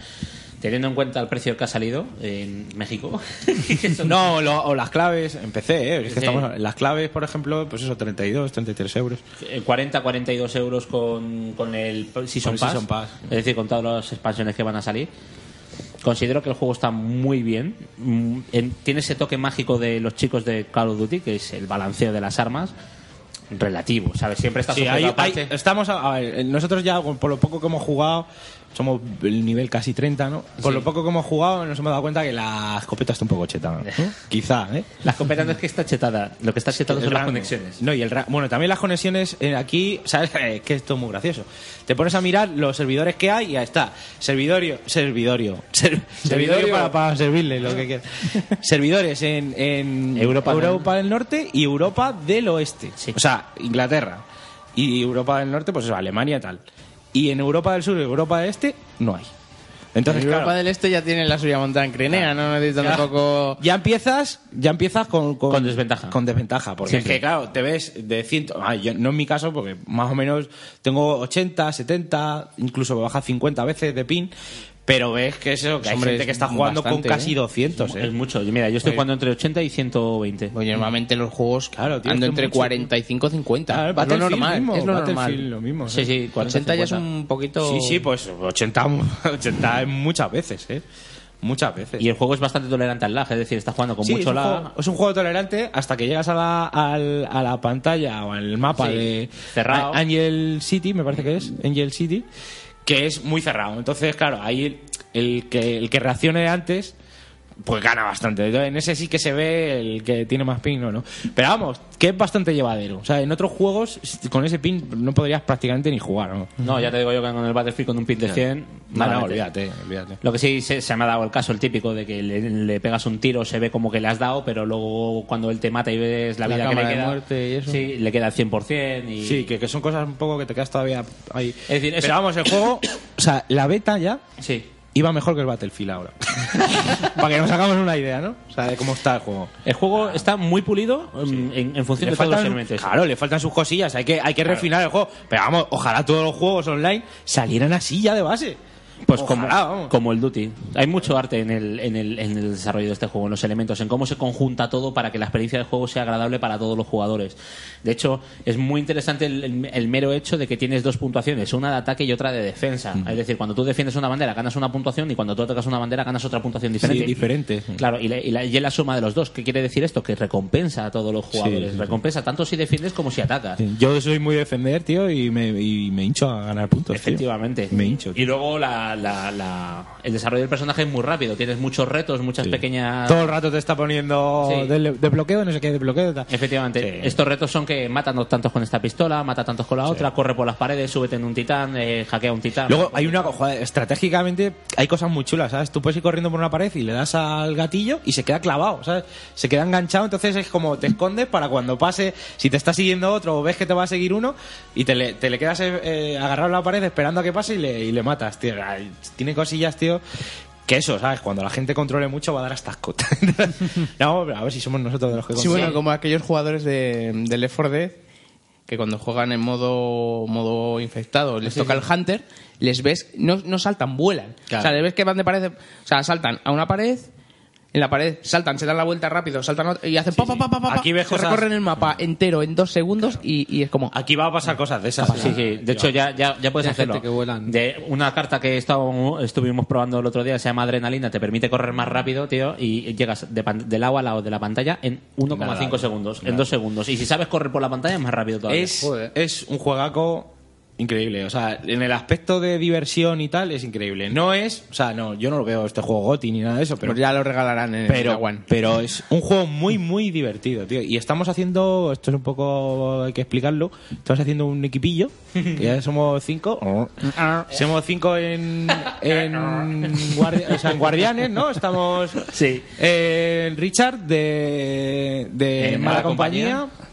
Teniendo en cuenta el precio que ha salido en México,
No, lo- o las claves, empecé, ¿eh? Es que
Sí.
estamos- las claves, por ejemplo, pues eso, 32, 33 euros.
eh, 40, 42 euros con, con el Season,
el
Pass,
Season Pass.
es decir, con todas las expansiones que van a salir. Considero que el juego está muy bien. Mm, en- tiene ese toque mágico de los chicos de Call of Duty, que es el balanceo de las armas, relativo, ¿sabes? Siempre está
Sí,
sujeto
hay-
a parche.
hay- estamos a- a ver, nosotros ya con- por lo poco que hemos jugado somos el nivel casi 30, ¿no? Por
Sí.
lo poco que hemos jugado nos hemos dado cuenta que la escopeta está un poco chetada, ¿no? quizá, ¿eh?
La escopeta no es que está chetada, lo que está chetado
El
son las
rango.
conexiones.
No, y el ra- bueno, también las conexiones eh, aquí, sabes Eh, que esto es muy gracioso. Te pones a mirar los servidores que hay y ya está. Servidorio, servidorio, ser- servidorio para, para servirle lo que quieras. Servidores en, en
Europa del-
del Norte y Europa del Oeste. O sea, Inglaterra. Y Europa del Norte, pues eso, Alemania tal. Y en Europa del Sur y Europa del Este no hay. Entonces,
En Europa
claro,
del Este ya tiene la suya montada en Crimea, no necesitan
Claro.
tampoco.
Ya empiezas, ya empiezas con, con,
desventaja.
Con desventaja, porque
Siempre.
es que, claro, te ves de ciento. ah, yo- no en mi caso, porque más o menos tengo 80, 70, incluso baja 50 veces de pin, pero ves que eso, que hay
Hombre,
gente que
es
está jugando
bastante,
con casi
¿eh?
200. ¿eh?
Es mucho. Mira, yo estoy
Pues-
jugando entre 80 y 120.
Pues
Mm.
normalmente los juegos
claro, tío,
ando
es que
entre
mucho.
45 y 50.
Claro,
Va a ser
Battlefield
normal,
mismo,
es lo
Battlefield
normal.
lo mismo,
sí,
¿eh?
sí, 80 ya es un poquito...
Sí, sí, pues 80, 80 es muchas veces, ¿eh? Muchas veces.
Y el juego es bastante tolerante al lag, es decir, estás jugando con
Sí,
mucho
es un,
lag.
juego, es un juego tolerante hasta que llegas a la, al- a la pantalla o al mapa
Sí,
de
cerrado.
A- Angel City, me parece que es, Angel City, que es muy cerrado. Entonces, claro, ahí el, el que, el que reaccione antes, pues gana bastante. Entonces, en ese sí que se ve el que tiene más pin o no. Pero vamos, que es bastante llevadero. O sea, en otros juegos con ese pin no podrías prácticamente ni jugar. No,
No, ya te digo yo que con el Battlefield con un pin de 100.
No, no,
malamente.
olvídate, olvídate.
Lo que sí se, se me ha dado el caso, el típico de que le, le pegas un tiro, se ve como que le has dado, pero luego cuando él te mata y ves la,
La
vida que le
cámara de
queda,
muerte y eso.
Sí, le queda el 100%. Y...
Sí, que, que son cosas un poco que te quedas todavía ahí.
Es decir, eso-
Pero vamos, el juego, o sea, la beta ya
Sí.
iba mejor que el Battlefield ahora. Para que nos hagamos una idea, ¿no? O sea, de cómo está el juego. Ah.
El juego está muy pulido mm, en, en función
Le
de todos los
faltan-
elementos.
claro, le faltan sus cosillas, hay que, hay que
Claro.
refinar el juego. Pero vamos, ojalá todos los juegos online salieran así ya de base.
Pues
Ojalá,
como,
vamos.
como el Duty. Hay mucho arte en el, en, el, en el desarrollo de este juego, en los elementos, en cómo se conjunta todo para que la experiencia de juego sea agradable para todos los jugadores. De hecho, es muy interesante el, el- el mero hecho de que tienes dos puntuaciones, una de ataque y otra de defensa.
Mm.
Es decir, cuando tú defiendes una bandera ganas una puntuación y cuando tú atacas una bandera ganas otra puntuación diferente.
Sí, diferente.
Claro, y, la- y la, y es la suma de los dos. ¿Qué quiere decir esto? Que recompensa a todos los jugadores.
sí, sí.
recompensa tanto si defiendes como si atacas.
Yo soy muy defender, tío, y me, y me hincho a ganar puntos. tío.
Efectivamente.
Me hincho.
Y luego la, la- la- la- el desarrollo del personaje es muy rápido. Tienes muchos retos, muchas pequeñas.
Todo el rato te está poniendo
Sí.
del- desbloqueo, no sé qué, desbloqueo. tal.
Efectivamente, estos retos son que matan dos tantos con esta pistola, mata tantos con la otra, corre por las paredes, súbete en un titán, eh, hackea un titán.
Luego hay una joder, estratégicamente hay cosas muy chulas, ¿sabes? Tú puedes ir corriendo por una pared y le das al gatillo y se queda clavado, ¿sabes? Se queda enganchado, entonces es como te escondes para cuando pase, si te está siguiendo otro o ves que te va a seguir uno y te le, te le quedas eh, eh, agarrado a la pared esperando a que pase y le, y le matas, tío. Ay, Tiene cosillas, tío. Que eso, ¿sabes? Cuando la gente controle mucho va a dar hasta asco. no, a ver si somos nosotros de los que
Sí, bueno, como aquellos jugadores Em, de, del Left 4 Dead que cuando juegan en modo modo infectado les toca el Hunter, les ves, no, no saltan, vuelan.
Claro.
O sea, les ves que van de pared, o sea, saltan a una pared, en la pared, saltan, se dan la vuelta rápido, saltan a otra- y hacen pa, pa, pa, pa, pa,
Aquí ves
se
cosas-
recorren el mapa entero en dos segundos y, y es como...
Aquí va a pasar cosas de esas.
Sí, sí. De hecho, ya, ya, ya puedes
Hay
hacerlo.
gente que vuelan.
De una carta que estábamos- estuvimos probando el otro día, se llama Adrenalina, te permite correr más rápido, tío, y llegas de pan- del agua al lado de la pantalla en 1,5
Nada,
segundos, en
nada.
2 segundos. Y si sabes correr por la pantalla, es más rápido todavía.
Es, es un juegaco increíble. O sea, en el aspecto de diversión y tal, es increíble. No es. O sea, no, yo no lo veo este juego Goti ni nada de eso, pero.
Pues ya lo regalarán en
pero,
la One.
Pero es un juego muy, muy divertido, tío. Y estamos haciendo. Esto es un poco. Hay que explicarlo. Estamos haciendo un equipillo. Que ya somos cinco. somos cinco en. En, guardia- o sea, en Guardianes, ¿no? Estamos. Sí. Richard de. De
Eh,
Mala
Mala
compañía.
Compañía.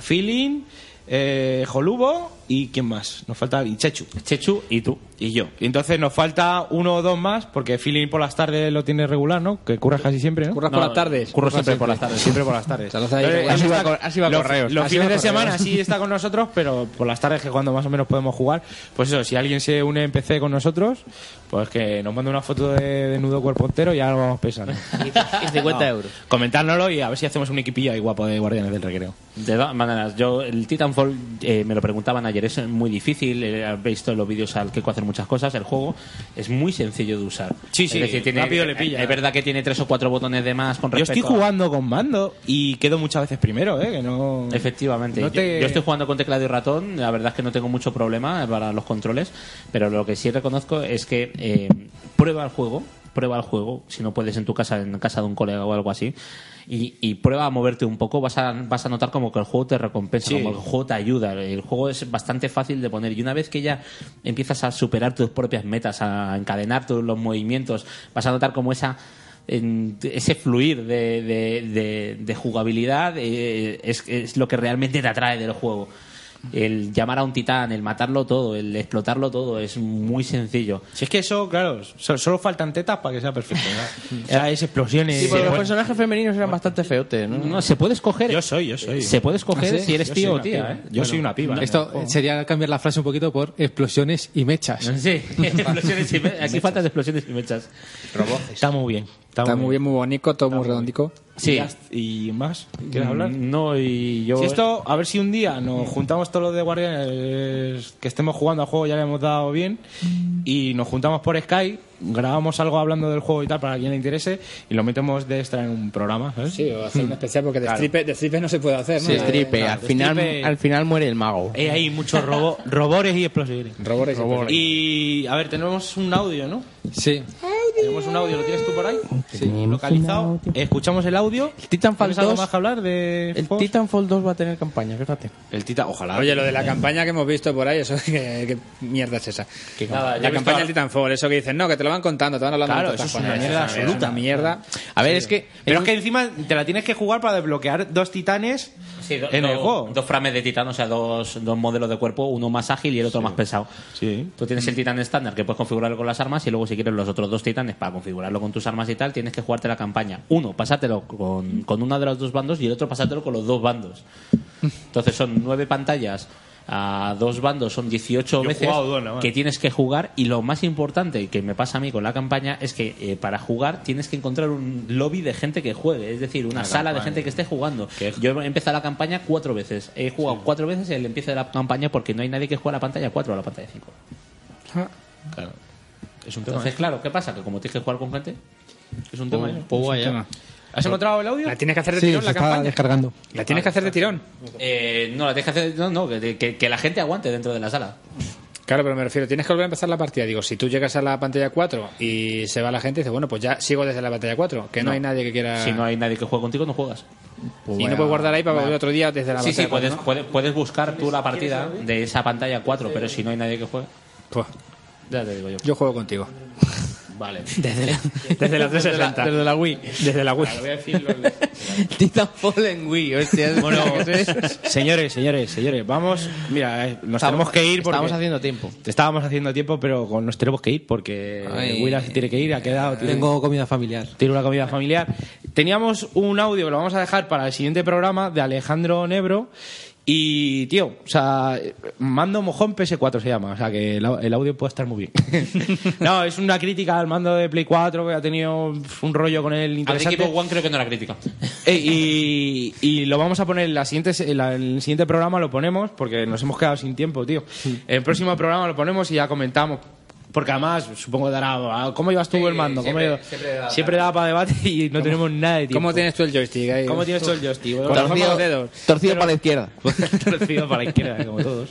Feeling, eh, Jolubo y ¿quién más? Nos falta y Chechu.
Chechu y tú.
Y yo. Y entonces nos falta uno o dos más porque Feeling por las tardes lo tiene regular, ¿no? Que curras casi siempre, ¿no?
Curras por No, las tardes.
Curro
curro
siempre
siempre.
por las tardes. Siempre por las tardes.
sea, lo hace ahí regular. Así va
está-
cor- así va
los-
correos.
Los
Así
fines
va
de
correos.
semana sí está con nosotros, pero por las tardes que cuando más o menos podemos jugar. Pues eso, si alguien se une en PC con nosotros, pues que nos mande una foto de, de nudo cuerpo entero y ya lo vamos pensando.
Y 50
No.
euros.
Comentárnoslo y a ver si hacemos un equipillo ahí guapo de Guardianes del Recreo.
De todas maneras, yo el Titanfall eh, me lo preguntaban ayer, es muy difícil, eh, habéis visto en los vídeos al que hacer muchas cosas, el juego es muy sencillo de usar.
Sí,
Es
sí,
decir, tiene- eh,
rápido le pilla.
Es verdad que tiene tres o cuatro botones de más con
Yo
respecto
estoy
a-
jugando con mando y quedo muchas veces primero, ¿eh? Que no...
Efectivamente.
No
Yo-
te-
Yo estoy jugando con teclado y ratón, la verdad es que no tengo mucho problema para los controles, pero lo que sí reconozco es que eh, prueba el juego, prueba el juego, si no puedes en tu casa, en casa de un colega o algo así, y, y prueba a moverte un poco, vas a, vas a notar como que el juego te recompensa,
Sí.
como que el juego te ayuda, el juego es bastante fácil de poner y una vez que ya empiezas a superar tus propias metas, a encadenar todos los movimientos, vas a notar como esa en ese fluir de, de- de- de jugabilidad eh, es, es lo que realmente te atrae del juego. El llamar a un titán, el matarlo todo, el explotarlo todo, es muy sencillo.
Si es que eso, claro, so- solo faltan tetas para que sea perfecto. ¿no? O sea, es explosiones.
Sí, porque los
Bueno,
personajes femeninos eran bastante feotes, ¿no?
No, se puede escoger...
Yo soy, yo soy.
Se puede escoger
¿Ah, sí?
si eres
Yo
tío
soy
o
una
tía,
piba.
¿eh?
Yo soy una piba.
Esto-
Esto sería cambiar la frase un poquito por explosiones y mechas.
Sí, explosiones y me- aquí faltan explosiones y mechas.
Está muy bien. Está,
muy bien, muy bonito, todo muy redondico.
Sí. ¿Y más? ¿Quieres hablar?
Mm, No, y yo...
Si esto, a ver si un día nos juntamos todos los de Guardianes que estemos jugando al juego, ya le hemos dado bien, y nos juntamos por Skype, grabamos algo hablando del juego y tal para quien le interese, y lo metemos de extra en un programa, ¿sabes?
Sí, o hacer un especial porque de,
Claro.
stripe, de stripe no se puede hacer, ¿no?
Sí, stripe.
claro,
al, final,
stripe.
al final muere el mago.
Eh, hay muchos robo- robores y explosiones.
Robores y Robores.
Y a ver, tenemos un audio, ¿no?
Sí.
Tenemos un audio, ¿lo tienes tú por ahí? Sí. Localizado. Escuchamos el audio. El
Titanfall
algo
2.
más que hablar de
El Titanfall 2 va a tener campaña, fíjate.
El Tita, ojalá.
Oye, lo de la campaña que hemos visto por ahí, eso ¿qué, qué mierda es esa?
Nada, yo
la
he
campaña
visto-
del Titanfall, eso que dicen, no, que te lo van contando, te van hablando
Claro,
de
eso es
Titanfall.
una mierda
es
absoluta.
una mierda.
A ver, es que.
Pero es que encima te la tienes que jugar para desbloquear dos titanes
Sí, do-
en
do-
el juego.
Dos frames de titán, o sea, dos, dos modelos de cuerpo, uno más ágil y el otro más pesado.
Sí.
Tú tienes el titán estándar que puedes configurarlo con las armas y luego si quieres los otros dos titanes para configurarlo con tus armas y tal, tienes que jugarte la campaña. Uno, pasártelo con, con uno de los dos bandos y el otro pasártelo con los dos bandos. Entonces son nueve pantallas a dos bandos, son 18
Yo he
veces
jugado dos, nada más.
que tienes que jugar y lo más importante que me pasa a mí con la campaña es que eh, para jugar tienes que encontrar un lobby de gente que juegue, es decir, una
La
sala de
campaña.
gente que esté jugando. Yo he empezado la campaña cuatro veces. He jugado cuatro veces el empiece de la campaña porque no hay nadie que juegue a la pantalla 4 o a la pantalla 5.
Claro. Es un tema.
Entonces, claro, ¿qué pasa? Que como tienes que jugar con gente, es un
Pues-
tema. ¿no?
pues guay, ¿eh? ¿Has encontrado el audio?
La tienes que hacer de
Sí, se
tirón la
está
campaña.
descargando.
La tienes que hacer de tirón.
Eh, no, la tienes que hacer. No, no, que, que- que la gente aguante dentro de la sala.
Claro, pero me refiero, tienes que volver a empezar la partida. Digo, si tú llegas a la pantalla 4 y se va la gente, dices, bueno, pues ya sigo desde la pantalla 4, que no,
No.
hay nadie que quiera...
Si no hay nadie que juegue contigo, no juegas.
Pues
Y no puedes guardar ahí para volver otro día desde la
Sí, sí,
pantalla cuatro,
puedes,
¿no?
puedes, puedes buscar tú la partida
quieres
de esa pantalla 4, pero si no hay nadie que juegue.
Pues,
ya te digo yo.
Yo juego contigo.
Vale.
Desde la- Desde la 360.
Desde la Wii.
Desde la Wii.
Claro, voy a decir los- Titanfall en Wii, hostia.
Bueno, señores, señores, señores, vamos. Mira, eh, nos
Estamos-
tenemos que ir porque.
estamos haciendo tiempo.
Estábamos haciendo tiempo, pero con- nos tenemos que ir porque
Ay.
Willa se tiene que ir, ha quedado. tiene-
Tengo
comida familiar.
Tiene una comida familiar. Teníamos un audio que lo vamos a dejar para el siguiente programa de Alejandro Nebro. Y, tío, o sea, mando mojón PS4 se llama. O sea, que el au- el audio puede estar muy bien. no, es una crítica al mando de Play 4 que ha tenido un rollo con el
Al
interesante.
equipo One creo que no era crítica.
Eh, y, y lo vamos a poner en, la siguiente, se- en la- en el siguiente programa, lo ponemos, porque nos hemos quedado sin tiempo, tío. En el próximo programa lo ponemos y ya comentamos. Porque además, supongo que dará. a- ¿Cómo llevas tú el mando? ¿Cómo
siempre-
llevas-
siempre da-
siempre da para debate y no tenemos nada de tiempo.
¿Cómo tienes tú el joystick ahí?
¿Cómo tienes tú el joystick? Bueno,
Torcido-
los dedos.
Torcido para la izquierda.
Torcido para la izquierda, como todos.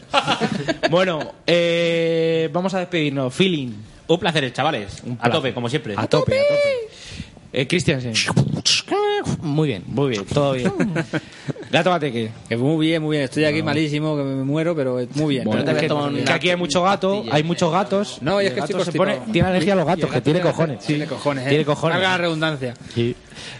bueno, eh, vamos a despedirnos. Feeling.
Un placer, chavales. A tope, como siempre.
A tope, a tope. Eh, Christiansen.
Muy bien.
Muy bien, todo bien. Gato Bateque.
Que muy bien, muy bien. Estoy aquí malísimo, que me muero, pero muy bien.
Bueno,
Pero
es que,
muy bien.
que aquí hay mucho gato, hay muchos gatos.
No, y es
el
que estoy
gato se
constipado.
pone- Tiene alergia a los gatos,
Y el
que
gato
tiene
tiene
cojones.
Tiene cojones, ¿eh?
Tiene cojones.
Valga la redundancia.
Sí.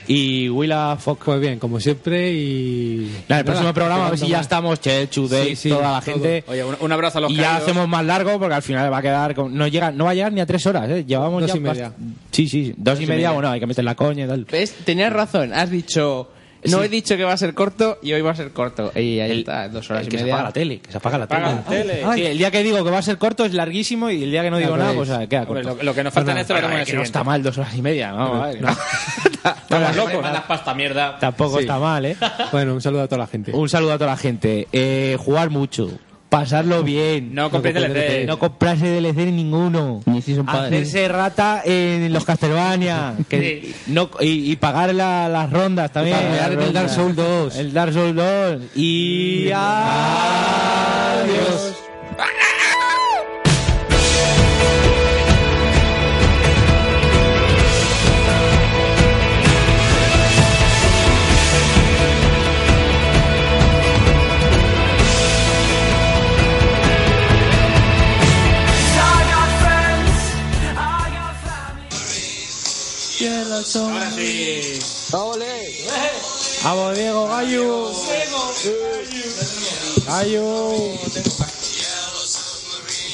Y Willa Fox.
Pues bien, como siempre y...
Nada,
Nada,
el próximo programa, a ver
llegando
si ya
más.
estamos, Chechu, Dave,
Sí, sí,
toda la
todo.
gente.
Oye, un, un abrazo a los
y ya
caídos.
hacemos más largo porque al final va a quedar. con- No, llega, no va a llegar ni a tres horas, ¿eh? Llevamos
Dos
ya
y
bast-
media.
Sí, sí, sí. Dos, y,
y
media,
media.
bueno, hay que meter la coña y tal.
¿Ves? Tenías razón. Has dicho. No he dicho que va a ser corto y hoy va a ser corto. Y ahí está, dos horas
el
y
que se
media.
apaga la tele, que se apaga la
Apaga
tele.
la tele.
Sí, el día que digo que va a ser corto es larguísimo y el día que no digo
Hombre,
nada, pues ah, queda
hombre,
corto.
lo- lo que nos falta en
Bueno,
esto lo
bueno,
hacemos en el
que no
siguiente.
está mal dos horas y media, vamos, a ver.
Estamos
locos,
locos. Mandas pasta mierda.
Tampoco
Sí.
está mal, ¿eh?
Bueno, un saludo a toda la gente.
Un saludo a toda la gente. Eh, jugar mucho. Pasarlo bien.
No compréis DLC.
No comprarse DLC ninguno.
Ah,
padre.
Hacerse rata en los Castlevania. Que no, y, y pagar la- las rondas también.
pagar
Las
el Dark
rondas.
Souls 2.
El Dark Souls 2. Y... Adiós.
Ahora sí.
Vamos, Diego Gallo. Gallo.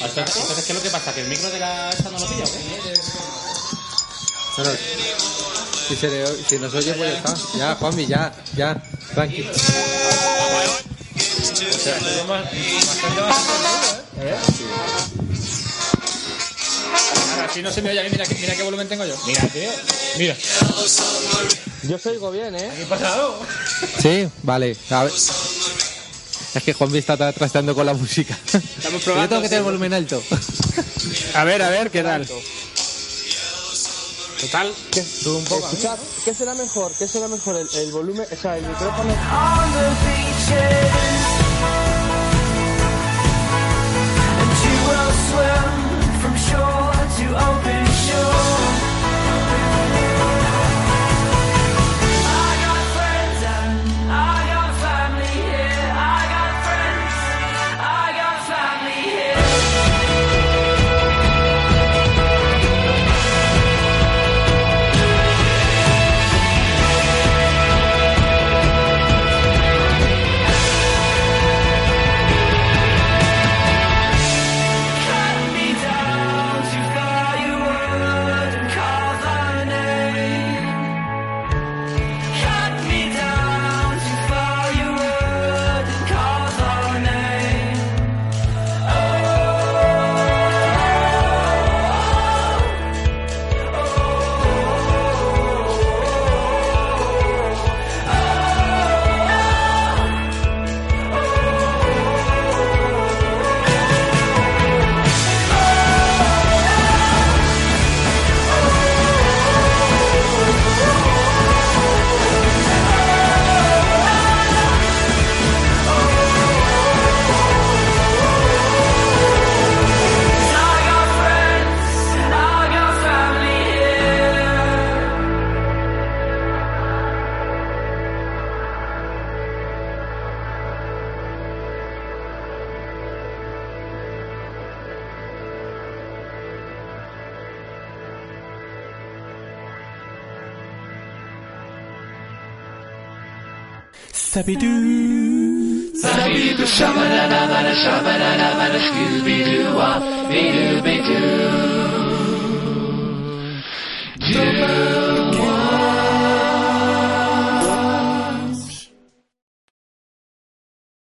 Entonces, entonces, ¿qué es lo que pasa? ¿Que el micro de la esta no lo pilla o qué?
Bueno, si, se le, o- si nos oye, pues ya está. Ya, Juanmi, ya, ya. Tranquilo.
Ahora, si no se me oye a mí, mira, qué- mira qué volumen tengo yo.
Mira, tío. Mira.
Yo os oigo bien, ¿eh?
¿Qué ha pasado?
Sí, vale. A ver. Es que Juanmi está tra- trasteando con la música.
Estamos
Yo tengo
probando,
que tener el
sí.
volumen alto.
A ver, a ver, ¿qué tal? Total.
un poco. Escuchad,
¿eh?
¿qué será mejor? ¿Qué será mejor? El, el volumen, o sea, el micrófono.
Cut me down to fly away. Zabidoo, shabba da da ba da shabba da da ba da Scooby-Doo-wop, bidoo, bidoo.